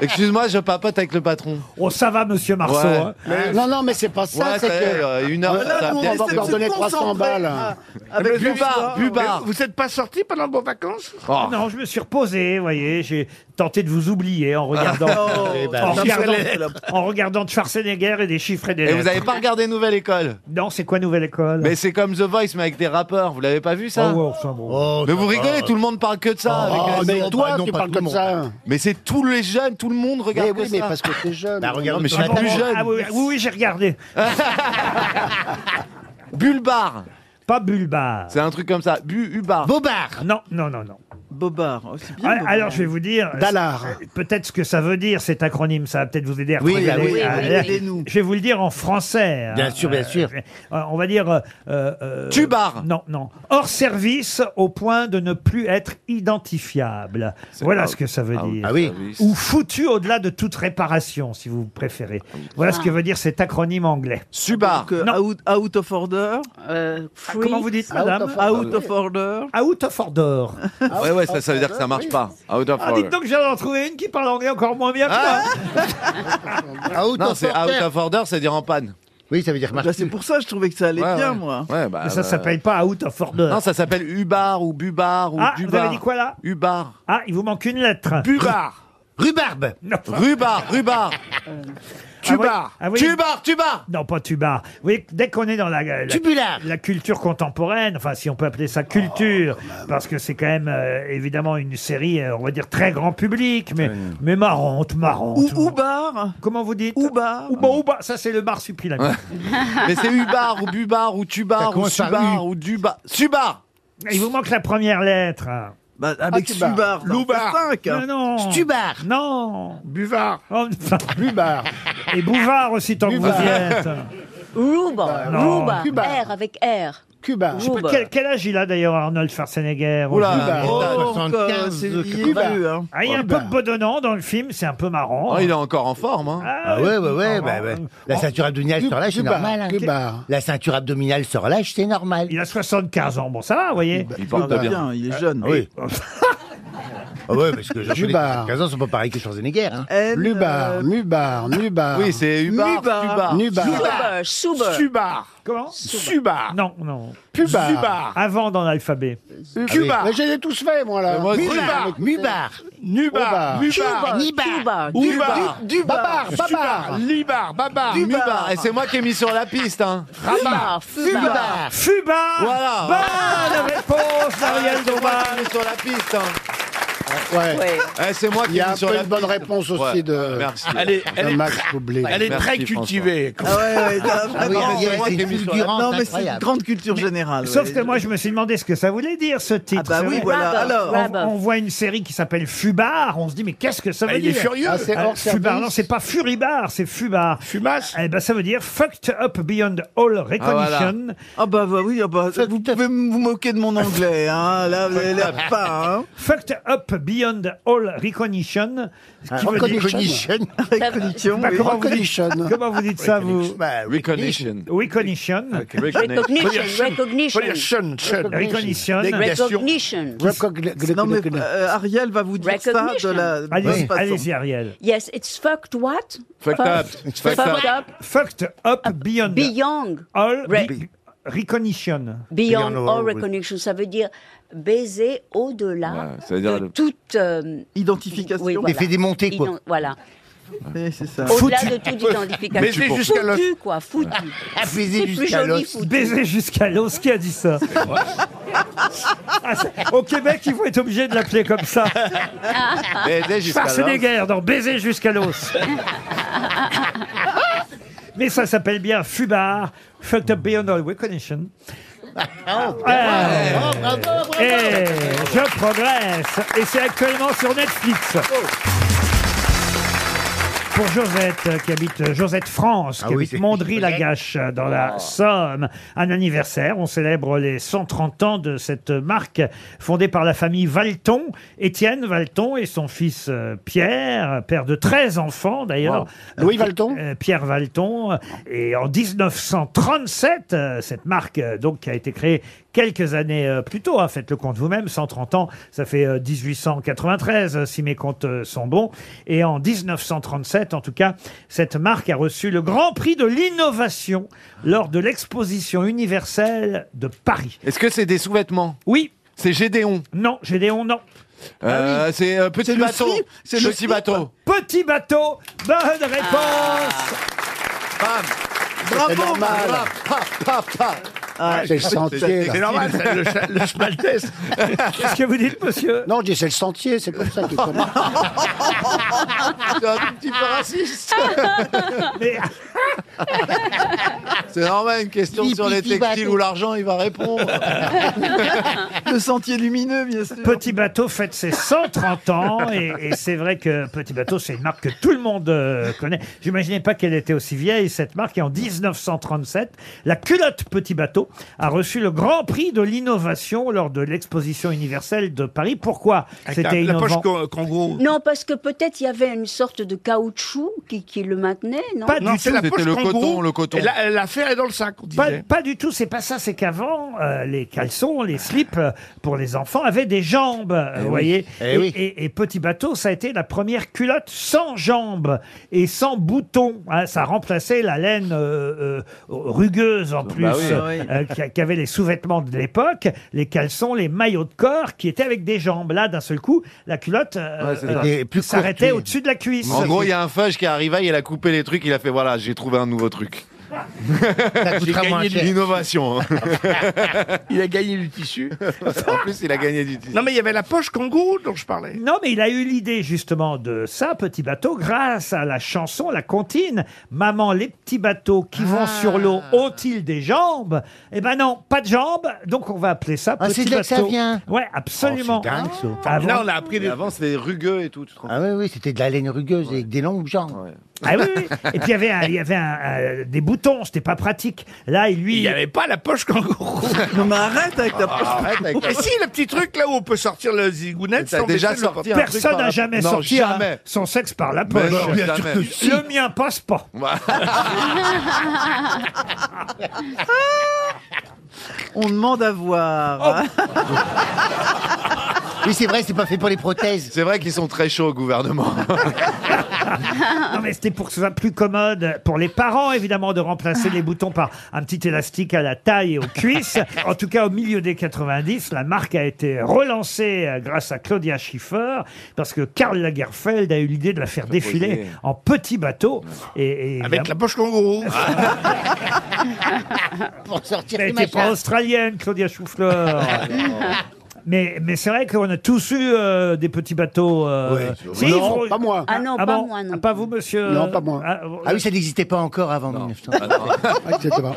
Speaker 3: Excuse-moi, je papote avec le patron.
Speaker 2: Oh, ça va, monsieur
Speaker 5: Marceau,
Speaker 2: hein.
Speaker 5: Non, non, mais c'est pas ça,
Speaker 3: Ouais,
Speaker 5: c'est
Speaker 3: ça y est,
Speaker 5: que...
Speaker 3: euh, une heure,
Speaker 5: Ouais, là,
Speaker 3: ça
Speaker 5: nous,
Speaker 3: vient,
Speaker 5: on va
Speaker 3: c'est
Speaker 5: leur
Speaker 3: bon.
Speaker 5: donner 300
Speaker 15: Concentré,
Speaker 5: balles.
Speaker 15: ah,
Speaker 3: avec
Speaker 15: mais
Speaker 3: du
Speaker 15: Buvard,
Speaker 3: Buvard,
Speaker 15: Buvard.
Speaker 3: Buvard.
Speaker 15: Vous n'êtes pas sorti pendant vos vacances
Speaker 6: Oh.
Speaker 2: Ah Non, je me suis reposé, vous voyez. J'ai tenté de vous oublier en regardant,
Speaker 3: Oh, Eh ben,
Speaker 2: en,
Speaker 3: oui.
Speaker 2: regardant
Speaker 3: Chiffres et lettres.
Speaker 2: en regardant Schwarzenegger et des chiffres et des
Speaker 3: Et vous
Speaker 2: lettres.
Speaker 3: n'avez pas regardé Nouvelle École
Speaker 2: Non, c'est quoi Nouvelle École
Speaker 3: Mais c'est comme The Voice, mais avec des rappeurs. Vous l'avez pas vu ça
Speaker 2: Oh ouais, enfin bon.
Speaker 3: Mais vous rigolez, tout le monde parle que de ça.
Speaker 5: Oh,
Speaker 3: avec
Speaker 5: mais
Speaker 3: les- Bah,
Speaker 5: toi, tu parles comme ça.
Speaker 3: Mais c'est tous les jeunes, tout le monde regarde
Speaker 5: Mais
Speaker 3: que
Speaker 5: oui,
Speaker 3: ça.
Speaker 5: mais parce que t'es jeune.
Speaker 3: Bah, regarde, mais je suis
Speaker 2: Ah bon,
Speaker 3: plus jeune.
Speaker 2: ah oui, oui, oui, j'ai regardé.
Speaker 3: Bulbar.
Speaker 2: Pas Bulbar.
Speaker 3: C'est un truc comme ça. Bu Ubar. Oh,
Speaker 6: Bobard.
Speaker 2: Non, non, non, non.
Speaker 9: Bobard, aussi bien.
Speaker 2: Ah,
Speaker 9: Bobard.
Speaker 2: alors, je vais vous dire.
Speaker 5: Dallard.
Speaker 2: c'est- Peut-être ce que ça veut dire, cet acronyme. Ça va peut-être vous aider à
Speaker 6: Oui,
Speaker 2: retrouver
Speaker 6: bah
Speaker 2: les-
Speaker 6: oui,
Speaker 2: à-
Speaker 6: oui,
Speaker 2: à-
Speaker 6: oui. Aidez-nous.
Speaker 2: Ah, Je vais vous le dire en français.
Speaker 6: Bien
Speaker 2: hein,
Speaker 6: sûr, bien
Speaker 2: euh,
Speaker 6: sûr.
Speaker 2: je vais- euh, on va dire. euh, euh,
Speaker 3: Tubar.
Speaker 2: Non, non. Hors service au point de ne plus être identifiable. Voilà
Speaker 6: pas-
Speaker 2: ce que ça veut
Speaker 6: Ah oui,
Speaker 2: dire.
Speaker 6: ah oui.
Speaker 2: Ou foutu au-delà de toute réparation, si vous préférez.
Speaker 3: Ah
Speaker 2: Voilà ce que veut dire cet acronyme anglais.
Speaker 3: Subar.
Speaker 2: euh,
Speaker 9: Que out, out of order.
Speaker 2: Comment vous dites, Euh, madame
Speaker 9: Out of order. Out of order.
Speaker 2: Out of order.
Speaker 3: Ouais, ouais, ça, ça veut dire que ça marche pas. Out of
Speaker 2: Ah,
Speaker 3: order.
Speaker 2: dites donc, j'en ai trouvé une qui parle anglais encore moins bien que
Speaker 3: Ah,
Speaker 2: moi.
Speaker 6: Out
Speaker 3: Non,
Speaker 6: of
Speaker 3: c'est out
Speaker 6: order.
Speaker 3: of order, c'est dire en panne.
Speaker 6: Oui, ça veut dire marche
Speaker 9: Bah, c'est
Speaker 6: plus.
Speaker 9: pour ça que je trouvais que ça allait
Speaker 3: Ouais,
Speaker 9: bien,
Speaker 3: ouais.
Speaker 9: moi.
Speaker 3: Ouais, bah,
Speaker 2: Mais ça
Speaker 3: bah,
Speaker 2: s'appelle pas out of order.
Speaker 3: Non, ça s'appelle Ubar ou Bubar ou
Speaker 2: ah, vous
Speaker 3: Dubar.
Speaker 2: avez dit quoi là
Speaker 3: Ubar.
Speaker 2: Ah, il vous manque une lettre.
Speaker 15: Buvard.
Speaker 6: Rhubarbe.
Speaker 2: Non, Euh.
Speaker 3: Rubar, Rubar.
Speaker 15: Tubar.
Speaker 2: Ah oui.
Speaker 3: Tubar, Tubar.
Speaker 2: Non, pas tubar. Vous voyez, que dès qu'on est dans la, la,
Speaker 6: Tubular.
Speaker 2: la culture contemporaine, enfin si on peut appeler ça culture, parce que c'est quand même euh, évidemment une série, euh, on va dire très grand public, mais, mais marrante, marrante.
Speaker 9: Ou, ou bar.
Speaker 2: Comment vous dites
Speaker 9: Oubar.
Speaker 2: Ouba, ouba, ça c'est le marsupilami.
Speaker 3: Mais c'est Ubar ou Bubar ou
Speaker 6: Ça
Speaker 3: Tubar ou
Speaker 6: commence par
Speaker 3: Subar ou Dubar. Subar.
Speaker 2: Il vous manque la première lettre.
Speaker 9: Bah, avec
Speaker 5: Ah, tu
Speaker 9: Subar.
Speaker 15: Loubar.
Speaker 9: hein.
Speaker 2: Non, non.
Speaker 6: Stubard.
Speaker 2: Non.
Speaker 15: Buvard.
Speaker 2: Oh, enfin,
Speaker 5: Buvard.
Speaker 2: Et Bouvard aussi tant que vous y êtes.
Speaker 8: Rouba,
Speaker 2: non.
Speaker 8: Rouba,
Speaker 5: Cuba.
Speaker 8: R avec R.
Speaker 5: Cuba.
Speaker 2: Je sais pas quel, quel âge il a d'ailleurs Arnold Schwarzenegger
Speaker 3: Oula.
Speaker 2: aujourd'hui.
Speaker 3: Oh,
Speaker 9: encore,
Speaker 6: 75,
Speaker 9: c'est lié,
Speaker 6: Cuba.
Speaker 9: eu, hein.
Speaker 2: Ah, il est un peu bedonnant dans le film, c'est un peu marrant.
Speaker 3: Oh, il est encore en forme. Hein.
Speaker 6: Ah ouais, ouais, ouais.
Speaker 2: marrant.
Speaker 6: bah, bah, La ceinture abdominale se relâche, c'est
Speaker 5: Cuba.
Speaker 6: normal. hein.
Speaker 5: Cuba.
Speaker 6: La ceinture abdominale se relâche, c'est normal.
Speaker 2: Il a 75 ans, bon ça va, vous voyez.
Speaker 3: Il
Speaker 9: Ah,
Speaker 3: porte
Speaker 9: bah,
Speaker 3: bien.
Speaker 9: bien, il est jeune.
Speaker 6: Ah oui. ah ouais, parce que j'ai
Speaker 5: Jubard.
Speaker 6: 15 ans, sont pas pareils que Schwarzenegger. Hein.
Speaker 9: N,
Speaker 5: Lubar,
Speaker 9: euh,
Speaker 5: Mubar, Nubar.
Speaker 3: Oui, c'est Ubar,
Speaker 9: Nubar.
Speaker 3: Tubar.
Speaker 5: Nubar.
Speaker 8: Souber, Souber.
Speaker 15: Subar.
Speaker 2: Comment
Speaker 15: Subar.
Speaker 2: Non, non.
Speaker 5: Pubar.
Speaker 15: Subar.
Speaker 2: Avant dans l'alphabet.
Speaker 5: Cuba. Mais je les ai tous faits, moi, là.
Speaker 3: Mais Euh, moi aussi.
Speaker 5: Mubar.
Speaker 6: Mubar. Mubar.
Speaker 15: Nubar.
Speaker 5: Obar.
Speaker 15: Bubar.
Speaker 8: Cuba,
Speaker 15: Ubar.
Speaker 5: Babar,
Speaker 15: Subar.
Speaker 5: Babar.
Speaker 15: Libar. Babar.
Speaker 3: Dubar. Et c'est moi qui ai mis sur la piste. Hein.
Speaker 8: Cuba, Fuba.
Speaker 2: Fuba
Speaker 3: Voilà.
Speaker 2: Bonne réponse, Ariel
Speaker 3: c'est moi
Speaker 2: Dombal
Speaker 3: qui ai mis sur la piste. hein.
Speaker 5: Ouais.
Speaker 8: Ouais.
Speaker 3: Eh, c'est moi qui
Speaker 5: Il y
Speaker 3: ai
Speaker 5: a
Speaker 3: mis
Speaker 5: un
Speaker 3: sur
Speaker 5: peu
Speaker 3: la
Speaker 5: une bonne
Speaker 3: piste.
Speaker 5: réponse aussi
Speaker 3: Ouais,
Speaker 5: de,
Speaker 3: Merci.
Speaker 15: Elle est,
Speaker 5: de
Speaker 15: elle est,
Speaker 5: Max Boublé.
Speaker 15: elle est
Speaker 3: Merci,
Speaker 15: très
Speaker 3: François.
Speaker 15: cultivée.
Speaker 9: Ah ouais, ouais, ah,
Speaker 6: Ah oui,
Speaker 9: vraiment.
Speaker 6: mais il y a-
Speaker 3: moi
Speaker 6: c'est
Speaker 3: qui ai
Speaker 6: une
Speaker 3: mis sur la-
Speaker 6: fulgurance
Speaker 9: non, mais c'est une
Speaker 6: incroyable.
Speaker 9: grande culture générale.
Speaker 2: Sauf
Speaker 9: ouais.
Speaker 2: que moi, je me suis demandé ce que ça voulait dire, ce titre.
Speaker 9: Ah bah
Speaker 2: C'est
Speaker 9: oui,
Speaker 2: vrai.
Speaker 9: voilà.
Speaker 8: Rubber.
Speaker 9: Alors,
Speaker 2: On,
Speaker 8: Rubber.
Speaker 2: on voit une série qui s'appelle Fubar, on se dit, mais qu'est-ce que ça veut
Speaker 15: Ah, il est
Speaker 2: dire
Speaker 15: furieux.
Speaker 5: Ah, c'est
Speaker 2: Ah,
Speaker 5: hors
Speaker 2: Fubar,
Speaker 5: service.
Speaker 2: non, c'est pas Furibar, c'est Fubar.
Speaker 15: Fumas.
Speaker 2: Eh ben, ça veut dire fucked up beyond all recognition.
Speaker 9: Ah bah, bah oui, ah bah, vous pouvez m- vous moquer de mon anglais, hein. Là, vous n'allez pas, hein.
Speaker 2: Fucked up beyond all recognition. Ce qui veut dire-
Speaker 6: Recognition.
Speaker 9: Reconnaissance,
Speaker 2: Bah,
Speaker 9: Ah, oui.
Speaker 2: comment, vous dites,
Speaker 5: Recognition.
Speaker 2: comment vous dites ça, vous
Speaker 6: Bah,
Speaker 3: Recognition.
Speaker 2: Recognition.
Speaker 3: Recognition.
Speaker 8: Recognition, recognition.
Speaker 15: Shun, Shun.
Speaker 2: Recognition.
Speaker 8: Recognition.
Speaker 5: Recognition.
Speaker 9: Non, mais euh, Ariel va vous dire ça de la. de
Speaker 2: Allez-y,
Speaker 9: cette façon.
Speaker 2: allez-y, Ariel.
Speaker 8: Yes, it's fucked what?
Speaker 3: Fucked up. Fucked up.
Speaker 8: Fucked up.
Speaker 2: Fucked up beyond
Speaker 8: Beyond.
Speaker 2: all
Speaker 8: Re-
Speaker 2: re- recognition.
Speaker 8: Beyond
Speaker 6: Beyond
Speaker 8: all
Speaker 6: all
Speaker 8: recognition, ça veut dire baiser au-delà
Speaker 3: Ouais, ça veut dire
Speaker 8: de
Speaker 3: le-
Speaker 8: toute euh,
Speaker 9: Identification.
Speaker 8: oui,
Speaker 6: Il fait des montées, quoi.
Speaker 8: Ident- Voilà.
Speaker 9: Oui, c'est ça.
Speaker 8: Au-delà de toute identification.
Speaker 15: Baiser jusqu'à l'os.
Speaker 8: Foutu, quoi, foutu.
Speaker 6: Baiser
Speaker 8: C'est plus
Speaker 6: jusqu'à
Speaker 8: joli,
Speaker 6: l'os.
Speaker 8: foutu.
Speaker 2: Baiser jusqu'à l'os, qui a dit ça Ah, c'est- Au Québec, ils vont être obligés de l'appeler comme ça.
Speaker 10: Ah. Eh,
Speaker 3: Et dès jusqu'à là.
Speaker 2: Schwarzenegger dans Baiser jusqu'à l'os. Mais ça s'appelle bien Fubar, Fucked Up Beyond All Recognition.
Speaker 10: Oh,
Speaker 2: Ah, Et je progresse. Et c'est actuellement sur Netflix. Pour Josette, euh, qui habite euh, Josette France, qui
Speaker 6: Ah oui,
Speaker 2: habite
Speaker 6: c'est-
Speaker 2: Mondry-la-Gâche, euh, dans la
Speaker 6: Ah.
Speaker 2: Somme, un anniversaire. On célèbre les 130 ans de cette marque fondée par la famille Valton. Étienne Valton et son fils euh, Pierre, père de 13 enfants d'ailleurs. Louis Valton Pierre Valton. Et en 1937, euh, cette marque euh, donc qui a été créée quelques années euh, plus tôt, hein, faites le compte vous-même, 130 ans, ça fait euh, 1893 euh, si mes comptes euh, sont bons. Et en 1937, en tout cas, cette marque a reçu le Grand Prix de l'innovation lors de l'exposition universelle de Paris.
Speaker 3: Est-ce que c'est des sous-vêtements
Speaker 2: Oui.
Speaker 3: C'est Gédéon
Speaker 2: Non, Gédéon, non.
Speaker 3: Euh, C'est euh,
Speaker 2: C'est
Speaker 3: Petit
Speaker 2: le
Speaker 3: Bateau.
Speaker 2: slip, c'est le
Speaker 3: Petit
Speaker 2: slip.
Speaker 3: Bateau. Ah.
Speaker 2: Petit bateau, bonne réponse
Speaker 3: Bravo,
Speaker 5: C'est le sentier. là.
Speaker 15: schmaltès.
Speaker 2: Qu'est-ce que vous dites, monsieur
Speaker 5: Non, je dis c'est le sentier, c'est comme ça qu'il commence.
Speaker 3: C'est un petit peu raciste. C'est normal, une question
Speaker 10: Pipi,
Speaker 3: sur les
Speaker 10: pipi,
Speaker 3: textiles
Speaker 10: bateau.
Speaker 3: ou l'argent, il va répondre.
Speaker 2: Le sentier lumineux, bien sûr. Petit Bateau fête ses 130 ans et, et c'est vrai que Petit Bateau, c'est une marque que tout le monde euh, connaît. J'imaginais pas qu'elle était aussi vieille, cette marque. Et en 1937, la culotte Petit Bateau a reçu le grand prix de l'innovation lors de l'exposition universelle de Paris. Pourquoi c'était innovant
Speaker 15: kangourou.
Speaker 8: Non, parce que peut-être il y avait une sorte de caoutchouc qui, qui le maintenait, non
Speaker 2: Pas du tout.
Speaker 15: Et la- L'affaire est dans le sac, on
Speaker 2: Pas,
Speaker 15: disait.
Speaker 2: pas du tout, c'est pas ça. C'est qu'avant, euh, les caleçons, les slips euh, pour les enfants avaient des jambes, euh, vous
Speaker 6: oui.
Speaker 2: voyez.
Speaker 6: Eh
Speaker 2: et,
Speaker 6: oui.
Speaker 2: et- et Petit Bateau, ça a été la première culotte sans jambes et sans boutons. hein. ça remplaçait la laine euh, euh, rugueuse en plus,
Speaker 10: oui.
Speaker 2: euh,
Speaker 10: Ah
Speaker 2: euh, qui- qui avait les sous-vêtements de l'époque, les caleçons, les maillots de corps qui étaient avec des jambes. Là, d'un seul coup, la culotte euh,
Speaker 3: Ouais, c'est ça.
Speaker 2: euh,
Speaker 3: Et plus
Speaker 2: s'arrêtait
Speaker 3: courte, oui.
Speaker 2: au-dessus de la cuisse.
Speaker 3: En gros, il y a un fudge qui est arrivé, il a coupé les trucs, il a fait voilà, j'ai trouvé un nouveau truc. J'ai
Speaker 15: coûtera moins
Speaker 3: gagné de
Speaker 15: cher.
Speaker 3: l'innovation. hein.
Speaker 15: Il a gagné du tissu.
Speaker 3: en plus, il a gagné du tissu.
Speaker 15: Non, mais il y avait la poche kangourou dont je parlais.
Speaker 2: Non, mais il a eu l'idée justement de ça, Petit Bateau, grâce à la chanson, la comptine. Maman, les petits bateaux qui vont sur l'eau ont-ils des jambes Eh ben non, pas de jambes, donc on va appeler ça
Speaker 6: Ah,
Speaker 2: Petit
Speaker 6: c'est de là que
Speaker 2: Bateau.
Speaker 6: ça vient.
Speaker 2: Ouais, absolument.
Speaker 6: Oh, c'est dingue, ça.
Speaker 2: Ah, bon
Speaker 15: a appris des...
Speaker 3: Avant, c'était rugueux et tout. tu te rends compte.
Speaker 6: Ah oui, oui, c'était de la laine rugueuse avec des longues jambes.
Speaker 2: Ah oui, oui. Et puis il y avait, un- il y avait un- un- des boutons, c'était pas pratique. Là, lui.
Speaker 15: Il n'y avait pas la poche kangourou. Non, mais arrête avec ta poche.
Speaker 3: arrête avec ta-
Speaker 15: Et si, le petit truc là où on peut sortir le zigounette.
Speaker 3: t'as
Speaker 15: sans
Speaker 3: déjà
Speaker 15: baisser le
Speaker 3: sorti
Speaker 15: pantalon.
Speaker 3: un truc par
Speaker 2: Personne n'a
Speaker 3: la-
Speaker 2: jamais
Speaker 3: Non,
Speaker 2: sorti
Speaker 3: jamais.
Speaker 2: un- son sexe par la
Speaker 3: Mais
Speaker 2: poche.
Speaker 3: non, Bien sûr jamais. que si.
Speaker 2: Le mien passe pas.
Speaker 9: On demande à voir.
Speaker 3: Oh.
Speaker 6: Oui, c'est vrai, c'est pas fait pour les prothèses.
Speaker 3: C'est vrai qu'ils sont très chauds au gouvernement.
Speaker 2: Non, mais c'était pour que ce soit plus commode pour les parents, évidemment, de remplacer les boutons par un petit élastique à la taille et aux cuisses. En tout cas, au milieu des 90, la marque a été relancée euh, grâce à Claudia Schiffer, parce que Karl Lagerfeld a eu l'idée de la faire défiler en petit bateau. Et, et
Speaker 15: Avec la poche kangourou.
Speaker 6: Pour sortir
Speaker 2: elle
Speaker 6: les
Speaker 2: n'était pas
Speaker 6: machins.
Speaker 2: australienne, Claudia Schouffler. Mais, mais c'est vrai qu'on a tous eu euh, des petits bateaux. euh,
Speaker 6: Oui,
Speaker 2: si,
Speaker 5: Non,
Speaker 2: vous-
Speaker 5: pas moi.
Speaker 8: Ah non,
Speaker 2: Ah
Speaker 8: pas
Speaker 2: bon
Speaker 8: moi,
Speaker 2: Ah,
Speaker 8: non.
Speaker 2: Pas vous, monsieur
Speaker 5: Non, pas moi.
Speaker 2: Ah,
Speaker 6: Ah oui, ça n'existait pas encore avant 1900.
Speaker 5: Ah, tu sais pas.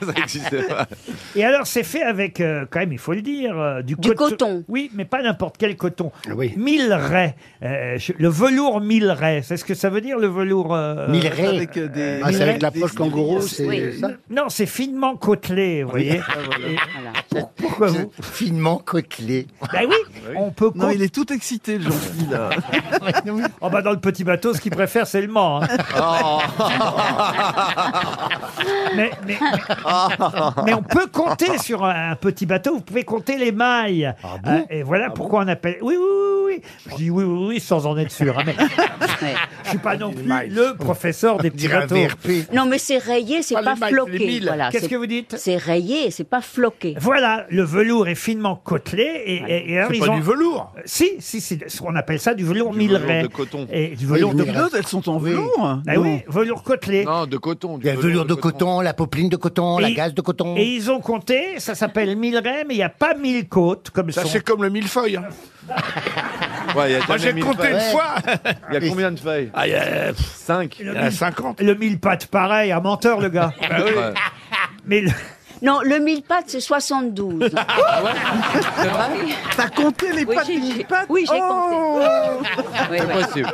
Speaker 3: Ça n'existait pas.
Speaker 2: Et alors, c'est fait avec, euh, quand même, il faut le dire, euh, du, coton. Oui, mais pas n'importe quel coton.
Speaker 5: Ah Oui.
Speaker 2: Milleret. Euh, je- le velours milleret. C'est ce que ça veut dire, le velours euh,
Speaker 6: Milleret.
Speaker 2: avec, euh, des-
Speaker 5: Ah, c'est
Speaker 2: Milleret.
Speaker 5: avec la poche kangourou, c'est
Speaker 8: Oui.
Speaker 5: ça Ah,
Speaker 2: Non, c'est finement côtelé, vous voyez.
Speaker 10: Ah,
Speaker 2: Et- Pourquoi vous
Speaker 6: Finement côtelé.
Speaker 2: Ben oui, on peut...
Speaker 9: Ah Non,
Speaker 2: côte-
Speaker 9: il est tout excité, le gentil, là.
Speaker 2: Oh bah dans le petit bateau, ce qu'il préfère, c'est le Mans. hein.
Speaker 9: Oh.
Speaker 2: mais, mais-
Speaker 10: Ah.
Speaker 2: mais on peut compter sur un petit bateau, vous pouvez compter les mailles. Euh, et voilà pourquoi on appelle. Oui, oui, oui, oui. Je dis oui, oui, oui, sans en être sûr. hein, mais je suis pas non plus le professeur des petits
Speaker 6: Dire un
Speaker 2: bateaux.
Speaker 6: VRP.
Speaker 8: Non, mais c'est rayé,
Speaker 9: Ah,
Speaker 8: c'est
Speaker 15: Pas
Speaker 8: pas,
Speaker 15: les miles, c'est les
Speaker 8: floqué.
Speaker 15: milles.
Speaker 8: Voilà,
Speaker 2: Qu'est-ce
Speaker 8: c'est-
Speaker 2: que vous dites
Speaker 8: C'est rayé, c'est pas floqué.
Speaker 2: Voilà, le velours est finement côtelé et, et- et alors
Speaker 15: C'est
Speaker 2: ils
Speaker 15: pas
Speaker 2: ont- Euh,
Speaker 15: du velours.
Speaker 2: Si, si, si, on appelle ça du velours
Speaker 3: Du velours
Speaker 2: milleret.
Speaker 3: de coton.
Speaker 2: Et du velours de
Speaker 9: Les notes, elles sont en velours.
Speaker 2: Ah oui, velours côtelé.
Speaker 3: Non, de coton.
Speaker 6: hein. Il y a le velours de coton, la popeline de coton, la
Speaker 2: Et-
Speaker 6: gaze de coton.
Speaker 2: Et ils ont compté, ça s'appelle mille raies, mais il n'y a pas mille côtes, comme
Speaker 15: Ça,
Speaker 2: son-
Speaker 15: c'est comme le millefeuille. hein.
Speaker 3: Ouais, il y a
Speaker 10: Moi,
Speaker 3: jamais
Speaker 10: j'ai
Speaker 3: mille
Speaker 10: compté une
Speaker 3: feuilles.
Speaker 10: fois.
Speaker 3: Il y a combien de feuilles
Speaker 10: Ah, il y a
Speaker 3: 5.
Speaker 10: Il y en a 50.
Speaker 2: Le mille pattes pareil, un menteur le gars.
Speaker 10: oui.
Speaker 3: Ouais.
Speaker 2: Mais le-
Speaker 8: Non, le mille pattes, c'est 72. Oui.
Speaker 9: Ah, T'as compté les
Speaker 8: Oui,
Speaker 9: pattes
Speaker 8: j'ai-
Speaker 9: mille pattes
Speaker 8: oui, j'ai
Speaker 9: Oh
Speaker 8: Ah, Oui,
Speaker 10: C'est
Speaker 8: oui.
Speaker 10: possible.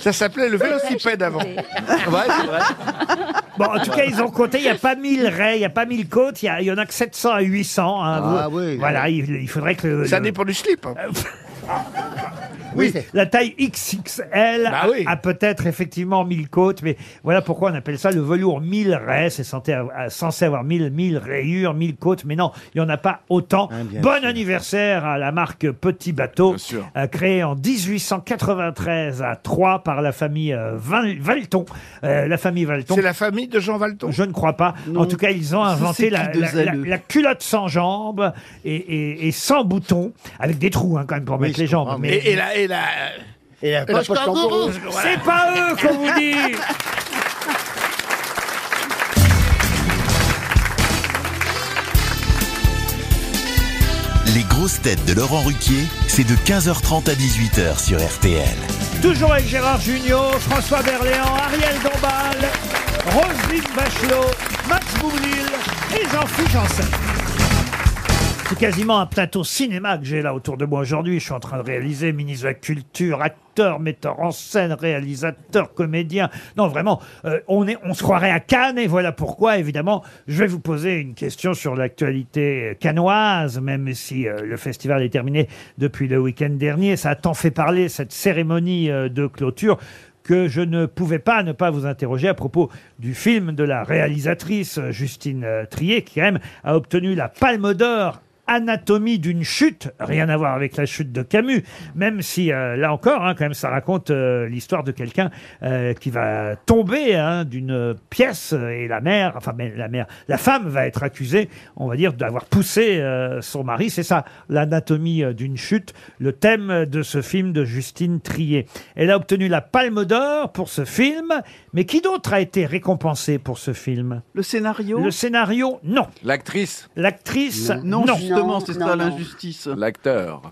Speaker 10: Ça s'appelait le vélocipède avant. Ouais, Ah bah, c'est
Speaker 2: Ah,
Speaker 10: vrai.
Speaker 2: Bon, en tout cas, ils ont compté, il n'y a pas 1000 raies, il n'y a pas 1000 côtes, il y a- il y, en a que 700 à 800. hein.
Speaker 6: Ah
Speaker 2: Vous-
Speaker 6: oui.
Speaker 2: Voilà, il, il faudrait que... le-
Speaker 10: Ça
Speaker 2: le-
Speaker 10: dépend du slip. hein.
Speaker 2: Oui, la taille XXL
Speaker 10: Bah
Speaker 2: a-
Speaker 10: oui.
Speaker 2: a, peut-être effectivement 1000 côtes, mais voilà pourquoi on appelle ça le velours 1000 raies. C'est censé avoir- euh, censé avoir 1000, 1000 rayures, 1000 côtes, mais non, il n'y en a pas autant.
Speaker 10: Ah,
Speaker 2: bon anniversaire à la marque Petit Bateau, euh, créée en 1893 à Troyes par la famille euh, Val- Valton. Euh, la famille Valton.
Speaker 10: C'est la famille de Jean Valton.
Speaker 2: Je ne crois pas. En tout cas, ils ont
Speaker 10: Ça, c'est
Speaker 2: inventé
Speaker 10: qui
Speaker 2: la,
Speaker 10: de
Speaker 2: la- la-
Speaker 10: Zaleux
Speaker 2: la culotte sans jambes et, et- et sans boutons, avec des trous hein, quand même pour mettre les jambes. mais-
Speaker 10: Ah, Et, et la, et la.
Speaker 6: Et la
Speaker 10: poche kangourou.
Speaker 2: C'est pas eux qu'on vous dit
Speaker 16: Les grosses têtes de Laurent Ruquier, c'est de 15h30 à 18h sur RTL.
Speaker 2: Toujours avec Gérard Junior, François Berléand, Ariel Dombal, Roselyne Bachelot, Max Boublil et Jean-Philippe Janssen. C'est quasiment un plateau cinéma que j'ai là autour de moi aujourd'hui. Je suis en train de réaliser ministre de la Culture, acteur, metteur en scène, réalisateur, comédien. Non, vraiment, euh, on, est, on se croirait à Cannes et voilà pourquoi, évidemment, je vais vous poser une question sur l'actualité canoise, même si euh, le festival est terminé depuis le week-end dernier. Ça a tant fait parler, cette cérémonie euh, de clôture que je ne pouvais pas ne pas vous interroger à propos du film de la réalisatrice euh, Justine euh, Trier, qui quand même a obtenu la Palme d'Or. Anatomie d'une chute, rien à voir avec la chute de Camus, même si euh, là encore, hein, quand même, ça raconte euh, l'histoire de quelqu'un euh, qui va tomber hein, d'une pièce euh, et la mère, enfin mais la mère, la femme va être accusée, on va dire, d'avoir poussé euh, son mari. C'est ça, l'anatomie euh, d'une chute, le thème de ce film de Justine Trier. Elle a obtenu la Palme d'Or pour ce film, mais qui d'autre a été récompensé pour ce film
Speaker 9: Le scénario
Speaker 2: Le scénario, non.
Speaker 12: L'actrice
Speaker 2: L'actrice, non.
Speaker 9: Non, justement, c'est ça l'injustice.
Speaker 12: L'acteur.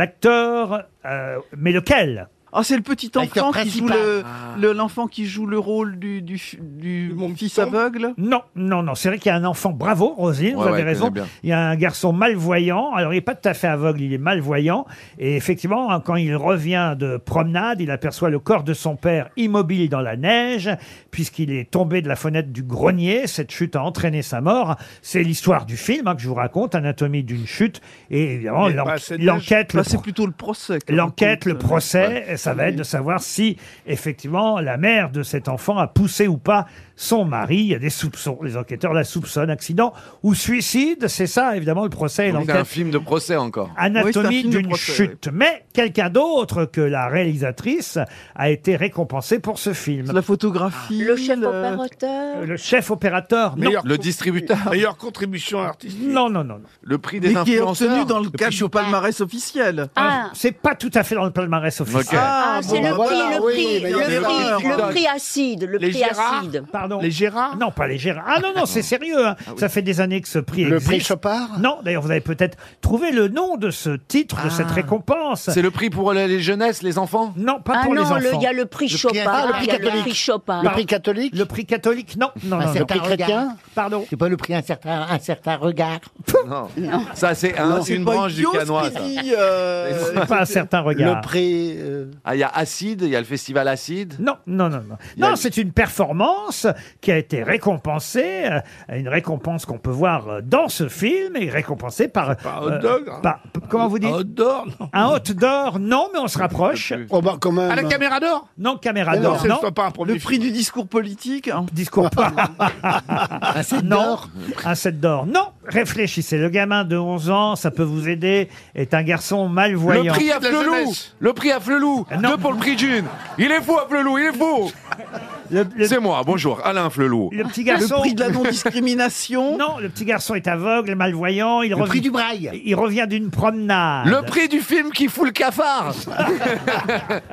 Speaker 2: L'acteur, euh, mais lequel
Speaker 9: Euh, Ah, c'est le petit enfant qui joue
Speaker 2: principal.
Speaker 9: le,
Speaker 2: Ah.
Speaker 9: le- l'enfant qui joue le rôle du, du, f- du fils aveugle.
Speaker 2: Non, non, non. C'est vrai qu'il y a un enfant. Bravo, Rosine,
Speaker 12: Ouais,
Speaker 2: vous avez
Speaker 12: ouais,
Speaker 2: raison.
Speaker 12: connais bien.
Speaker 2: Il y a un garçon malvoyant. Alors, il n'est pas tout à fait aveugle, il est malvoyant. Et effectivement, hein, quand il revient de promenade, il aperçoit le corps de son père immobile dans la neige, puisqu'il est tombé de la fenêtre du grenier. Cette chute a entraîné sa mort. C'est l'histoire du film hein, que je vous raconte, Anatomie d'une chute. Et évidemment,
Speaker 9: Mais,
Speaker 2: l'en-
Speaker 9: bah, c'est-
Speaker 2: Oh, l'enquête.
Speaker 9: bah,
Speaker 2: le
Speaker 9: c'est
Speaker 2: pro-
Speaker 9: plutôt le procès. que
Speaker 2: L'enquête, le
Speaker 9: raconte, euh,
Speaker 2: procès,
Speaker 9: ouais.
Speaker 2: ça va être de savoir si effectivement la mère de cet enfant a poussé ou pas son mari. Il y a des soupçons, les enquêteurs la soupçonnent, accident ou suicide, c'est ça évidemment le procès et
Speaker 12: C'est un
Speaker 2: l'enquête.
Speaker 12: film de procès encore.
Speaker 2: Anatomie
Speaker 12: film de
Speaker 2: d'une
Speaker 12: procès,
Speaker 2: chute. Mais quelqu'un d'autre que la réalisatrice a été récompensé pour ce film.
Speaker 9: La photographie. euh,
Speaker 8: Le chef opérateur.
Speaker 2: Le chef opérateur, non.
Speaker 12: Le distributeur.
Speaker 10: Meilleure contribution artistique.
Speaker 2: Non, non, non. non.
Speaker 12: Le prix des
Speaker 9: Mais qui est
Speaker 12: influenceurs.
Speaker 9: obtenu dans le cadre au palmarès officiel.
Speaker 8: Ah.
Speaker 2: C'est pas tout à fait dans le palmarès officiel.
Speaker 12: Ok.
Speaker 8: Ah,
Speaker 9: Ah,
Speaker 8: c'est
Speaker 9: bon,
Speaker 8: le,
Speaker 9: bah
Speaker 8: prix,
Speaker 9: voilà,
Speaker 8: le,
Speaker 9: oui,
Speaker 8: prix,
Speaker 9: mais il y a des
Speaker 8: le, prix,
Speaker 9: erreurs.
Speaker 8: le prix acide, le
Speaker 10: Les
Speaker 8: prix
Speaker 10: Gérard
Speaker 8: acide.
Speaker 2: Pardon.
Speaker 10: Les Gérards
Speaker 2: Non, pas les Gérards. Ah non, non, c'est sérieux. hein.
Speaker 12: ah
Speaker 2: Ça fait des années que ce prix
Speaker 5: Le
Speaker 2: existe.
Speaker 5: prix Chopard
Speaker 2: Non, d'ailleurs, vous avez peut-être trouvé le nom de ce titre, de cette récompense.
Speaker 12: Ah. C'est le prix pour les, les jeunesses, les enfants
Speaker 2: Non, pas
Speaker 8: Ah
Speaker 2: pour les
Speaker 8: non,
Speaker 2: enfants.
Speaker 8: le- il y a le prix
Speaker 5: ah,
Speaker 8: Chopin.
Speaker 5: le prix
Speaker 8: Il y a le
Speaker 5: catholique.
Speaker 8: prix Chopin.
Speaker 5: Le prix catholique
Speaker 2: Le prix catholique, non. non,
Speaker 5: Un
Speaker 2: non, non.
Speaker 5: certain Le prix regard. chrétien
Speaker 2: Pardon.
Speaker 6: C'est pas le prix un certain, un certain regard.
Speaker 12: Non. Ça, c'est un-
Speaker 9: Non,
Speaker 12: c'est une
Speaker 9: pas
Speaker 12: branche du
Speaker 9: idiot, ce
Speaker 12: canois,
Speaker 9: qu'il
Speaker 12: ça.
Speaker 9: dit, euh,
Speaker 2: C'est pas un certain regard.
Speaker 5: Le prix. euh,
Speaker 12: Ah, il y a Acide, il y a le festival Acide.
Speaker 2: Non, non, non, non.
Speaker 12: Il y a-
Speaker 2: Non, c'est une performance qui a été récompensée, euh, une récompense qu'on peut voir euh, dans ce film et récompensée par. euh,
Speaker 10: un hot dog, hein.
Speaker 2: par- comment vous dites
Speaker 10: Un hot dog, non.
Speaker 2: Un hot d'or, non, mais on se rapproche.
Speaker 5: Oh bah quand même.
Speaker 10: À la caméra d'or
Speaker 2: Non, caméra
Speaker 10: Non,
Speaker 2: d'or,
Speaker 10: c'est
Speaker 2: non.
Speaker 10: c'est pas un premier
Speaker 9: Le prix du discours politique. hein.
Speaker 2: Discours pas.
Speaker 6: Un set
Speaker 2: Non,
Speaker 6: d'or.
Speaker 2: un set d'or. Non, réfléchissez. Le gamin de 11 ans, ça peut vous aider, est un garçon
Speaker 12: Le
Speaker 2: malvoyant.
Speaker 12: prix à
Speaker 10: La
Speaker 12: Flelou
Speaker 10: jeunesse.
Speaker 12: Le prix à Flelou
Speaker 2: Ah,
Speaker 12: Deux pour le prix June Il est fou à Flelou, il est fou
Speaker 2: Le, le-
Speaker 12: C'est moi, bonjour, Alain Flelou.
Speaker 2: le petit
Speaker 9: Le
Speaker 2: garçon.
Speaker 9: prix de la non-discrimination.
Speaker 2: Non, le petit garçon est aveugle, malvoyant. Il
Speaker 6: Le
Speaker 2: revient...
Speaker 6: prix du braille.
Speaker 2: Il revient d'une promenade.
Speaker 12: Ah, Le prix du film qui fout le cafard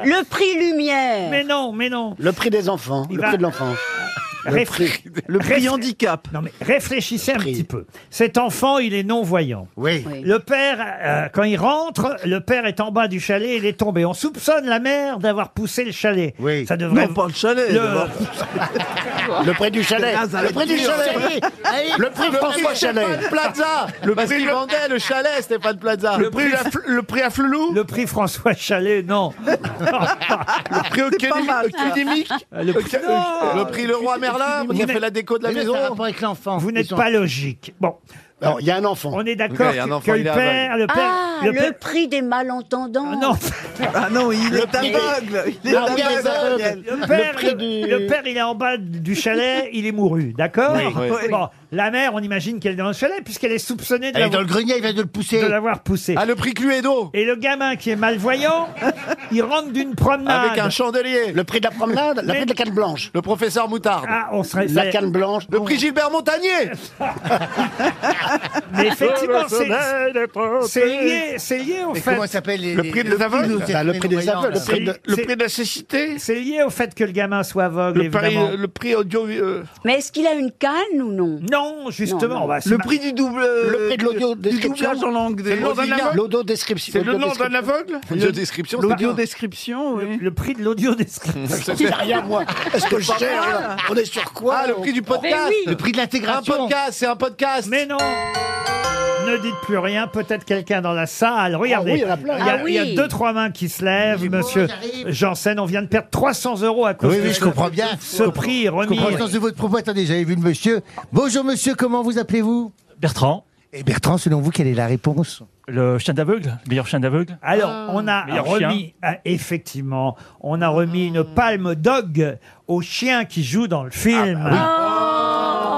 Speaker 8: Le prix Lumière.
Speaker 2: Mais non, mais non.
Speaker 5: Le prix des enfants.
Speaker 2: Il
Speaker 5: le
Speaker 2: va-
Speaker 5: prix de l'enfant.
Speaker 2: réfléch-
Speaker 9: Le
Speaker 2: réfléch-
Speaker 9: prix handicap.
Speaker 2: Non mais réfléchissez un petit peu. Cet enfant, il est non-voyant.
Speaker 6: Oui.
Speaker 2: Le père, euh, quand il rentre, le père est en bas du chalet, il est tombé. On soupçonne la mère d'avoir poussé le chalet. Oui. Ça devrait.
Speaker 9: Non, pas le chalet, d'avoir
Speaker 2: Le
Speaker 9: prix du chalet. Ah, ça va
Speaker 2: Le
Speaker 9: Le prix être du dur. chalet.
Speaker 3: Ah
Speaker 5: Le prix François Chalet.
Speaker 3: Plaza.
Speaker 5: Le
Speaker 3: Le
Speaker 5: prix
Speaker 3: prix
Speaker 5: de-
Speaker 3: vendait le chalet, Stéphane Plaza.
Speaker 2: Le prix à
Speaker 3: le prix à Flelou.
Speaker 2: Le prix François Chalet, non.
Speaker 3: le prix au Académique.
Speaker 9: Euh,
Speaker 2: Le prix-
Speaker 3: Le prix le roi Merlin. On a fait la déco de la maison.
Speaker 6: avec l'enfant.
Speaker 2: Vous n'êtes pas logique. Bon.
Speaker 5: Non, il y a un enfant.
Speaker 2: On est
Speaker 3: Ouais,
Speaker 2: d'accord
Speaker 3: il y a un
Speaker 2: que,
Speaker 3: enfant,
Speaker 2: que le
Speaker 3: il est
Speaker 9: bah
Speaker 2: père,
Speaker 3: aveugle.
Speaker 2: le père,
Speaker 8: Ah, le,
Speaker 2: le père-
Speaker 8: prix des malentendants.
Speaker 2: non.
Speaker 9: Ah non, il
Speaker 2: Le
Speaker 9: est
Speaker 2: prix-
Speaker 9: aveugle. Il est
Speaker 2: Non, il est
Speaker 9: aveugle,
Speaker 2: aveugle.
Speaker 9: Ariel.
Speaker 2: Le père, le- le père, il est en bas du chalet, il est mouru, d'accord
Speaker 6: Oui, oui.
Speaker 2: Bon, la mère, on imagine qu'elle est dans le chalet puisqu'elle est soupçonnée de
Speaker 6: Elle est dans
Speaker 2: l'avoir-
Speaker 6: le grenier, il vient de le pousser.
Speaker 2: de l'avoir poussé.
Speaker 3: Ah, le prix Cluedo.
Speaker 2: Et le gamin qui est malvoyant, il rentre d'une promenade.
Speaker 3: Avec un chandelier.
Speaker 5: Le prix de la promenade, le
Speaker 2: Mais-
Speaker 5: prix de la canne blanche.
Speaker 3: Le professeur Moutarde.
Speaker 2: Ah, on serait
Speaker 5: La
Speaker 2: c'est-
Speaker 5: canne blanche.
Speaker 3: Le prix Gilbert Montagnier.
Speaker 5: Ah,
Speaker 2: Mais effectivement, c'est c'est lié,
Speaker 10: lié.
Speaker 2: c'est lié au
Speaker 6: Mais
Speaker 2: fait.
Speaker 6: comment s'appelle les-
Speaker 10: Le prix de les aveugles
Speaker 6: les-
Speaker 5: Bah, le prix des
Speaker 6: non-voyants,
Speaker 5: aveugles,
Speaker 6: là.
Speaker 5: le prix de-
Speaker 10: Le
Speaker 2: C'est-
Speaker 10: prix de la cécité.
Speaker 2: C'est lié au fait que le gamin soit aveugle,
Speaker 10: Le prix,
Speaker 2: évidemment.
Speaker 10: le prix audio. euh,
Speaker 8: Mais est-ce qu'il a une canne ou non
Speaker 2: Non, justement,
Speaker 8: Non, non.
Speaker 2: bah, c'est
Speaker 9: Le
Speaker 2: ma-
Speaker 9: prix du double.
Speaker 5: Le prix de l'audio
Speaker 9: Du doublage en
Speaker 5: description.
Speaker 9: langue.
Speaker 10: C'est
Speaker 9: Des...
Speaker 10: le nom d'un aveugle.
Speaker 5: L'audio description.
Speaker 10: C'est le nom d'un aveugle.
Speaker 3: Une description. c'est
Speaker 9: L'audio description, oui.
Speaker 2: le prix de l'audio description.
Speaker 5: Il a rien, moi. Est-ce que je
Speaker 9: pas
Speaker 5: gère
Speaker 9: mal.
Speaker 5: là On est sur quoi
Speaker 3: Ah, le
Speaker 5: on-
Speaker 3: prix du podcast.
Speaker 6: Le prix de
Speaker 3: Un
Speaker 6: l'intégration.
Speaker 3: podcast, c'est un podcast.
Speaker 2: Mais non Ne dites plus rien, peut-être quelqu'un dans la salle. Regardez,
Speaker 5: Ah oui, il y en a plein.
Speaker 2: y a-
Speaker 8: Ah oui.
Speaker 2: il y a deux, trois mains qui se lèvent. Monsieur Janssen, on vient de perdre 300 euros à cause
Speaker 6: Oui,
Speaker 2: de
Speaker 6: oui, je comprends bien.
Speaker 2: ce prix
Speaker 6: Je
Speaker 2: remis.
Speaker 6: comprends le sens de votre propos. Attendez, j'avais vu le monsieur. Bonjour monsieur, comment vous appelez-vous
Speaker 17: Bertrand,
Speaker 6: Et Eh, Bertrand, selon vous, quelle est la réponse
Speaker 17: le chien d'aveugle, le meilleur chien d'aveugle.
Speaker 2: Alors, on a
Speaker 17: meilleur
Speaker 2: remis, ah, effectivement, on a remis une palme dog au chien qui joue dans le film.
Speaker 10: Ah, bah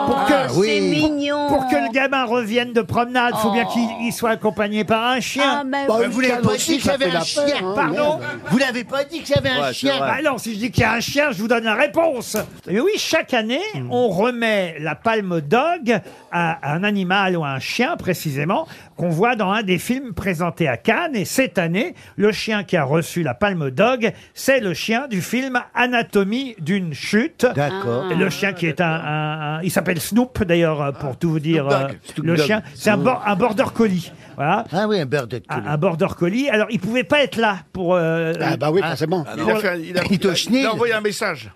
Speaker 2: Pour que,
Speaker 6: Ah, oui.
Speaker 8: C'est mignon.
Speaker 2: pour que le gamin revienne de promenade, faut bien qu'il il soit accompagné par un chien.
Speaker 8: Ah, mais
Speaker 5: Bah,
Speaker 8: oui.
Speaker 5: une
Speaker 6: Vous n'avez
Speaker 5: canne
Speaker 6: pas
Speaker 5: aussi,
Speaker 6: dit que
Speaker 5: ça
Speaker 6: j'avais
Speaker 5: fait la
Speaker 6: un
Speaker 5: peine,
Speaker 6: chien.
Speaker 5: hein,
Speaker 2: Pardon
Speaker 5: merde.
Speaker 6: Vous n'avez pas dit que j'avais un
Speaker 3: Ouais, c'est
Speaker 6: chien.
Speaker 3: vrai.
Speaker 2: Ah non, si je dis qu'il y a un chien, je vous donne la réponse. Mais oui, chaque année, on remet la palme dog à un animal ou à un chien, précisément, qu'on voit dans un des films présentés à Cannes. Et cette année, le chien qui a reçu la palme dog, c'est le chien du film Anatomie d'une chute.
Speaker 6: D'accord. Ah,
Speaker 2: Et Le chien qui est un, un- un- il s'appelle Snoop d'ailleurs euh, pour tout vous dire.
Speaker 3: Snoop Dogg.
Speaker 2: euh,
Speaker 6: Snoop
Speaker 2: le
Speaker 6: Dogg.
Speaker 2: chien, c'est un, bor- un border collie. Voilà.
Speaker 6: Ah oui, un beurre de
Speaker 2: Un, un border collie. Alors, il pouvait pas être là pour. euh,
Speaker 5: Ah bah oui, forcément.
Speaker 10: Il a, fait, un- il a-
Speaker 6: Il te
Speaker 10: il a-
Speaker 6: chenille.
Speaker 10: il a envoyé un message.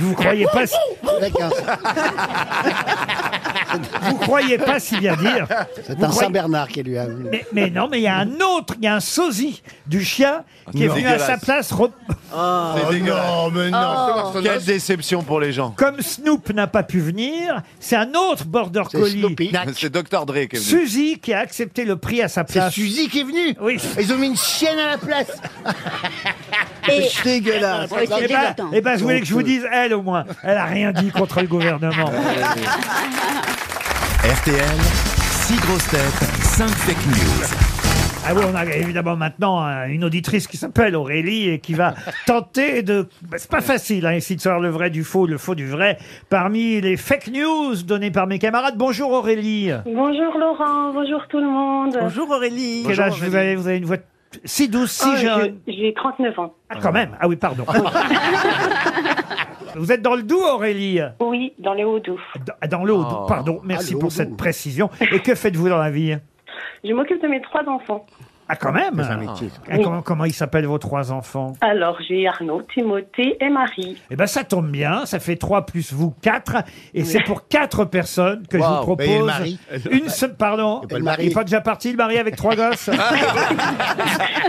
Speaker 2: Vous croyez pas si-
Speaker 5: La quinze.
Speaker 2: Vous croyez pas si bien dire.
Speaker 5: C'est
Speaker 2: Vous
Speaker 5: un
Speaker 2: croyez-
Speaker 5: Saint-Bernard qui lui a.
Speaker 2: Mais, mais non, mais il y a un autre, il y a un sosie du chien qui est
Speaker 3: non.
Speaker 2: venu à sa
Speaker 3: Dégueulasse.
Speaker 2: place. re- Oh,
Speaker 3: C'est dégueulasse.
Speaker 6: non, mais non.
Speaker 3: Quelle déception pour les gens.
Speaker 2: Comme Snoop n'a pas pu venir, c'est un autre border
Speaker 5: C'est
Speaker 2: collie,
Speaker 5: Snoopy.
Speaker 3: C'est Dr Dre qui est venu.
Speaker 2: Suzy, qui a accepté le prix à sa
Speaker 6: C'est
Speaker 2: place.
Speaker 6: Suzy qui est venue.
Speaker 2: Oui.
Speaker 6: Ils ont mis une chienne à la place.
Speaker 8: Et-
Speaker 9: Dégueulasse.
Speaker 8: Ouais, c'est
Speaker 2: Eh ben,
Speaker 8: dégoûtant.
Speaker 2: eh ben, je voulais que je vous dise, elle au moins, elle a rien dit contre le gouvernement.
Speaker 16: RTL, 6 grosses têtes, 5 fake news.
Speaker 2: Ah oui, on a évidemment maintenant euh, une auditrice qui s'appelle Aurélie et qui va tenter de... Bah, C'est pas facile, hein, ici, de savoir le vrai du faux, le faux du vrai, parmi les fake news données par mes camarades. Bonjour Aurélie.
Speaker 11: Bonjour Laurent, bonjour tout le monde.
Speaker 9: Bonjour Aurélie.
Speaker 2: Quel âge vous avez Vous avez une voix si douce, si
Speaker 11: Oh,
Speaker 2: jeune.
Speaker 11: je- J'ai 39 ans.
Speaker 2: Ah, quand même. Ah oui, pardon. vous êtes dans le Doubs, Aurélie
Speaker 11: Oui, dans les Hauts-Doubs.
Speaker 2: Dans, dans le Haut-Doubs, pardon. Merci pour cette précision. Et que faites-vous dans la vie
Speaker 11: Je m'occupe de mes trois enfants.
Speaker 2: Ah, quand même Ah,
Speaker 11: Oui.
Speaker 2: comment, comment ils s'appellent vos trois enfants
Speaker 11: Alors, j'ai Arnaud, Timothée et Marie.
Speaker 2: Eh ben, ça tombe bien. Ça fait trois plus vous, quatre. Et c'est pour quatre personnes que je vous
Speaker 6: Wow. Et le
Speaker 2: propose.
Speaker 6: mari
Speaker 2: une seule, pardon.
Speaker 6: pas le
Speaker 2: Il
Speaker 6: mari. Ah,
Speaker 2: n'est pas déjà parti, le mari, avec trois gosses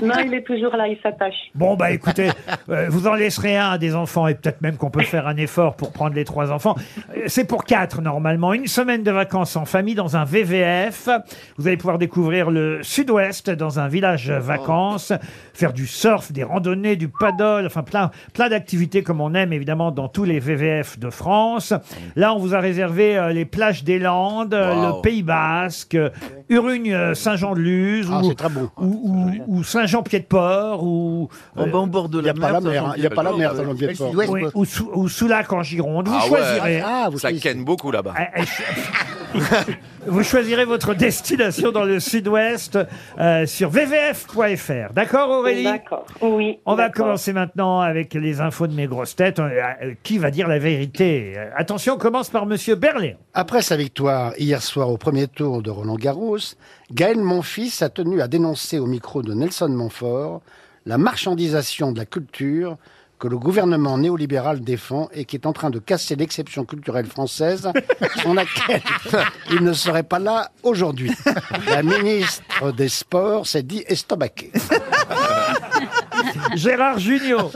Speaker 11: non, il est toujours là, il s'attache.
Speaker 2: Bon, bah écoutez, euh, vous en laisserez un à des enfants et peut-être même qu'on peut faire un effort pour prendre les trois enfants. Euh, C'est pour quatre normalement. Une semaine de vacances en famille dans un VVF. Vous allez pouvoir découvrir le sud-ouest dans un village vacances, faire du surf, des randonnées, du paddle, enfin plein, plein d'activités comme on aime évidemment dans tous les VVF de France. Là, on vous a réservé euh, les plages des Landes, euh,
Speaker 3: Wow.
Speaker 2: le Pays Basque, euh, Urugne, euh, Saint-Jean-de-Luz
Speaker 5: Ah,
Speaker 2: ou,
Speaker 5: c'est très beau.
Speaker 2: ou- ou- ou Saint-Jean-Pied-de-Port ou euh,
Speaker 9: En bas, au bord de
Speaker 5: Il n'y
Speaker 9: la
Speaker 5: a pas la
Speaker 9: mer.
Speaker 5: mer, hein, il n'y a pas la mer dans
Speaker 6: le
Speaker 5: l'ambiance.
Speaker 6: sud-ouest.
Speaker 2: Oui,
Speaker 6: quoi.
Speaker 2: ou, sous, ou Soulac en Gironde. Vous
Speaker 12: Ah ouais.
Speaker 2: choisirez.
Speaker 5: Ah, vous
Speaker 12: Ça
Speaker 5: choisissez.
Speaker 12: ken beaucoup là-bas.
Speaker 2: Eh, eh, ch- Vous choisirez votre destination dans le sud-ouest euh, sur vvf.fr. D'accord Aurélie
Speaker 11: D'accord. Oui.
Speaker 2: On va
Speaker 11: d'accord.
Speaker 2: commencer maintenant avec les infos de mes grosses têtes. Euh, euh, Qui va dire la vérité Euh, Attention, on commence par Monsieur Berléon.
Speaker 5: Après sa victoire hier soir au premier tour de Roland Garros, Gaël Monfils a tenu à dénoncer au micro de Nelson Montfort la marchandisation de la culture que le gouvernement néolibéral défend et qui est en train de casser l'exception culturelle française sans laquelle il ne serait pas là aujourd'hui. La ministre des Sports s'est dit estomaquée.
Speaker 2: Gérard Junior.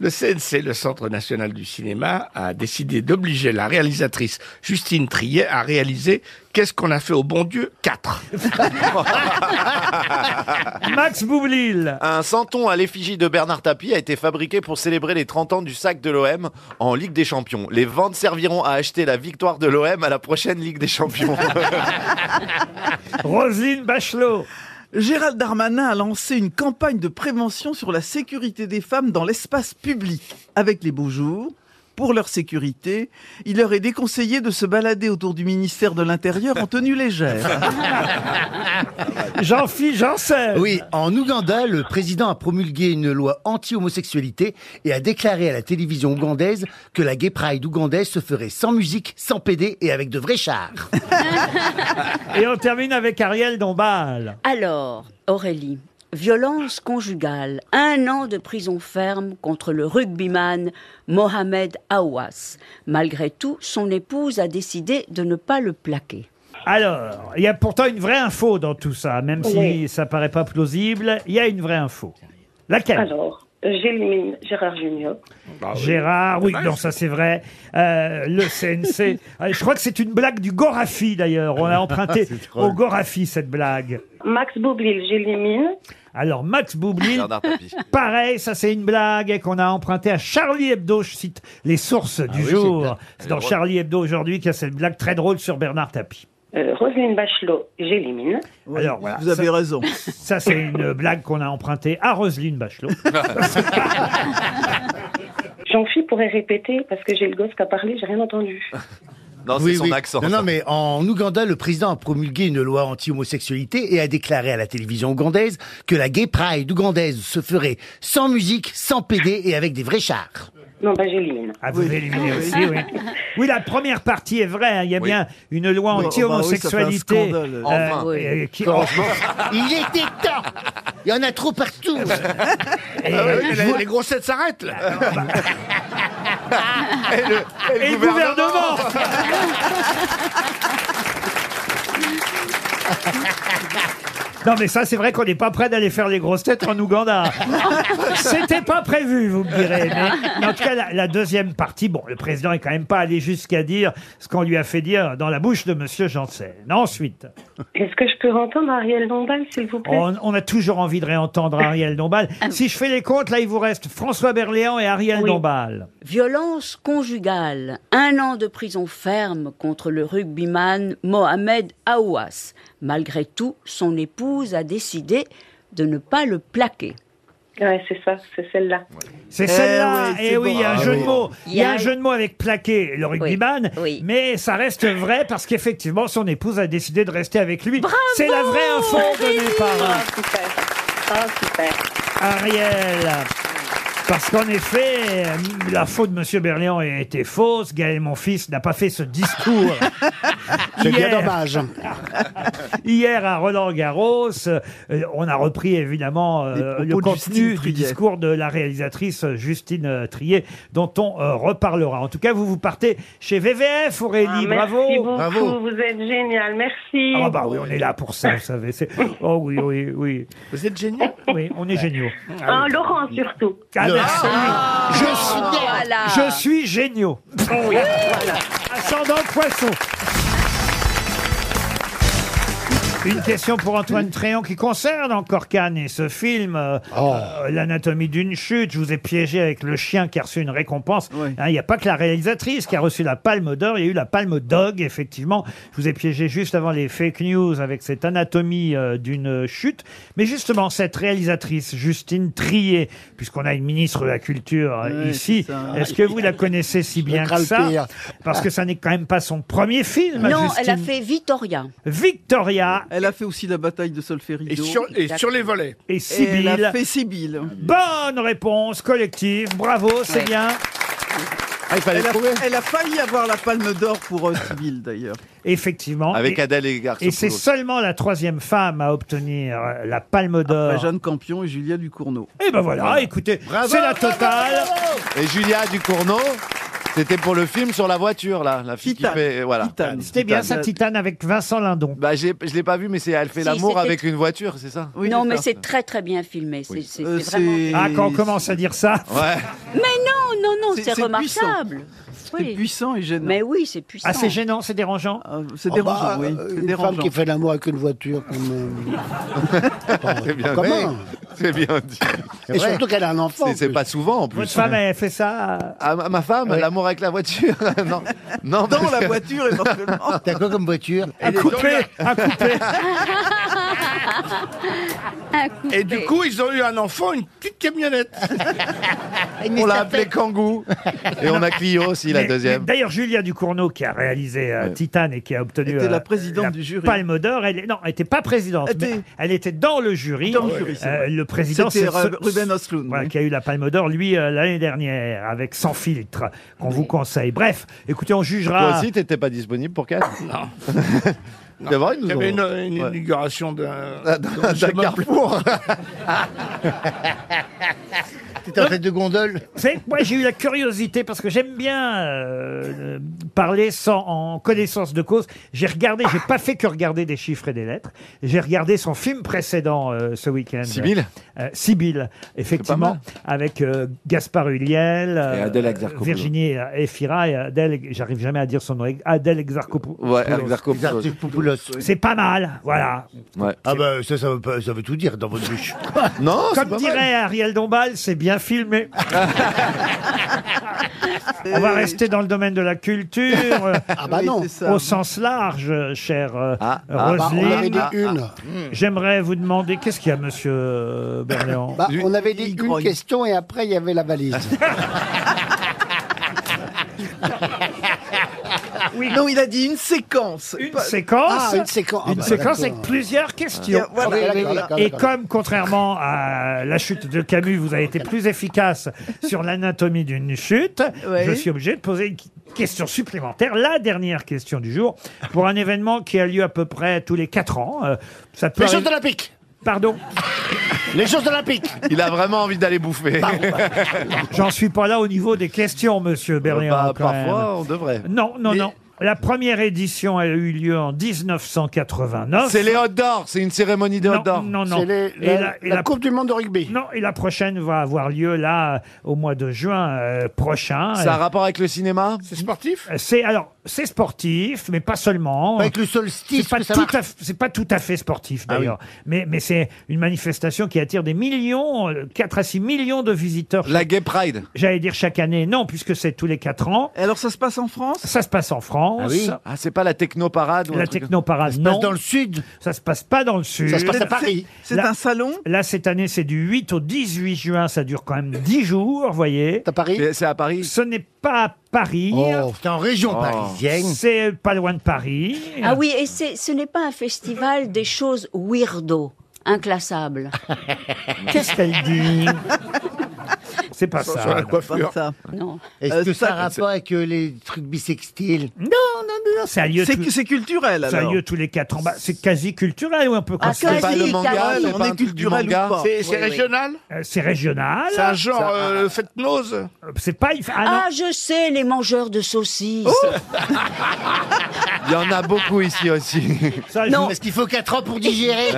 Speaker 18: Le CNC, le Centre national du cinéma, a décidé d'obliger la réalisatrice Justine Triet à réaliser Qu'est-ce qu'on a fait au bon Dieu 4.
Speaker 2: Max Boublil.
Speaker 3: Un santon à l'effigie de Bernard Tapie a été fabriqué pour célébrer les 30 ans du sac de l'OM en Ligue des Champions. Les ventes serviront à acheter la victoire de l'OM à la prochaine Ligue des Champions.
Speaker 2: Roselyne Bachelot.
Speaker 9: Gérald Darmanin a lancé une campagne de prévention sur la sécurité des femmes dans l'espace public. Avec les beaux jours, pour leur sécurité, il leur est déconseillé de se balader autour du ministère de l'Intérieur en tenue légère.
Speaker 2: jean philippe Janssen.
Speaker 6: Oui, en Ouganda, le président a promulgué une loi anti-homosexualité et a déclaré à la télévision ougandaise que la gay pride ougandaise se ferait sans musique, sans PD et avec de vrais chars.
Speaker 2: Et on termine avec Ariel Dombal.
Speaker 8: Alors, Aurélie, violence conjugale, un an de prison ferme contre le rugbyman Mohamed Aouas. Malgré tout, son épouse a décidé de ne pas le plaquer.
Speaker 2: Alors, il y a pourtant une vraie info dans tout ça, même si
Speaker 8: Oui.
Speaker 2: ça paraît pas plausible, il y a une vraie info. Laquelle
Speaker 11: Alors, j'élimine Gérard Junior.
Speaker 2: Gérard, oui, non, ça c'est vrai. Euh, le CNC. Euh, Je crois que c'est une blague du Gorafi d'ailleurs. On a emprunté
Speaker 11: C'est drôle.
Speaker 2: au Gorafi cette blague.
Speaker 11: Max Boublil, j'élimine.
Speaker 2: Alors, Max Boublil,
Speaker 11: Bernard Tapie.
Speaker 2: pareil, ça c'est une blague qu'on a empruntée à Charlie Hebdo. Je cite les sources du
Speaker 11: Ah oui, c'est
Speaker 2: jour.
Speaker 11: bien.
Speaker 2: C'est
Speaker 11: Elle
Speaker 2: dans
Speaker 11: est drôle.
Speaker 2: Charlie Hebdo aujourd'hui qu'il y a cette blague très drôle sur Bernard Tapie.
Speaker 11: Euh, Roselyne Bachelot, j'élimine.
Speaker 2: Alors, voilà,
Speaker 9: vous avez
Speaker 2: ça-
Speaker 9: raison.
Speaker 2: Ça, c'est une blague qu'on a empruntée à Roselyne Bachelot.
Speaker 11: Jean-Philippe pourrait répéter parce que j'ai le gosse qui a parlé, j'ai rien entendu.
Speaker 3: Non, c'est son accent.
Speaker 6: Non, non, mais en Ouganda, le président a promulgué une loi anti-homosexualité et a déclaré à la télévision ougandaise que la gay pride ougandaise se ferait sans musique, sans PD et avec des vrais chars.
Speaker 11: Non, bah j'élimine.
Speaker 2: Ah, vous éliminez aussi, oui. Oui, la première partie est vraie. hein. Il y a bien une loi
Speaker 6: Oui,
Speaker 2: anti-homosexualité.
Speaker 6: oh bah oui, ça fait un
Speaker 2: euh,
Speaker 6: scandale. Enfin.
Speaker 2: euh, qui-
Speaker 6: Franchement. Il était temps Il y en a trop partout
Speaker 18: Ah
Speaker 2: Et-
Speaker 6: Ah ouais,
Speaker 2: je
Speaker 6: mais la-
Speaker 2: vois-
Speaker 6: Les grossettes s'arrêtent là
Speaker 10: Et le,
Speaker 2: Et le gouvernement Non, mais ça, c'est vrai qu'on n'est pas prêt d'aller faire les grosses têtes en Ouganda. C'était pas prévu, vous me direz. Mais- mais en tout cas, la, la deuxième partie, bon, le président est quand même pas allé jusqu'à dire ce qu'on lui a fait dire dans la bouche de Monsieur Janssen. Ensuite,
Speaker 11: Est-ce que je peux entendre Ariel Dombal, s'il vous plaît
Speaker 2: on, on a toujours envie de réentendre Ariel Dombal. Si je fais les comptes, là, il vous reste François Berléand et Ariel Dombal.
Speaker 8: Violence conjugale, un an de prison ferme contre le rugbyman Mohamed Aouas. Malgré tout, son épouse a décidé de ne pas le plaquer.
Speaker 11: Ouais, c'est ça, c'est celle-là.
Speaker 2: C'est celle-là. et Eh oui, il y a un jeu de mots. Il y a un
Speaker 11: Il y a-
Speaker 2: jeu de mots avec plaqué, le rugbyman. Mais ça reste vrai parce qu'effectivement, son épouse a décidé de rester avec lui. C'est la vraie info donnée par
Speaker 11: Ah, super. Ah, super.
Speaker 2: Ariel. Parce qu'en effet, euh, l'info de M. Berléand était fausse. Gaël, mon fils, n'a pas fait ce discours.
Speaker 5: C'est bien
Speaker 2: Hier.
Speaker 5: dommage.
Speaker 2: Hier à Roland Garros, euh, on a repris évidemment euh, le
Speaker 9: propos de Justine
Speaker 2: contenu du
Speaker 9: Triet.
Speaker 2: discours de la réalisatrice Justine euh, Triet, dont on euh, reparlera. En tout cas, vous vous partez chez VVF, Aurélie.
Speaker 11: Ah,
Speaker 2: bravo.
Speaker 11: merci beaucoup, vous êtes génial, merci.
Speaker 2: Ah bah oui, on est là pour ça, vous savez. c'est- Oh oui, oui, oui. Vous êtes géniaux Oui, on est géniaux.
Speaker 11: Ah, Laurent surtout.
Speaker 2: Ah, merci. Je suis,
Speaker 11: Voilà.
Speaker 2: je suis géniaux. Ascendant poisson. Une question pour Antoine Tréon qui concerne encore Cannes et ce film, euh,
Speaker 15: Oh.
Speaker 2: euh, L'anatomie d'une chute. Je vous ai piégé avec le chien qui a reçu une récompense. Hein, Il n'y a pas que la réalisatrice qui a reçu la palme d'or, il y a eu la palme dog, effectivement. Je vous ai piégé juste avant les fake news avec cette anatomie euh, d'une chute. Mais justement, cette réalisatrice, Justine Trier, puisqu'on a une ministre de la Culture euh,
Speaker 15: Ouais,
Speaker 2: ici,
Speaker 15: c'est ça.
Speaker 2: est-ce que vous la connaissez si bien que
Speaker 15: crains le
Speaker 2: ça
Speaker 15: pire.
Speaker 2: Parce que ça n'est quand même pas son premier film.
Speaker 8: Non,
Speaker 2: Justine
Speaker 8: elle a fait Vittoria.
Speaker 2: Victoria.
Speaker 9: Elle a fait aussi la bataille de Solferino.
Speaker 18: Et sur- et sur les volets.
Speaker 2: Et
Speaker 9: Elle a
Speaker 2: Sibylle.
Speaker 9: fait Sibylle.
Speaker 2: Bonne réponse collective. Bravo, c'est
Speaker 9: Ouais.
Speaker 2: bien.
Speaker 18: Ah,
Speaker 9: elle, a, elle a failli avoir la palme d'or pour euh, Sibylle, d'ailleurs.
Speaker 2: Effectivement.
Speaker 3: Avec
Speaker 2: Et-
Speaker 3: Adèle et Garçon.
Speaker 2: Et c'est seulement la troisième femme à obtenir euh, la Palme
Speaker 9: Après
Speaker 2: d'Or.
Speaker 9: Jeanne Campion et Julia Ducournau.
Speaker 2: Et ben voilà, écoutez, c'est la totale.
Speaker 3: Et Julia Ducournau, c'était pour le film sur la voiture, là. La fille qui fait. Voilà.
Speaker 2: C'était bien ça, Titane, avec Vincent Lindon.
Speaker 3: Bah, j'ai- je l'ai pas vu, mais c'est elle fait
Speaker 8: Si,
Speaker 3: l'amour
Speaker 8: c'était-
Speaker 3: avec une voiture, c'est ça
Speaker 8: non, mais c'est très très bien filmé. C'est c'est-
Speaker 9: Euh,
Speaker 8: c'est vraiment.
Speaker 2: Ah, quand on commence à dire ça.
Speaker 3: Ouais.
Speaker 8: Mais non, non, non,
Speaker 9: C'est-
Speaker 8: c'est
Speaker 9: c'est
Speaker 8: remarquable. Oui.
Speaker 9: puissant et gênant.
Speaker 8: Mais oui, c'est puissant.
Speaker 2: Ah, c'est gênant, c'est dérangeant
Speaker 3: Ah,
Speaker 9: C'est
Speaker 5: Oh
Speaker 18: Ah
Speaker 5: bah, euh, Une femme qui fait l'amour avec une voiture, quand même.
Speaker 3: C'est bien
Speaker 5: Comment
Speaker 3: dit. C'est bien dit.
Speaker 5: Et surtout qu'elle a un enfant.
Speaker 3: C'est- C'est pas souvent en plus.
Speaker 2: Votre femme, elle fait ça euh,
Speaker 3: Ah, ma ma femme, l'amour avec la voiture Non. non
Speaker 6: Dans
Speaker 3: parce
Speaker 6: la
Speaker 3: que-
Speaker 6: voiture, éventuellement. T'as quoi comme voiture
Speaker 3: Un coupé,
Speaker 2: un coupé.
Speaker 18: Et du coup, ils ont eu un enfant, une petite camionnette.
Speaker 3: On l'a appelé Kangoo. Et on a Clio aussi, la
Speaker 2: Mais-
Speaker 3: deuxième.
Speaker 2: mais D'ailleurs, Julia Ducournau, qui a réalisé euh, Titane et qui a obtenu
Speaker 9: Était la
Speaker 2: euh,
Speaker 9: présidente
Speaker 2: la
Speaker 9: du jury.
Speaker 2: Palme d'Or, elle est- non, elle n'était pas présidente,
Speaker 9: Elle
Speaker 2: mais
Speaker 9: était-
Speaker 2: elle était dans le jury. Euh,
Speaker 9: Dans le jury, c'est vrai.
Speaker 2: le président,
Speaker 9: C'était
Speaker 2: ce-
Speaker 9: Ru- Ruben Östlund,
Speaker 2: voilà,
Speaker 9: oui.
Speaker 2: qui a eu la Palme d'Or, lui, euh, l'année dernière, avec Sans filtre, qu'on vous conseille. Bref, écoutez, on jugera.
Speaker 3: Toi aussi, t'étais pas disponible pour Cannes Non. C'est vrai, ils nous
Speaker 18: Il y avait une,
Speaker 3: ont-
Speaker 18: une
Speaker 3: Ouais. Ah,
Speaker 18: inauguration d'un
Speaker 3: d'un
Speaker 18: d'un
Speaker 3: carrefour.
Speaker 6: T'es en fait de gondole
Speaker 2: Vous savez que moi j'ai eu la curiosité parce que j'aime bien euh, euh, parler sans en connaissance de cause. J'ai regardé, j'ai pas fait que regarder des chiffres et des lettres. J'ai regardé son film précédent euh, ce week-end.
Speaker 3: Sibylle
Speaker 2: Euh, Sibylle, effectivement, avec euh, Gaspard Huliel, euh,
Speaker 3: Et Adèle Exarchopoulos.
Speaker 2: Virginie euh, Efira et Adèle. J'arrive jamais à dire son nom. Adèle Exarchopoulos.
Speaker 3: Ouais, Exarchopoulos.
Speaker 6: Exarchopoulos.
Speaker 2: C'est pas mal, voilà.
Speaker 3: Ouais.
Speaker 6: Ah bah ça, ça veut, pas- ça veut tout dire dans votre bouche.
Speaker 3: Non, c'est
Speaker 2: Comme
Speaker 3: pas
Speaker 2: dirait
Speaker 3: mal.
Speaker 2: Ariel Dombal, c'est bien filmé. On va rester dans le domaine de la culture. euh,
Speaker 5: Ah bah non.
Speaker 9: c'est ça.
Speaker 2: Au sens large, euh, cher euh,
Speaker 5: Ah, bah, on avait
Speaker 2: Roselyne.
Speaker 5: dit une.
Speaker 2: J'aimerais vous demander, qu'est-ce qu'il y a, monsieur euh, Berléand
Speaker 5: Bah, on avait dit une question et après il y avait la valise.
Speaker 9: Non, il a dit une séquence.
Speaker 2: Une
Speaker 9: Pas-
Speaker 2: séquence,
Speaker 5: Ah, une séquence. Ah
Speaker 2: une
Speaker 5: bah,
Speaker 2: séquence
Speaker 5: d'accord.
Speaker 2: avec plusieurs questions.
Speaker 9: Ah, voilà,
Speaker 5: Euh, Oui, oui, d'accord, d'accord,
Speaker 2: Et
Speaker 5: d'accord.
Speaker 2: comme, contrairement à la chute de Camus, vous avez été plus efficace sur l'anatomie d'une chute,
Speaker 9: Ouais.
Speaker 2: je suis obligé de poser une qui- question supplémentaire, la dernière question du jour, pour un événement qui a lieu à peu près tous les 4 ans. Euh, ça peut
Speaker 5: Les Jeux
Speaker 2: arriver-
Speaker 5: Olympiques.
Speaker 2: Pardon,
Speaker 5: Les Jeux Olympiques.
Speaker 3: Il a vraiment envie d'aller bouffer.
Speaker 2: j'en suis pas là au niveau des questions, monsieur Berléand.
Speaker 3: Bah,
Speaker 2: quand même.
Speaker 3: parfois, on devrait.
Speaker 2: Non, non, non. La première édition a eu lieu en 1989.
Speaker 3: C'est les hot d'or, c'est une cérémonie de hot
Speaker 2: Non,
Speaker 3: d'or.
Speaker 2: non, non.
Speaker 5: C'est les-
Speaker 2: Et
Speaker 5: la,
Speaker 2: la- et
Speaker 5: la
Speaker 2: la-
Speaker 5: Coupe du Monde de rugby.
Speaker 2: Non, et la prochaine va avoir lieu là euh, au mois de juin euh, prochain.
Speaker 3: Ça a un rapport avec le cinéma
Speaker 18: C'est sportif
Speaker 2: Euh, C'est alors c'est sportif, mais pas seulement.
Speaker 6: Avec le solstice,
Speaker 2: C'est pas,
Speaker 6: que ça
Speaker 2: tout
Speaker 6: marche.
Speaker 2: à f- c'est pas tout à fait sportif
Speaker 3: Ah
Speaker 2: d'ailleurs, mais, mais c'est une manifestation qui attire des millions, euh, 4 à 6 millions de visiteurs.
Speaker 3: La Gay Pride.
Speaker 2: J'allais dire chaque année, non, puisque c'est tous les 4 ans.
Speaker 9: Et Alors, ça se passe en France
Speaker 2: Ça se passe en France.
Speaker 6: Ah oui.
Speaker 3: Ah, c'est pas la technoparade ou un
Speaker 2: La
Speaker 3: truc-
Speaker 2: technoparade,
Speaker 6: Passe
Speaker 2: non.
Speaker 6: dans le sud.
Speaker 2: Ça se passe pas dans le sud.
Speaker 5: Ça se passe à Paris.
Speaker 9: C'est
Speaker 2: Là-
Speaker 9: un salon
Speaker 2: Là, cette année, c'est du 8 au 18 juin. Ça dure quand même 10 jours, voyez.
Speaker 5: C'est à Paris.
Speaker 3: C'est c'est à Paris
Speaker 2: Ce n'est pas à Paris.
Speaker 6: Oh, c'est en région
Speaker 3: Oh.
Speaker 6: parisienne.
Speaker 2: C'est pas loin de Paris.
Speaker 8: Ah oui, et c'est- ce n'est pas un festival des choses weirdo, inclassables.
Speaker 2: Qu'est-ce qu'elle dit C'est pas
Speaker 18: Sur la
Speaker 2: ça.
Speaker 18: coiffure.
Speaker 9: Ça.
Speaker 8: Non.
Speaker 6: Est-ce
Speaker 9: Euh,
Speaker 6: que ça
Speaker 9: ça-
Speaker 6: a rapport avec euh, les trucs bisextiles
Speaker 2: Non, non, non, non, ça a lieu.
Speaker 9: C'est
Speaker 2: tous-
Speaker 9: que- c'est culturel,
Speaker 2: ça a
Speaker 9: alors.
Speaker 2: lieu tous les 4 ans. Bah, c'est quasi culturel ou un peu
Speaker 8: Ah,
Speaker 2: comme ça.
Speaker 8: quasi.
Speaker 3: Pas le manga,
Speaker 8: Paris,
Speaker 3: c'est
Speaker 9: on
Speaker 3: pas
Speaker 9: est
Speaker 3: un truc du
Speaker 9: culturel ou
Speaker 3: manga.
Speaker 9: pas
Speaker 18: C'est c'est
Speaker 8: Oui, oui.
Speaker 18: régional
Speaker 2: Euh, C'est régional.
Speaker 18: C'est un genre
Speaker 9: ah.
Speaker 18: euh, fête-nose
Speaker 2: C'est pas. il fait- Ah
Speaker 8: Ah, je sais, les mangeurs de saucisses.
Speaker 18: Oh
Speaker 3: Il y en a beaucoup ici aussi.
Speaker 2: non, ça, je-
Speaker 6: Parce qu'il faut 4 ans pour digérer.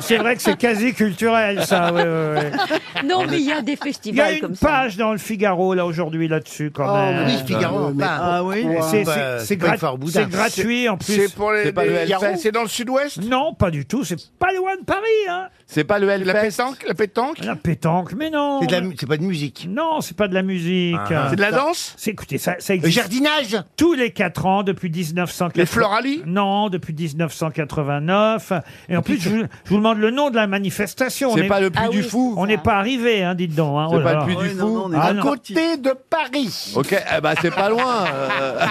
Speaker 2: c'est vrai que c'est quasi culturel ça. ouais, ouais, ouais.
Speaker 8: non, mais il y a des des
Speaker 2: Il y a
Speaker 8: festivals
Speaker 2: une
Speaker 8: comme ça.
Speaker 2: page dans le Figaro là aujourd'hui là-dessus quand
Speaker 8: Oh,
Speaker 2: même.
Speaker 8: oui,
Speaker 3: Euh,
Speaker 8: Figaro,
Speaker 2: Mais
Speaker 18: bah,
Speaker 2: pourquoi
Speaker 18: ah oui.
Speaker 2: C'est-
Speaker 18: Bah,
Speaker 2: C'est c'est
Speaker 18: c'est pas
Speaker 2: grat-
Speaker 18: une foire Bouddha.
Speaker 2: c'est gratuit en plus.
Speaker 18: C'est pour les- C'est pas les- le Figaro c'est
Speaker 2: dans le Sud-Ouest Non, pas du tout. C'est pas loin de Paris. Hein.
Speaker 3: C'est pas le
Speaker 18: La pétanque, la pétanque.
Speaker 2: La pétanque, mais non.
Speaker 18: C'est de la
Speaker 2: C'est pas de musique. Non, c'est pas de la musique.
Speaker 18: Ah. C'est de la
Speaker 2: Ça-
Speaker 18: danse
Speaker 2: C'est écoutez ça. ça existe.
Speaker 18: Le jardinage
Speaker 2: Tous les 4 ans depuis 1980.
Speaker 18: Les Floralis
Speaker 2: Non, depuis 1989. Et en plus, je vous, je vous demande le nom de la manifestation.
Speaker 3: C'est
Speaker 2: On est-
Speaker 3: pas le Puy Ah du oui, Fou
Speaker 2: On n'est pas arrivé, hein, dites donc. hein.
Speaker 3: C'est
Speaker 2: Oh là
Speaker 3: pas le
Speaker 2: là.
Speaker 3: Puy du Ouais, non, Fou non, on est
Speaker 2: Ah
Speaker 3: pas
Speaker 2: non.
Speaker 18: Côté de Paris.
Speaker 3: Ok, eh ben, c'est pas loin. euh.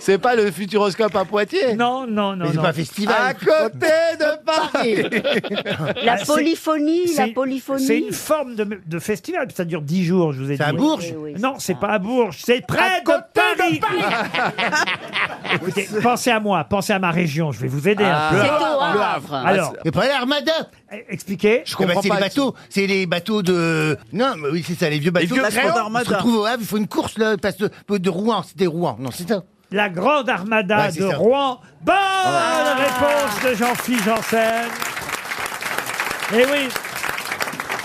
Speaker 3: c'est pas le futuroscope à Poitiers
Speaker 2: Non, non, non.
Speaker 3: C'est pas
Speaker 6: festival.
Speaker 3: À côté de Paris
Speaker 8: La
Speaker 2: Ah, c'est-
Speaker 8: polyphonie, la
Speaker 2: c'est-
Speaker 8: polyphonie.
Speaker 2: Ah, C'est une forme de, de festival, ça dure 10 jours, je vous ai dit. C'est à
Speaker 8: Bourges Oui, oui,
Speaker 2: Non, c'est pas à Bourges, c'est près de Paris. Écoutez, pensez à moi, pensez à ma région, je vais vous aider
Speaker 6: Ah.
Speaker 2: un peu.
Speaker 6: C'est au Havre. Le Havre.
Speaker 2: Alors, Eh,
Speaker 6: Mais pas l'armada
Speaker 2: Expliquez.
Speaker 6: Je comprends c'est les bateaux, c'est les bateaux de. Non, mais oui, c'est ça, les vieux bateaux.
Speaker 2: vieux
Speaker 6: Ils
Speaker 2: bateaux
Speaker 6: se
Speaker 2: d'armada.
Speaker 6: retrouvent au Havre, il faut une course là, passe de, de Rouen, c'était Rouen. Non, c'est ça.
Speaker 2: La grande armada
Speaker 6: Ouais, c'est
Speaker 2: de
Speaker 6: ça.
Speaker 2: Rouen. Bonne réponse de Jean-Philippe Janssen. Eh oui.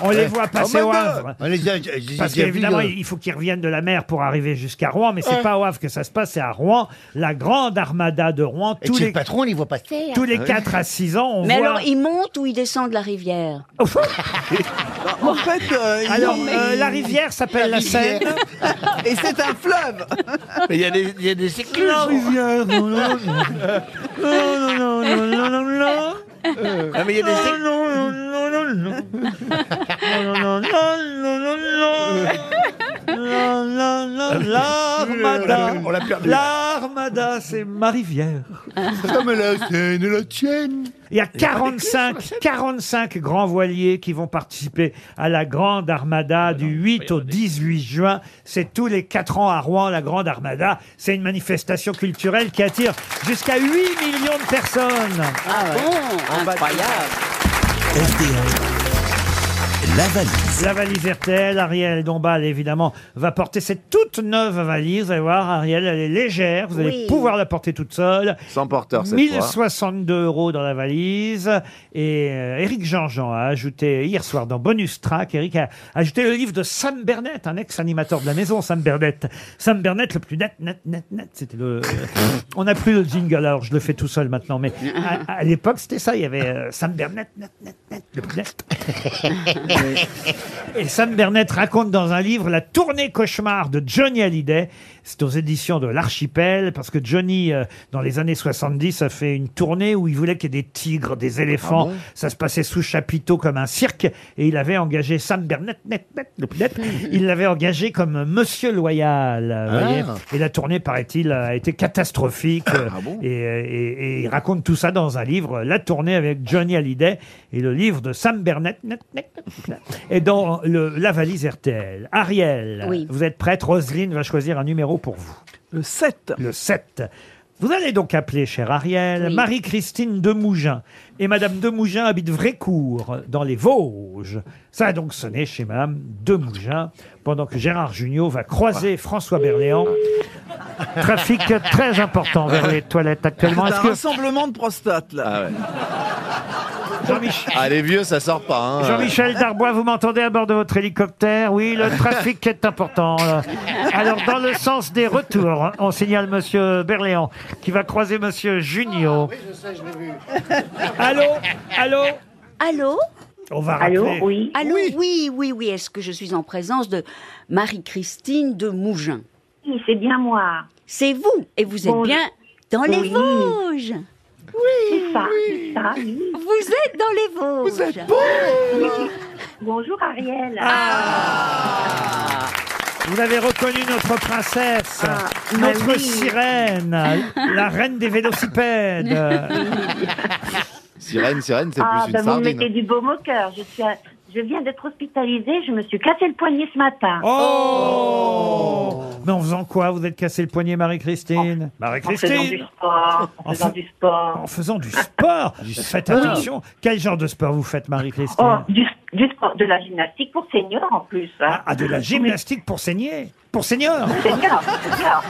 Speaker 2: On les
Speaker 6: Ouais.
Speaker 2: voit passer au
Speaker 6: Armada.
Speaker 2: Havre.
Speaker 6: On les a- je- je-
Speaker 2: Parce
Speaker 6: j'ai
Speaker 2: qu'évidemment,
Speaker 6: vu, euh,
Speaker 2: il faut qu'ils reviennent de la mer pour arriver jusqu'à Rouen, mais c'est
Speaker 6: Ouais.
Speaker 2: pas au Havre que ça se passe, c'est à Rouen, la grande armada de Rouen.
Speaker 6: Et chez le patron, on les voit pas.
Speaker 2: Tous les
Speaker 6: Ah oui.
Speaker 2: 4 à 6 ans, on
Speaker 8: Mais
Speaker 2: voit.
Speaker 8: alors, ils montent ou ils descendent la rivière
Speaker 9: En fait, euh, ils
Speaker 2: Alors,
Speaker 9: ont-
Speaker 2: euh, la rivière s'appelle la Seine.
Speaker 9: Et c'est un fleuve.
Speaker 18: Mais il y a des, il y a des cyclistes.
Speaker 9: La
Speaker 2: rivière, non, non, non, non, non, non, non.
Speaker 18: Ah, mais il y a des cyclistes.
Speaker 2: non, non, non, non. Non, non, non, non, non, non. Non, non, non, L'armada.
Speaker 18: On l'a perdu.
Speaker 2: L'armada, c'est ma rivière.
Speaker 6: Comme la Seine, la tienne.
Speaker 2: Il y a 45, 45 grands voiliers qui vont participer à la Grande Armada du 8 au 18 juin. C'est tous les 4 ans à Rouen, la Grande Armada. C'est une manifestation culturelle qui attire jusqu'à 8 millions de personnes.
Speaker 8: Ah
Speaker 15: incroyable.
Speaker 2: La valise. La valise RTL, Ariel Dombal, évidemment, va porter cette toute neuve valise. Vous allez voir, Ariel, elle est légère. Vous allez
Speaker 3: Oui.
Speaker 2: pouvoir la porter toute seule.
Speaker 3: Sans porteur cette fois.
Speaker 2: 1062 euros dans la valise. Et euh, Eric Jean-Jean a ajouté hier soir dans Bonus Track, Eric a ajouté le livre de Sam Bernet, un ex-animateur de la maison, Sam Bernet. Sam Bernet, le plus net, net, net, net. C'était le. On n'a plus le jingle, alors je le fais tout seul maintenant. Mais à, à l'époque, c'était ça. Il y avait euh, Sam Bernet, net, net, net, le plus net. Et Sam Bernet raconte dans un livre la tournée cauchemar de Johnny Hallyday. C'est aux éditions de l'Archipel, parce que Johnny, euh, dans les années 70, a fait une tournée où il voulait qu'il y ait des tigres, des éléphants.
Speaker 3: Ah bon
Speaker 2: Ça se passait sous chapiteau comme un cirque. Et il avait engagé Sam Bernet, net, net, le plus net. il l'avait engagé comme Monsieur Loyal. euh,
Speaker 3: Ah.
Speaker 2: voyez. Et la tournée, paraît-il, a été catastrophique. euh, et, et- et il raconte tout ça dans un livre, La tournée avec Johnny Hallyday et le livre de Sam Bernet. net, net, net, Et dans le- la valise RTL, Ariel,
Speaker 8: Oui.
Speaker 2: vous êtes prête Roselyne va choisir un numéro pour vous.
Speaker 9: Le 7.
Speaker 2: Le 7. Vous allez donc appeler, chère Ariel,
Speaker 9: Oui.
Speaker 2: Marie-Christine Demougin. Et Madame Demougin habite Vrécourt, dans les Vosges. Ça a donc sonné chez Madame Demougin, pendant que Gérard Jugnot va croiser François Berléand. Trafic très important vers les toilettes actuellement.
Speaker 9: C'est
Speaker 2: Est-ce
Speaker 9: un
Speaker 2: que
Speaker 9: rassemblement de prostate, là.
Speaker 2: Jean-Michel
Speaker 3: Ah, les vieux, ça sort pas. hein.
Speaker 2: Jean-Michel Darbois, vous m'entendez à bord de votre hélicoptère Oui, le trafic est important. Euh, Alors, dans le sens des retours, on signale Monsieur Berléand qui va croiser Monsieur Junio.
Speaker 5: je sais, je l'ai vu.
Speaker 11: Ah,
Speaker 2: Allô Allô
Speaker 8: Allô
Speaker 2: On va rappeler.
Speaker 8: Allô, oui, oui, oui. Est-ce que je suis en présence de Marie-Christine de Mougin
Speaker 11: Oui, c'est bien moi.
Speaker 8: C'est vous, et vous êtes
Speaker 11: Bonjour.
Speaker 8: bien dans les
Speaker 11: Oui.
Speaker 8: Vosges.
Speaker 11: C'est ça, c'est ça.
Speaker 8: Vous êtes dans les Vosges. Vous êtes
Speaker 11: Bonjour Ariel.
Speaker 8: Ah.
Speaker 2: Vous avez reconnu notre princesse, notre
Speaker 11: bah oui.
Speaker 2: sirène, la reine des vélocipèdes.
Speaker 3: Sirène, sirène, c'est
Speaker 11: Ah,
Speaker 3: plus
Speaker 11: bah,
Speaker 3: une
Speaker 11: vous me
Speaker 3: sardine.
Speaker 11: mettez du baume au cœur. Je, suis à- je viens d'être hospitalisée, je me suis cassé le poignet ce matin.
Speaker 2: Oh Mais en faisant quoi Vous êtes cassé le poignet, Marie-Christine
Speaker 11: En faisant
Speaker 2: Marie-Christine
Speaker 11: du sport, en
Speaker 2: En
Speaker 11: faisant
Speaker 2: fa-
Speaker 11: du sport.
Speaker 2: En faisant du sport Faites
Speaker 11: sport.
Speaker 2: attention. Quel genre de sport vous faites, Marie-Christine
Speaker 11: Oh, du, du sport, de la gymnastique pour seniors en plus. hein.
Speaker 2: Ah, de la gymnastique pour saigner Pour senior
Speaker 11: Seniors, seniors.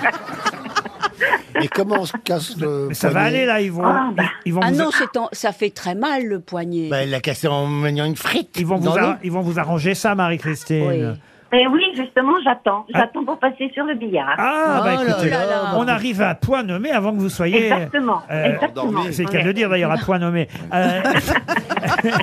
Speaker 5: Et comment on se casse le.
Speaker 2: Mais ça va
Speaker 5: poignet
Speaker 2: aller là, ils vont.
Speaker 8: Ah,
Speaker 19: bah.
Speaker 2: ils vont
Speaker 8: ah
Speaker 2: vous-
Speaker 8: non, c'est en- ça fait très mal le poignet.
Speaker 6: Bah, elle l'a cassé en maniant une frite.
Speaker 2: Ils vont vous,
Speaker 6: Dans
Speaker 2: ar-
Speaker 6: l'eau.
Speaker 2: ils vont vous arranger ça, Marie-Christine.
Speaker 11: Eh
Speaker 19: Et oui, justement, j'attends. J'attends pour passer sur le billard.
Speaker 2: Ah,
Speaker 5: Oh
Speaker 3: Oh
Speaker 2: bah écoutez, on arrive à point nommé avant que vous soyez.
Speaker 19: Exactement,
Speaker 2: euh,
Speaker 19: exactement.
Speaker 2: C'est le cas de le dire d'ailleurs, à point nommé. Euh, Bah.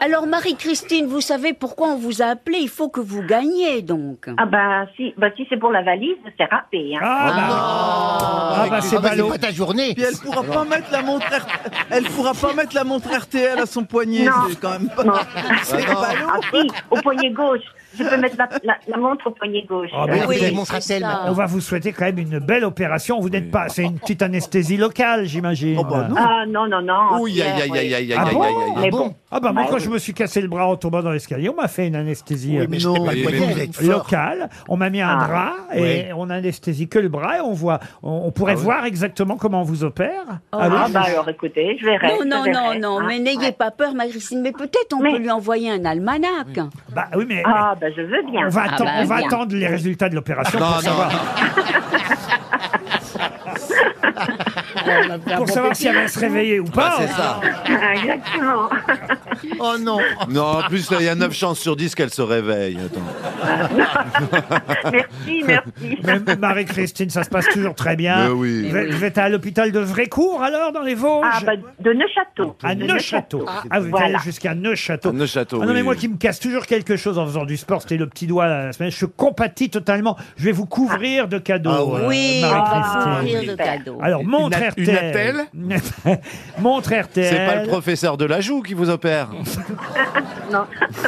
Speaker 8: Alors Marie-Christine, vous savez pourquoi on vous a appelé Il faut que vous gagniez donc.
Speaker 19: Ah bah si, bah si c'est pour la valise, c'est râpé. hein.
Speaker 2: bah.
Speaker 11: Oh,
Speaker 2: Ah bah c'est ballot.
Speaker 6: ta journée.
Speaker 9: Puis elle pourra pas mettre la montre. R- Elle pourra pas mettre la montre RTL à son poignet.
Speaker 19: Non.
Speaker 9: C'est quand même
Speaker 19: Non.
Speaker 9: pas. C'est
Speaker 11: Bah,
Speaker 9: pas long.
Speaker 2: bah,
Speaker 19: Ah si, au poignet gauche. Je peux mettre la, la- la montre au poignet gauche.
Speaker 2: Ah, mais
Speaker 19: Euh,
Speaker 2: écoutez,
Speaker 19: c'est ça.
Speaker 2: on va vous souhaiter quand même une belle opération. Vous n'êtes pas, c'est une petite anesthésie locale,
Speaker 5: Oh,
Speaker 2: j'imagine.
Speaker 5: bah,
Speaker 19: Ah non, non, non.
Speaker 3: Ouh, aïe, aïe, aïe, aïe, aïe, aïe,
Speaker 2: Ah
Speaker 3: aïe,
Speaker 2: bon
Speaker 3: aïe, aïe.
Speaker 2: Ah bon Ah bah moi
Speaker 3: Ouais.
Speaker 2: quand je me suis cassé le bras en tombant dans l'escalier, on m'a fait une anesthésie
Speaker 6: Oui, mais je n'ai pas le poignet, vous êtes fort.
Speaker 2: locale. On m'a mis un
Speaker 6: Ah.
Speaker 2: drap et
Speaker 6: Ouais.
Speaker 2: on anesthésie que le bras et on voit, on, on pourrait
Speaker 6: Ah ouais.
Speaker 2: voir exactement comment on vous opère.
Speaker 8: Oh.
Speaker 2: Allô
Speaker 8: Ah bah alors,
Speaker 19: écoutez, je Ah,
Speaker 8: Non, non, non, non, mais n'ayez pas peur, Marie-Christine, mais peut-être on peut lui envoyer un almanach.
Speaker 2: Bah oui, mais.
Speaker 8: Ah, bah,
Speaker 19: bah je veux
Speaker 2: On va, attendre, on va attendre les résultats de l'opération pour savoir. Pour savoir si elle va se réveiller ou pas.
Speaker 3: Ah, c'est ça.
Speaker 11: Bah,
Speaker 19: Exactement.
Speaker 6: Oh non.
Speaker 3: Non, en plus, il y a 9 chances sur 10 qu'elle se réveille. Attends.
Speaker 19: merci, merci.
Speaker 2: Même Marie-Christine, ça se passe toujours très bien.
Speaker 3: Mais oui.
Speaker 2: Vous, êtes, vous êtes à l'hôpital de Vrécourt alors, dans les Vosges
Speaker 19: Ah bah de Neuchâteau.
Speaker 2: À
Speaker 19: De
Speaker 2: Neuchâteau. Ah, vous êtes allé
Speaker 19: Voilà.
Speaker 2: jusqu'à Neuchâteau.
Speaker 3: Neuchâteau,
Speaker 2: Ah non, mais
Speaker 3: oui,
Speaker 2: moi
Speaker 3: oui.
Speaker 2: qui me casse toujours quelque chose en faisant du sport, c'était le petit doigt la semaine. Je compatis totalement. Je vais vous couvrir de cadeaux. euh,
Speaker 8: Oui, on va
Speaker 2: Marie-Christine.
Speaker 8: couvrir de cadeaux.
Speaker 2: Alors, montre
Speaker 3: Ah Une a- une
Speaker 2: RTL. montre RTL.
Speaker 3: C'est pas le professeur de la joue qui vous opère.
Speaker 19: Non,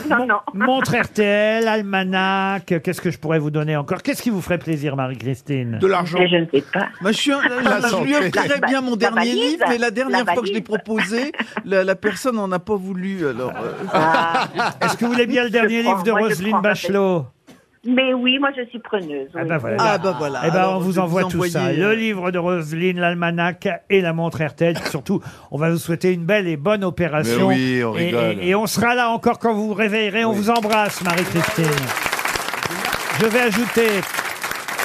Speaker 19: non, non.
Speaker 2: Montre RTL, almanach, qu'est-ce que je pourrais vous donner encore Qu'est-ce qui vous ferait plaisir, Marie-Christine
Speaker 18: De l'argent.
Speaker 19: Mais je ne sais pas.
Speaker 9: Moi, je, suis un-
Speaker 18: La
Speaker 9: euh, je lui
Speaker 18: santé.
Speaker 9: offrirais bien mon
Speaker 18: La
Speaker 9: dernier
Speaker 18: valise,
Speaker 9: livre, mais
Speaker 18: la
Speaker 9: la dernière fois que je l'ai
Speaker 18: valise.
Speaker 9: proposé, la, la personne n'en a pas voulu. Alors, euh,
Speaker 2: Est-ce que vous voulez bien le dernier
Speaker 9: Je
Speaker 2: livre de
Speaker 9: prends, moi, je
Speaker 2: Roselyne
Speaker 9: prends,
Speaker 2: Bachelot
Speaker 19: Mais oui, moi je suis preneuse.
Speaker 2: Ah
Speaker 19: oui.
Speaker 2: bah voilà. Eh ben,
Speaker 9: Alors,
Speaker 2: on
Speaker 9: je
Speaker 2: vous
Speaker 9: vais
Speaker 2: envoie
Speaker 9: vous
Speaker 2: tout ça.
Speaker 9: envoyer,
Speaker 2: Le
Speaker 9: euh,
Speaker 2: livre de Roselyne, l'almanach et la montre RTL. Puis Surtout, on va vous souhaiter une belle et bonne opération.
Speaker 3: Mais oui, on
Speaker 2: Et-
Speaker 3: rigole.
Speaker 2: Et, et on sera là encore quand vous vous réveillerez. On vous embrasse, Marie-Christine. Je vais ajouter...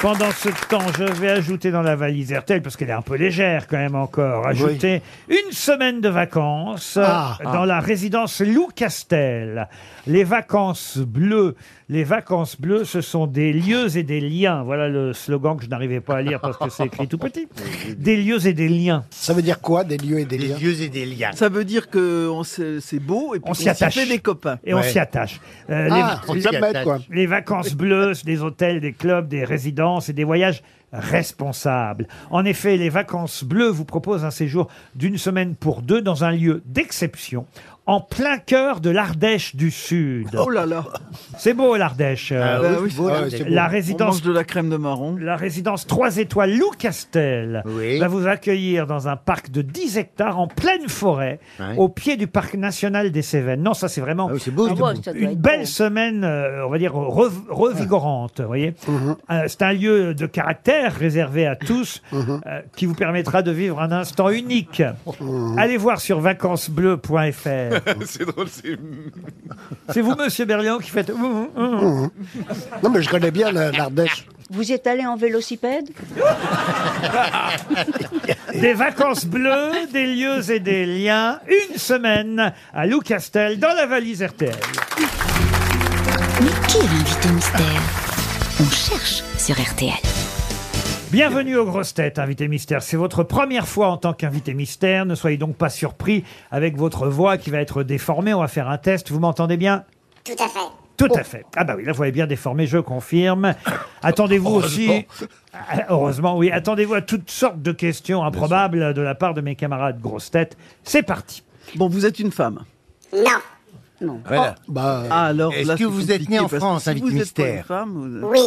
Speaker 2: Pendant ce temps, je vais ajouter dans la valise RTL, parce qu'elle est un peu légère quand même encore, ajouter une semaine de vacances
Speaker 5: Ah.
Speaker 2: euh, dans la résidence Lou Castel. Les vacances bleues, les vacances bleues, ce sont des lieux et des liens. Voilà le slogan que je n'arrivais pas à lire parce que c'est écrit tout petit. Des lieux et des liens.
Speaker 5: Ça veut dire quoi, des lieux et des liens
Speaker 6: Dieu et des liens.
Speaker 9: ça veut dire que on s'est- c'est beau et puis
Speaker 2: On
Speaker 9: on
Speaker 2: s'y
Speaker 9: s'y
Speaker 2: attache.
Speaker 9: fait des copains.
Speaker 2: Et on s'y attache. Euh,
Speaker 5: Ah,
Speaker 2: les,
Speaker 5: on s'y attache.
Speaker 2: les vacances bleues, c'est des hôtels, des clubs, des résidences et des voyages responsables. En effet, les vacances bleues vous proposent un séjour d'une semaine pour deux dans un lieu d'exception, en plein cœur de l'Ardèche du Sud.
Speaker 9: Oh là là.
Speaker 2: C'est beau l'Ardèche.
Speaker 9: Ah
Speaker 2: euh,
Speaker 9: oui, c'est beau, l'Ardèche.
Speaker 2: la
Speaker 9: On
Speaker 2: résidence
Speaker 9: mange de la crème de marron.
Speaker 2: La résidence 3 étoiles Lou Castel va vous accueillir dans un parc de 10 hectares en pleine forêt
Speaker 6: Ouais.
Speaker 2: au pied du parc national des Cévennes. Non, ça c'est
Speaker 5: Ah
Speaker 2: vraiment
Speaker 6: beau,
Speaker 2: une,
Speaker 6: c'est beau. Ça
Speaker 8: doit
Speaker 2: une
Speaker 8: être
Speaker 2: belle semaine, euh, on va dire, rev- revigorante. vous voyez
Speaker 5: Mhm.
Speaker 2: Euh, c'est un lieu de caractère réservé à tous
Speaker 5: Mhm.
Speaker 2: euh, qui vous permettra de vivre un instant unique.
Speaker 5: Mhm.
Speaker 2: Allez voir sur vacancesbleues.fr.
Speaker 10: C'est drôle, c'est.
Speaker 2: Euh. C'est vous, monsieur Berlian, qui faites. Hum, hum, hum.
Speaker 5: Mhm. Non, mais je connais bien la- l'Ardèche.
Speaker 8: Vous y êtes allé en vélocipède
Speaker 2: Des vacances bleues, des lieux et des liens. Une semaine à Lou Castel dans la valise RTL.
Speaker 1: Mais qui est l'invité mystère On cherche sur RTL.
Speaker 2: Bienvenue aux grosses têtes, invité mystère. C'est votre première fois en tant qu'invité mystère. Ne soyez donc pas surpris avec votre voix qui va être déformée. On va faire un test. Vous m'entendez bien
Speaker 20: Tout à fait.
Speaker 2: Tout à fait. Ah bah oui, la voix est bien déformée, je confirme. Attendez-vous
Speaker 10: Oh,
Speaker 2: aussi... Ah, Heureusement, oui. Attendez-vous à toutes sortes de questions improbables de la part de mes camarades grosses têtes. C'est parti.
Speaker 9: Bon, vous êtes une femme.
Speaker 20: Non.
Speaker 9: Non.
Speaker 3: Voilà.
Speaker 9: Ah, alors,
Speaker 6: Est-ce
Speaker 9: là,
Speaker 6: que
Speaker 9: c'est
Speaker 6: vous êtes né
Speaker 9: compliqué,
Speaker 6: en
Speaker 9: parce que
Speaker 6: France,
Speaker 9: si
Speaker 6: invité
Speaker 9: vous êtes pas
Speaker 6: mystère
Speaker 9: une femme, vous-
Speaker 20: Oui.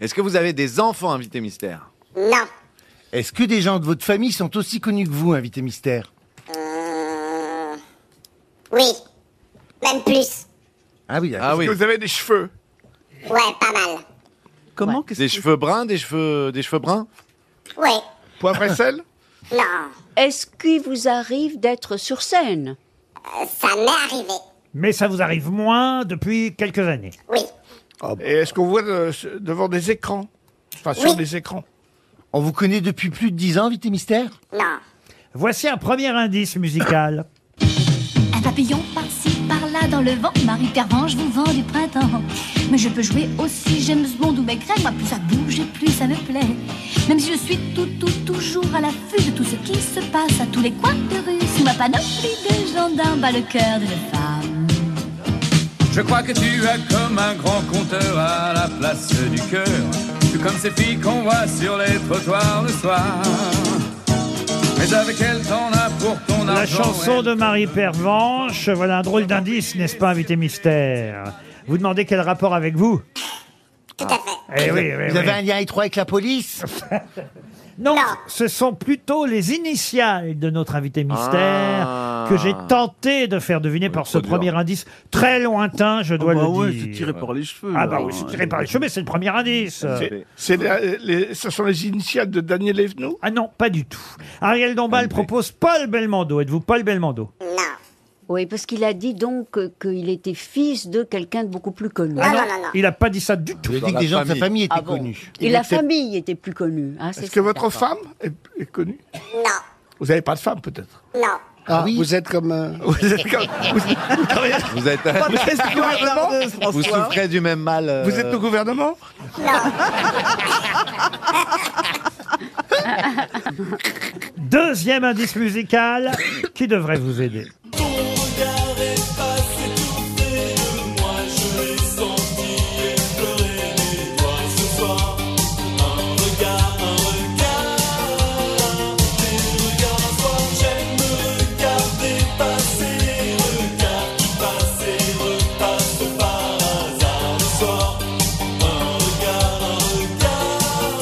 Speaker 3: Est-ce que vous avez des enfants, invité mystère
Speaker 8: Oh,
Speaker 20: Non.
Speaker 6: Est-ce que des gens de votre famille sont aussi connus que vous, invité mystère
Speaker 20: Euh, Oui. Même plus.
Speaker 6: Ah oui,
Speaker 3: Ah oui.
Speaker 18: Est-ce que vous avez des cheveux
Speaker 20: Ouais, pas mal.
Speaker 9: Comment
Speaker 3: Des cheveux bruns, des cheveux, des cheveux bruns
Speaker 20: Ouais.
Speaker 18: Poivre et sel
Speaker 20: Non.
Speaker 8: Est-ce qu'il vous arrive d'être sur scène
Speaker 20: Euh, ça m'est arrivé.
Speaker 2: Mais ça vous arrive moins depuis quelques années.
Speaker 20: Oui.
Speaker 6: Ah, bah.
Speaker 18: Et est-ce qu'on voit de- devant des écrans Enfin, sur
Speaker 20: Oui.
Speaker 18: des écrans
Speaker 6: On vous connaît depuis plus de 10 ans, Vité Mystère
Speaker 20: Non.
Speaker 2: Voici un premier indice musical.
Speaker 21: Un papillon par-ci, par-là dans le vent. Marie Pervenche vous vend du printemps. Mais je peux jouer aussi James Bond ou Becquerel. Moi, plus ça bouge et plus ça me plaît. Même si je suis tout, tout, toujours à l'affût de tout ce qui se passe à tous les coins de rue. Sous ma panoplie de gendarme bat le cœur de femme.
Speaker 22: Je crois que tu es comme un grand conteur à la place du cœur. Tu es comme ces filles qu'on voit sur les trottoirs le soir. Mais avec elles, t'en as pour ton
Speaker 2: La
Speaker 22: argent.
Speaker 2: chanson de Marie Pervenche, voilà un drôle d'indice, n'est-ce pas, invité mystère Vous demandez quel rapport avec vous Eh oui, oui,
Speaker 6: vous
Speaker 2: oui.
Speaker 6: avez un lien étroit avec la police
Speaker 2: Non, ce sont plutôt les initiales de notre invité mystère
Speaker 6: Ah.
Speaker 2: que j'ai tenté de faire deviner par ce premier indice très lointain, je
Speaker 18: Ah
Speaker 2: dois
Speaker 9: bah
Speaker 2: le
Speaker 9: ouais,
Speaker 2: dire.
Speaker 9: c'est tiré par les cheveux,
Speaker 2: Ah bah
Speaker 9: là.
Speaker 2: oui, c'est tiré par les cheveux, mais c'est le premier indice.
Speaker 18: hein. C'est- c'est la- les- ce sont les initiales de Daniel Evenou
Speaker 2: Ah non, pas du tout. Ariel Dombal propose Paul Belmondo. Êtes-vous Paul Belmondo
Speaker 8: Oui, parce qu'il a dit donc euh, qu'il était fils de quelqu'un de beaucoup plus connu. Ah
Speaker 2: Ah Il n'a pas dit ça du tout. Ah
Speaker 6: Il a dit que des gens de sa famille étaient connus.
Speaker 8: Et la famille était plus connue. hein, c'est
Speaker 18: Est-ce que
Speaker 8: ça,
Speaker 18: votre
Speaker 8: d'accord.
Speaker 18: femme est, est connue
Speaker 20: Non.
Speaker 18: Vous n'avez pas de femme, peut-être
Speaker 20: Non.
Speaker 5: Ah, Vous êtes comme. euh,
Speaker 18: Vous êtes comme...
Speaker 3: Vous êtes,
Speaker 18: Pas de reste du gouvernement
Speaker 3: vous souffrez du même mal. euh,
Speaker 18: Vous êtes au gouvernement
Speaker 2: Deuxième indice musical qui devrait vous aider.
Speaker 15: Moi je l'ai senti et pleuré mes doigts ce soir. Un regard, un regard. Tes regards soir, j'aime me regarder passer. Les regards qui passent et repassent par hasard le soir. Un regard, un regard.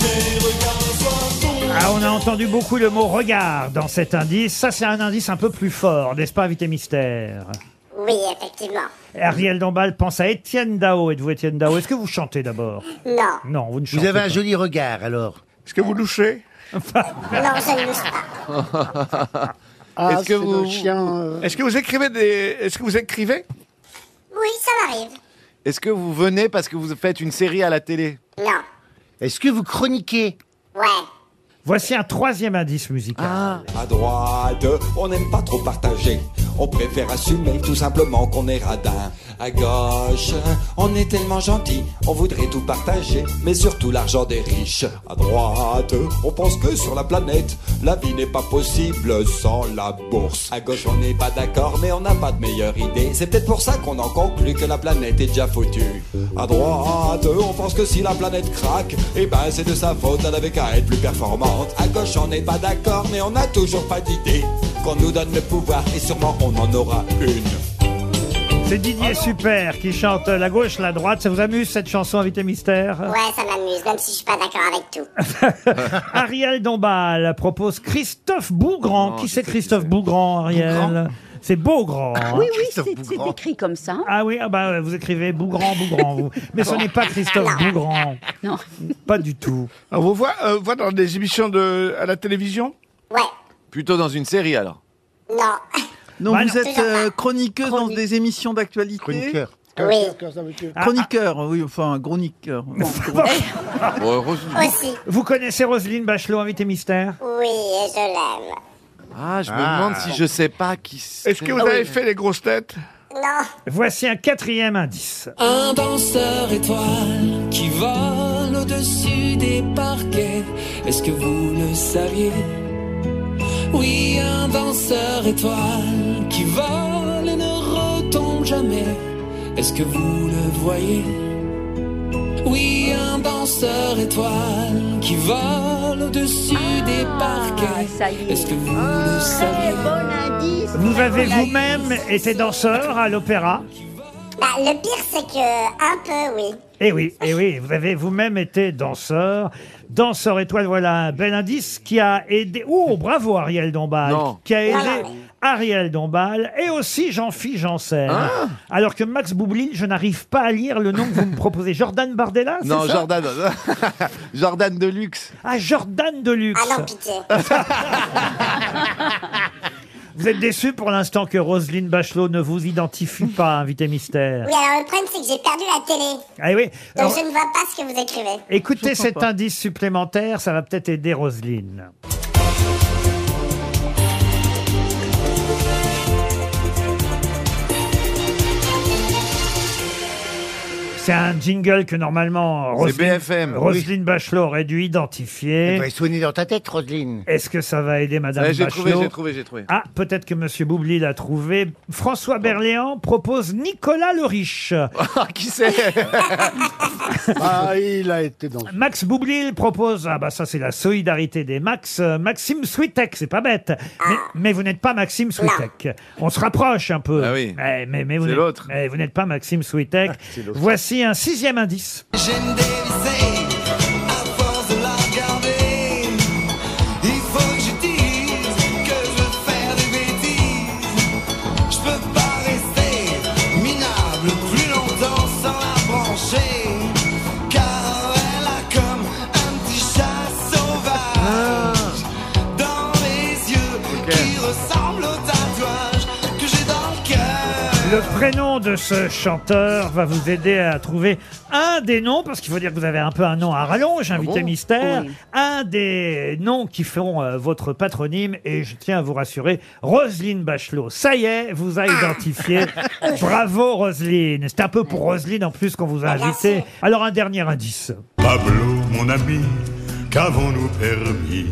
Speaker 15: Tes regards soir,
Speaker 2: Ah, on a entendu beaucoup le mot regard dans cet indice. Ça, c'est un indice un peu plus fort, n'est-ce pas, Invité Mystère
Speaker 20: Oui, effectivement.
Speaker 2: Ariel Dombal pense à Étienne Dao. Êtes-vous Étienne Dao Est-ce que vous chantez d'abord
Speaker 20: Non.
Speaker 2: Non, vous ne chantez
Speaker 6: Vous avez
Speaker 2: pas.
Speaker 6: un joli regard, alors.
Speaker 18: Est-ce que vous louchez
Speaker 20: Non, je ne bouge pas.
Speaker 5: Ah,
Speaker 18: Est-ce que
Speaker 5: c'est
Speaker 18: vous-
Speaker 5: le chien. euh,
Speaker 18: Est-ce que vous écrivez des... Est-ce que vous écrivez
Speaker 20: Oui, ça m'arrive.
Speaker 3: Est-ce que vous venez parce que vous faites une série à la télé
Speaker 20: Non.
Speaker 6: Est-ce que vous chroniquez
Speaker 20: Ouais.
Speaker 2: Voici un troisième indice musical.
Speaker 15: À droite, on n'aime pas trop partager. On préfère assumer tout simplement qu'on est radin. À gauche, on est tellement gentil, on voudrait tout partager, mais surtout l'argent des riches. À droite, on pense que sur la planète, la vie n'est pas possible sans la bourse. À gauche, on n'est pas d'accord, mais on n'a pas de meilleure idée. C'est peut-être pour ça qu'on en conclut que la planète est déjà foutue. À droite, on pense que si la planète craque, eh ben c'est de sa faute, elle avait qu'à être plus performante. À gauche, on n'est pas d'accord, mais on n'a toujours pas d'idée. Qu'on nous donne le pouvoir, et sûrement on en aura une.
Speaker 2: C'est Didier Super qui chante la gauche, la droite. Ça vous amuse cette chanson, Invité
Speaker 9: Ah.
Speaker 2: Mystère
Speaker 20: Ouais, ça m'amuse, même si je suis pas d'accord avec tout.
Speaker 2: Ariel Dombal propose Christophe Bougrand. qui c'est Christophe Bougrand, Ariel C'est Beaugrand. hein.
Speaker 8: Oui, oui, c'est c'est écrit comme ça.
Speaker 2: Ah oui, ah bah, vous écrivez Bougrand, Bougrand, vous. Mais ce n'est pas Christophe Bougrand.
Speaker 8: Non.
Speaker 2: Pas du tout.
Speaker 18: On vous voit, euh, voit dans des émissions de... à la télévision
Speaker 20: Ouais.
Speaker 3: Plutôt dans une série alors.
Speaker 20: Non.
Speaker 9: Donc
Speaker 2: Bah
Speaker 9: vous
Speaker 2: non.
Speaker 9: êtes euh, chroniqueuse dans des émissions d'actualité
Speaker 6: Chroniqueur.
Speaker 20: Oui.
Speaker 9: Chroniqueur, oui, enfin, chroniqueur.
Speaker 3: euh,
Speaker 20: Aussi.
Speaker 2: Vous connaissez Roselyne Bachelot, invité mystère
Speaker 20: Oui, et je l'aime.
Speaker 3: Ah, je me
Speaker 6: Ah.
Speaker 3: demande si je sais pas qui. c'est.
Speaker 18: Est-ce que vous avez fait les grosses têtes
Speaker 20: Non.
Speaker 2: Voici un quatrième indice.
Speaker 15: Un danseur étoile qui vole au-dessus des parquets. Est-ce que vous le saviez Oui, un danseur étoile qui vole et ne retombe jamais. Est-ce que vous le voyez Oui, un danseur étoile qui vole au-dessus des
Speaker 8: Ah,
Speaker 15: parquets.
Speaker 8: ça y
Speaker 15: Est-ce que
Speaker 8: est.
Speaker 15: vous le
Speaker 8: Très
Speaker 15: saviez
Speaker 8: bon indice.
Speaker 2: Vous avez
Speaker 8: Voilà.
Speaker 2: vous-même été danseur à l'opéra
Speaker 20: Bah, le pire, c'est que un peu, oui.
Speaker 2: Eh oui, eh oui, vous avez vous-même été danseur. Danseur étoile, voilà un bel indice qui a aidé. Oh, bravo Ariel Dombal
Speaker 3: Non.
Speaker 2: Qui a aidé
Speaker 20: Voilà.
Speaker 2: Ariel Dombal et aussi Jean-Philippe Janssen.
Speaker 3: Ah.
Speaker 2: Alors que Max Boublil, je n'arrive pas à lire le nom que vous me proposez. Jordan Bardella c'est
Speaker 3: Non,
Speaker 2: ça
Speaker 3: Jordan. euh, Jordan de luxe.
Speaker 2: Ah, Jordan Deluxe
Speaker 20: Ah non, pitié.
Speaker 2: Vous êtes déçu pour l'instant que Roselyne Bachelot ne vous identifie pas, invité mystère
Speaker 23: Oui, alors le problème, c'est que j'ai perdu la télé.
Speaker 2: Ah oui.
Speaker 23: Donc
Speaker 2: Alors,
Speaker 23: je ne vois pas ce que vous écrivez.
Speaker 2: écoutez cet indice supplémentaire, ça va peut-être aider Roselyne. C'est un jingle que normalement
Speaker 3: C'est
Speaker 2: Roselyne,
Speaker 3: BFM, oui.
Speaker 2: Roselyne Bachelot aurait dû identifier.
Speaker 3: Elle soigner dans ta tête, Roselyne.
Speaker 2: Est-ce que ça va aider Madame
Speaker 3: Ouais, Eh, j'ai
Speaker 2: Bachelot
Speaker 3: trouvé, j'ai trouvé, j'ai trouvé.
Speaker 2: Ah, peut-être que Monsieur Boubli l'a trouvé. François Berléand propose Nicolas le Riche.
Speaker 12: qui c'est
Speaker 24: Ah, il a été dans.
Speaker 2: Max Boublil propose, ah bah ça c'est la solidarité des Max, euh, Maxime Switek, c'est pas bête. Mais, mais vous n'êtes pas Maxime Switek. On se rapproche un peu. Eh, mais, mais vous n'êtes- eh, vous n'êtes pas Maxime
Speaker 24: Ah,
Speaker 2: Switek. Voici un sixième indice.
Speaker 10: J'aime dévisser à force de la regarder. Il faut que je dise que je veux faire des bêtises. Je peux pas rester minable plus longtemps sans la brancher. Car elle a comme un petit chat sauvage dans les yeux qui ressemble au tatouage que j'ai dans le cœur.
Speaker 2: Le prénom de ce chanteur va vous aider à trouver un des noms, parce qu'il faut dire que vous avez un peu un nom à rallonge, invité
Speaker 4: Ah bon
Speaker 2: mystère,
Speaker 4: Oui.
Speaker 2: un des noms qui feront euh, votre patronyme, et je tiens à vous rassurer, Roselyne Bachelot, ça y est, vous a identifié. Bravo Roselyne, c'est un peu pour Roselyne en plus qu'on
Speaker 4: Ah,
Speaker 2: vous a invité. Alors un dernier indice.
Speaker 5: Pablo, mon ami, qu'avons-nous permis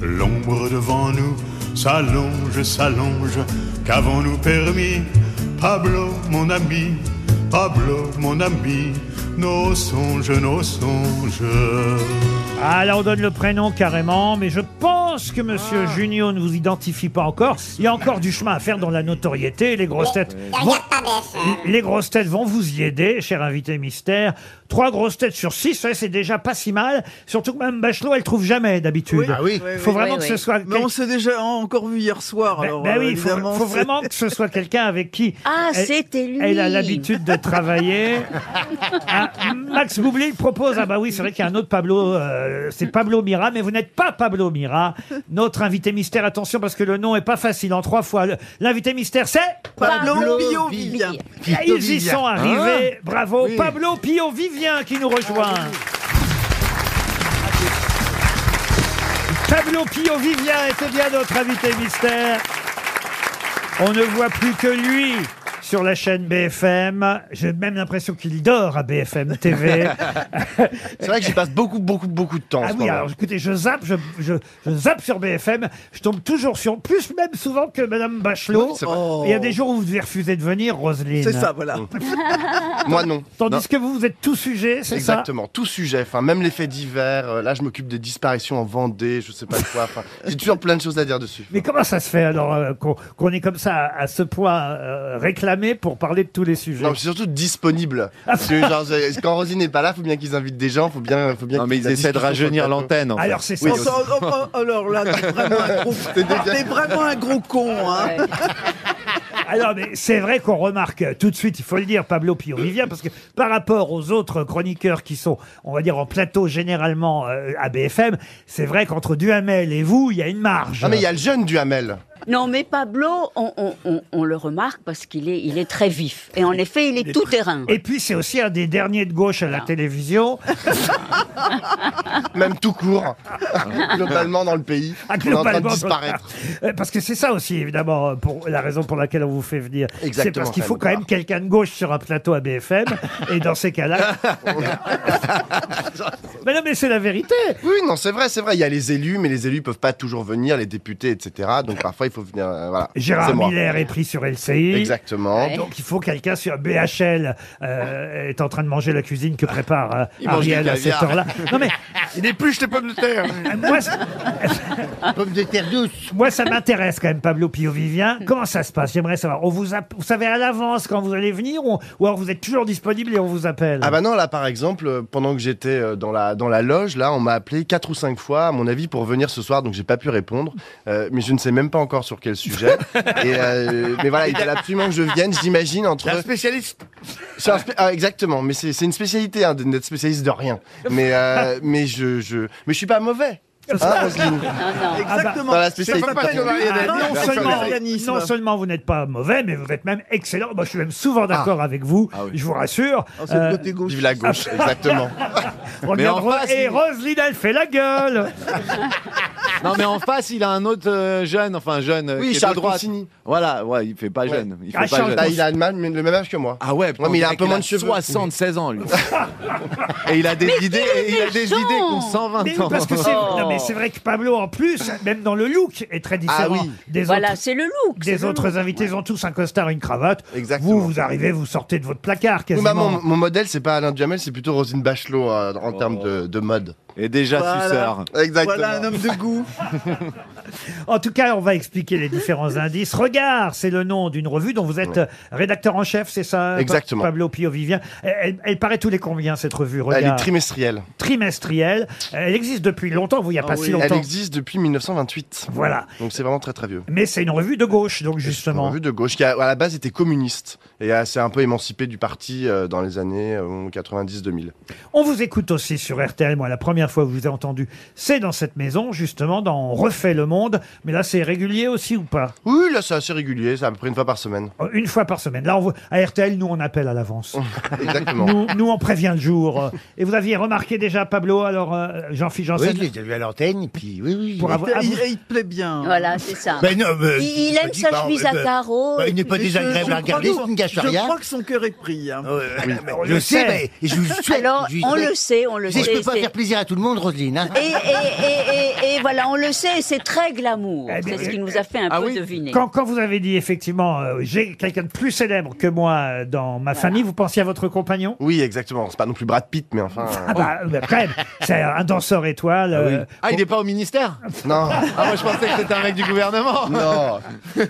Speaker 5: L'ombre devant nous s'allonge, s'allonge. Qu'avons-nous permis Pablo, mon ami, Pablo, mon ami, nos songes, nos songes.
Speaker 2: Ah là, on donne le prénom carrément, mais je pense que Monsieur Junio ne vous identifie pas encore. Il y a encore du chemin à faire dans la notoriété. Les grosses têtes, vont, les grosses têtes vont vous y aider, cher invité mystère. Trois grosses têtes sur six, ouais, c'est déjà pas si mal. Surtout que même Bachelot, elle trouve jamais d'habitude.
Speaker 9: Ah
Speaker 2: Faut vraiment que ce soit.
Speaker 9: Mais on s'est déjà encore vu hier soir.
Speaker 2: Ben-
Speaker 9: alors,
Speaker 2: ben
Speaker 9: euh,
Speaker 2: oui, faut,
Speaker 9: évidemment,
Speaker 2: faut
Speaker 9: c'est-
Speaker 2: vraiment que ce soit quelqu'un avec qui
Speaker 8: Ah,
Speaker 2: elle-
Speaker 8: c'était lui.
Speaker 2: elle a l'habitude de travailler. Ah, Max Boublil propose, ah bah oui, c'est vrai qu'il y a un autre Pablo, euh, c'est Pablo Mira, mais vous n'êtes pas Pablo Mira. Notre invité mystère, attention parce que le nom est pas facile en trois fois. Le- L'invité mystère, c'est
Speaker 9: Pablo Pio Vivien.
Speaker 2: Ah, Ils y sont arrivés,
Speaker 9: Hein
Speaker 2: bravo.
Speaker 9: Oui.
Speaker 2: Pablo Pio Vivien qui nous rejoint.
Speaker 12: Ah
Speaker 2: Pablo Pio Vivien était bien notre invité mystère. On ne voit plus que lui sur la chaîne BFM. J'ai même l'impression qu'il dort à BFM TV.
Speaker 12: C'est vrai que j'y passe beaucoup, beaucoup, beaucoup de temps. en
Speaker 2: Ah
Speaker 12: ce
Speaker 2: oui,
Speaker 12: moment.
Speaker 2: alors écoutez, je zappe, je, je, je zappe sur BFM, je tombe toujours sur, plus même souvent que Madame Bachelot. Il y a des jours où vous devez refuser de venir, Roselyne.
Speaker 12: C'est ça, voilà. Moi non.
Speaker 2: Tandis
Speaker 12: Non.
Speaker 2: que vous, vous êtes tout sujet, c'est ça
Speaker 12: Exactement, tout sujet, enfin même les faits divers. euh, là, je m'occupe des disparitions en Vendée, je sais pas quoi. Enfin, j'ai toujours plein de choses à dire dessus.
Speaker 2: Mais comment ça se fait alors euh, qu'on qu'on est comme ça à, à ce point euh, réclamé pour parler de tous les sujets
Speaker 12: Non, mais c'est surtout disponible.
Speaker 2: Ah.
Speaker 12: Parce que, genre, je- quand Rosine n'est pas là, faut bien qu'ils invitent des gens, faut bien, faut bien. Non, mais
Speaker 25: ils essaient de rajeunir l'antenne, en fait. Alors, c'est ça.
Speaker 9: Oh, oh, oh, alors là, t'es vraiment un gros, t'es vraiment un gros con. Hein.
Speaker 2: Ah Alors, mais c'est vrai qu'on remarque euh, tout de suite, il faut le dire, Pablo Pio Vivien, parce que par rapport aux autres chroniqueurs qui sont, on va dire, en plateau généralement euh, à BFM, c'est vrai qu'entre Duhamel et vous, il y a une marge.
Speaker 12: Ah, mais il y a le jeune Duhamel.
Speaker 8: Non, mais Pablo, on, on- on- on le remarque parce qu'il est, il est très vif. Et en effet, il est tout terrain.
Speaker 2: Et puis, c'est aussi un des derniers de gauche à la télévision.
Speaker 12: Même tout court, globalement dans le pays.
Speaker 2: Ah,
Speaker 12: on est en train de
Speaker 2: globalement,
Speaker 12: disparaître.
Speaker 2: Euh, Parce que c'est ça aussi, évidemment, euh, pour la raison pour laquelle on vous fait venir. C'est
Speaker 12: Exactement,
Speaker 2: parce qu'il faut quand
Speaker 12: Salomon.
Speaker 2: même quelqu'un de gauche sur un plateau à BFM. et dans ces cas-là. oh. mais non, mais c'est la vérité.
Speaker 12: Oui, non, c'est vrai, c'est vrai. Il y a les élus, mais les élus peuvent pas toujours venir, les députés, etc. Donc parfois, il faut venir. euh, voilà.
Speaker 2: Gérard
Speaker 12: C'est moi.
Speaker 2: Miller est pris sur LCI.
Speaker 12: Exactement.
Speaker 2: Et Donc il faut quelqu'un sur BHL euh, est en train de manger la cuisine que prépare euh,
Speaker 10: Il mange du
Speaker 2: Ariel à cette
Speaker 10: caviar.
Speaker 2: heure-là. Non mais Ah,
Speaker 26: Il épluche les pommes de terre.
Speaker 2: moi, c- pommes de terre douce. Moi ça m'intéresse quand même Pablo Pio Vivien. Comment ça se passe J'aimerais savoir. On vous app- vous savez à l'avance quand vous allez venir ou, ou alors vous êtes toujours disponible et on vous appelle.
Speaker 12: Ah bah non, là par exemple, euh, pendant que j'étais euh, dans la, dans la loge, là on m'a appelé quatre ou cinq fois, à mon avis, pour venir ce soir, donc j'ai pas pu répondre. Euh, mais je ne sais même pas encore sur quel sujet. Et, euh, mais voilà, il fallait absolument que je vienne, j'imagine, entre...
Speaker 26: Un spécialiste.
Speaker 12: C'est un spé- ah, exactement, mais c'est c'est une spécialité hein, de- d'être spécialiste de rien. Mais, euh, mais, je, je... mais je suis pas mauvais. Ah, Roselyne.
Speaker 2: bah, Exactement.
Speaker 12: Dans la spécialité
Speaker 2: C'est pas
Speaker 12: particulière.
Speaker 2: parce que-
Speaker 12: Ah,
Speaker 2: non,
Speaker 12: c'est
Speaker 2: seulement-
Speaker 12: l'organisme.
Speaker 2: non seulement vous n'êtes pas mauvais, mais vous êtes même excellent. Moi, je suis même
Speaker 12: Ah.
Speaker 2: souvent d'accord avec vous, je vous rassure.
Speaker 12: Oh,
Speaker 2: Euh, Ah,
Speaker 12: c'est le côté gauche. Vive la gauche, exactement.
Speaker 2: On
Speaker 12: Mais en
Speaker 2: reviendra-
Speaker 12: face,
Speaker 2: et
Speaker 12: il-
Speaker 2: Roselyne, elle fait la gueule
Speaker 3: Non, mais en face, il a un autre euh, jeune, enfin jeune. euh,
Speaker 12: Oui,
Speaker 3: qui est de
Speaker 12: Charles
Speaker 3: droite.
Speaker 12: Consigny.
Speaker 3: Voilà, ouais, il fait pas
Speaker 12: Bah,
Speaker 3: jeune. Il fait pas jeune.
Speaker 12: Ah, il a le même, le même âge que moi.
Speaker 3: Ah ouais,
Speaker 12: mais il a un peu moins de cheveux.
Speaker 3: 76 ans, lui. et il a des idées, et il a des idées qui ont 120
Speaker 2: Mais oui,
Speaker 3: ans.
Speaker 2: parce que c'est
Speaker 8: Oh.
Speaker 2: non, mais c'est vrai que Pablo, en plus, même dans le look, est très différent.
Speaker 3: Ah oui.
Speaker 2: des
Speaker 8: Voilà,
Speaker 2: autres-
Speaker 8: c'est le look, c'est
Speaker 2: Des
Speaker 8: le
Speaker 2: autres
Speaker 8: look.
Speaker 2: invités, ils ont tous un costard et une cravate. Vous, vous arrivez, vous sortez de votre placard
Speaker 12: Oui,
Speaker 2: quasiment.
Speaker 12: bah, mon, mon modèle, c'est pas Alain Duhamel, c'est plutôt Rosine Bachelot euh, en termes de, de mode.
Speaker 3: Oh. Et déjà
Speaker 2: Voilà. suceur.
Speaker 12: Exactement.
Speaker 2: Voilà un homme
Speaker 9: de goût.
Speaker 2: En tout cas, on va expliquer les différents indices. Regard, c'est le nom d'une revue dont vous êtes euh, rédacteur en chef, c'est ça Pa-
Speaker 12: Exactement.
Speaker 2: Pablo Pio-Vivien. Elle, elle- elle paraît tous les combien, cette revue Regard
Speaker 12: Elle est trimestrielle.
Speaker 2: trimestrielle. Euh, Elle existe depuis longtemps, vous, il n'y a pas si
Speaker 12: Ah Elle
Speaker 2: longtemps.
Speaker 12: existe depuis 1928.
Speaker 2: Voilà.
Speaker 12: Donc c'est vraiment très très vieux.
Speaker 2: Mais c'est une revue de gauche, donc
Speaker 12: Une
Speaker 2: justement.
Speaker 12: revue de gauche qui à à la base était communiste et euh, s'est un peu émancipée du parti euh, dans les années 90-2000.
Speaker 2: On vous écoute aussi sur RTL. Moi, la première fois que je vous ai entendu, c'est dans cette maison, justement, dans On refait le monde. Mais là, c'est régulier aussi ou pas
Speaker 12: Oui, là c'est assez régulier, c'est à peu près une fois par semaine.
Speaker 2: Euh, Une fois par semaine. Là, on voit- à RTL, nous, on appelle à l'avance.
Speaker 12: Exactement.
Speaker 2: Nous, nous, on prévient le jour. Et vous aviez remarqué déjà, Pablo, alors, euh, Jean-Philippe
Speaker 6: Oui,
Speaker 2: Janssen
Speaker 6: je l'ai déjà vu à l'antenne, puis oui, oui.
Speaker 2: Pour avoir-
Speaker 9: Il, il te plaît bien.
Speaker 8: Voilà, c'est ça.
Speaker 6: Ben non, mais-
Speaker 8: il, il aime
Speaker 6: dis,
Speaker 8: sa
Speaker 6: bah,
Speaker 8: chemise
Speaker 6: bah,
Speaker 8: à carreaux.
Speaker 6: bah, il n'est pas
Speaker 9: Mais je-
Speaker 6: désagréable
Speaker 9: je
Speaker 6: à regarder,
Speaker 9: crois-
Speaker 6: ça ne gâche
Speaker 9: Je
Speaker 6: rien.
Speaker 9: crois que son cœur est pris. hein.
Speaker 6: Euh, je le sais, mais je vous souhaite-
Speaker 8: Alors,
Speaker 6: je vous
Speaker 8: on
Speaker 6: souhaite-
Speaker 8: le sait, on le
Speaker 6: Tu sais,
Speaker 8: sait.
Speaker 6: Je peux pas
Speaker 8: c'est-
Speaker 6: faire plaisir à tout le monde, Roselyne. hein.
Speaker 8: Et, et, et, et, et voilà, on le sait, c'est très glamour.
Speaker 2: Eh bien,
Speaker 8: C'est ce qui nous a fait un
Speaker 12: Ah
Speaker 8: peu deviner.
Speaker 2: Quand, quand vous avez dit effectivement, euh, j'ai quelqu'un de plus célèbre que moi euh, dans ma famille, vous pensiez à votre compagnon
Speaker 12: Oui, exactement. C'est pas non plus Brad Pitt, mais enfin. euh,
Speaker 2: Ah bah, bah, quand même, c'est un danseur étoile. euh,
Speaker 3: Ah, il n'est pas au ministère
Speaker 12: Non.
Speaker 3: Ah, moi, je pensais que c'était un mec du gouvernement.
Speaker 12: Oh. Non.
Speaker 10: Ah.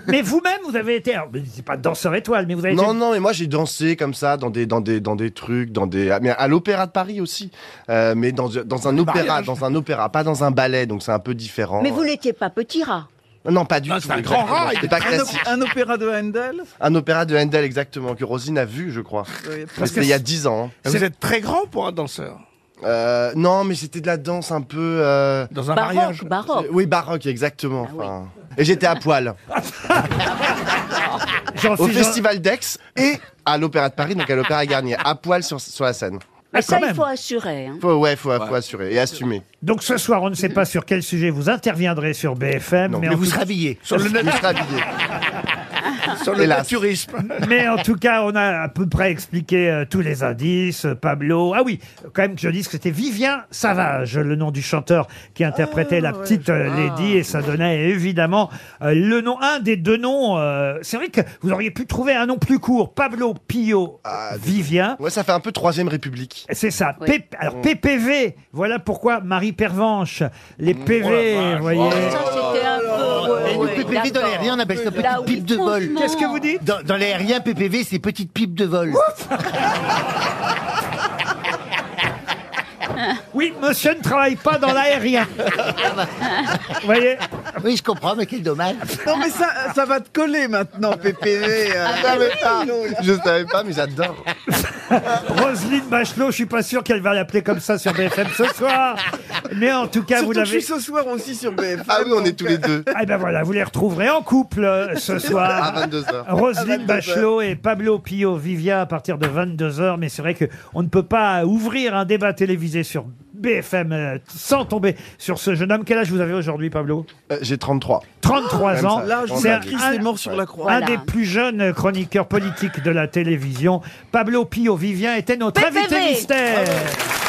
Speaker 2: Mais vous-même, vous avez été, alors, mais c'est pas danseur étoile, mais vous avez
Speaker 12: Non,
Speaker 2: été
Speaker 12: non, mais moi j'ai dansé comme ça dans des, dans des, dans des trucs, dans des, mais à l'opéra de Paris aussi, Euh, mais dans, dans un opéra,
Speaker 8: mariage.
Speaker 12: dans un opéra, pas dans un ballet, donc c'est un peu différent.
Speaker 8: Mais vous n'étiez pas petit rat.
Speaker 12: Non, pas du tout.
Speaker 9: Ah, C'est un grand
Speaker 12: exactement,
Speaker 9: rat.
Speaker 12: c'est pas
Speaker 9: un,
Speaker 12: classique.
Speaker 9: op- un opéra de Handel.
Speaker 12: Un opéra de Handel exactement que Rosine a vu, je crois.
Speaker 9: Oui,
Speaker 12: Mais
Speaker 9: parce
Speaker 12: C'était
Speaker 9: que
Speaker 12: il y a 10 ans. hein.
Speaker 10: Vous êtes très grand pour un danseur.
Speaker 12: Euh, non, mais c'était de la danse un peu. euh,
Speaker 10: Dans un Baroque, mariage.
Speaker 8: baroque. Ah
Speaker 12: Oui, baroque, exactement. enfin. Et j'étais à poil. Au
Speaker 2: Jean-Philippe-
Speaker 12: Festival d'Aix et à l'Opéra de Paris, donc à l'Opéra Garnier, à poil sur, sur la scène.
Speaker 8: Mais ça,
Speaker 2: quand même.
Speaker 8: il faut assurer. hein.
Speaker 12: Faut, ouais, faut, faut assurer et assumer.
Speaker 2: Donc ce soir, on ne sait pas sur quel sujet vous interviendrez sur BFM,
Speaker 12: Non,
Speaker 2: mais,
Speaker 6: Mais
Speaker 2: en
Speaker 6: vous
Speaker 2: tout...
Speaker 6: serez habillé.
Speaker 10: Sur le,
Speaker 12: Je
Speaker 10: nat-
Speaker 12: serai habillé.
Speaker 10: sur le
Speaker 12: Hélas.
Speaker 10: naturisme.
Speaker 2: mais en tout cas, on a à peu près expliqué euh, tous les indices. euh, Pablo, ah oui, quand même que je dise que c'était Vivien Savage, le nom du chanteur qui interprétait
Speaker 8: Ah,
Speaker 2: la petite euh, Lady, et ça donnait évidemment euh, le nom, un des deux noms. euh, C'est vrai que vous auriez pu trouver un nom plus court, Pablo Pio Vivien.
Speaker 12: Ah, Ouais, ça fait un peu Troisième République. Mm.
Speaker 2: C'est ça.
Speaker 8: Oui.
Speaker 2: P- Alors PPV, voilà pourquoi Marie Pervenche, les PV, vous voyez.
Speaker 8: Oh, Ça, c'était un peu. ouais,
Speaker 6: Et nous,
Speaker 8: ouais,
Speaker 6: PPV dans
Speaker 8: d'accord.
Speaker 6: l'aérien, on appelle ça petite
Speaker 8: Là, oui,
Speaker 6: pipe de vol.
Speaker 8: franchement. Qu'est-ce que vous
Speaker 2: dites
Speaker 6: Dans, dans l'aérien, PPV, c'est petite pipe de vol.
Speaker 2: Oui, monsieur ne travaille pas dans l'aérien. vous voyez
Speaker 6: Oui, je comprends, mais quel dommage.
Speaker 9: Non, mais ça, ça va te coller maintenant, PPV. euh.
Speaker 12: Je savais pas. Je savais pas, mais j'adore.
Speaker 2: Roselyne Bachelot, je suis pas sûr qu'elle va l'appeler comme ça sur BFM ce soir. Mais en tout cas,
Speaker 9: Surtout
Speaker 2: vous
Speaker 9: que je
Speaker 2: l'avez.
Speaker 9: suis ce soir aussi sur BFM.
Speaker 12: Ah oui, on est tous les deux.
Speaker 2: Ah ben voilà, vous les retrouverez en couple euh, ce soir.
Speaker 12: À 22h.
Speaker 2: Roselyne
Speaker 9: 22h.
Speaker 2: Bachelot et Pablo Pio Vivia à partir de 22h. Mais c'est vrai que on ne peut pas ouvrir un débat télévisé sur BFM euh, sans tomber sur ce jeune homme. Quel âge vous avez aujourd'hui, Pablo
Speaker 12: Euh, J'ai 33.
Speaker 2: 33
Speaker 12: Même
Speaker 2: ans.
Speaker 12: ça,
Speaker 9: Là, je
Speaker 12: on
Speaker 9: vous
Speaker 2: C'est
Speaker 12: a
Speaker 9: ai
Speaker 2: un,
Speaker 9: Christ est mort sur la croix.
Speaker 2: un
Speaker 8: Voilà.
Speaker 2: des plus jeunes chroniqueurs politiques de la télévision. Pablo Pio Vivien était notre
Speaker 8: PPV.
Speaker 2: invité mystère.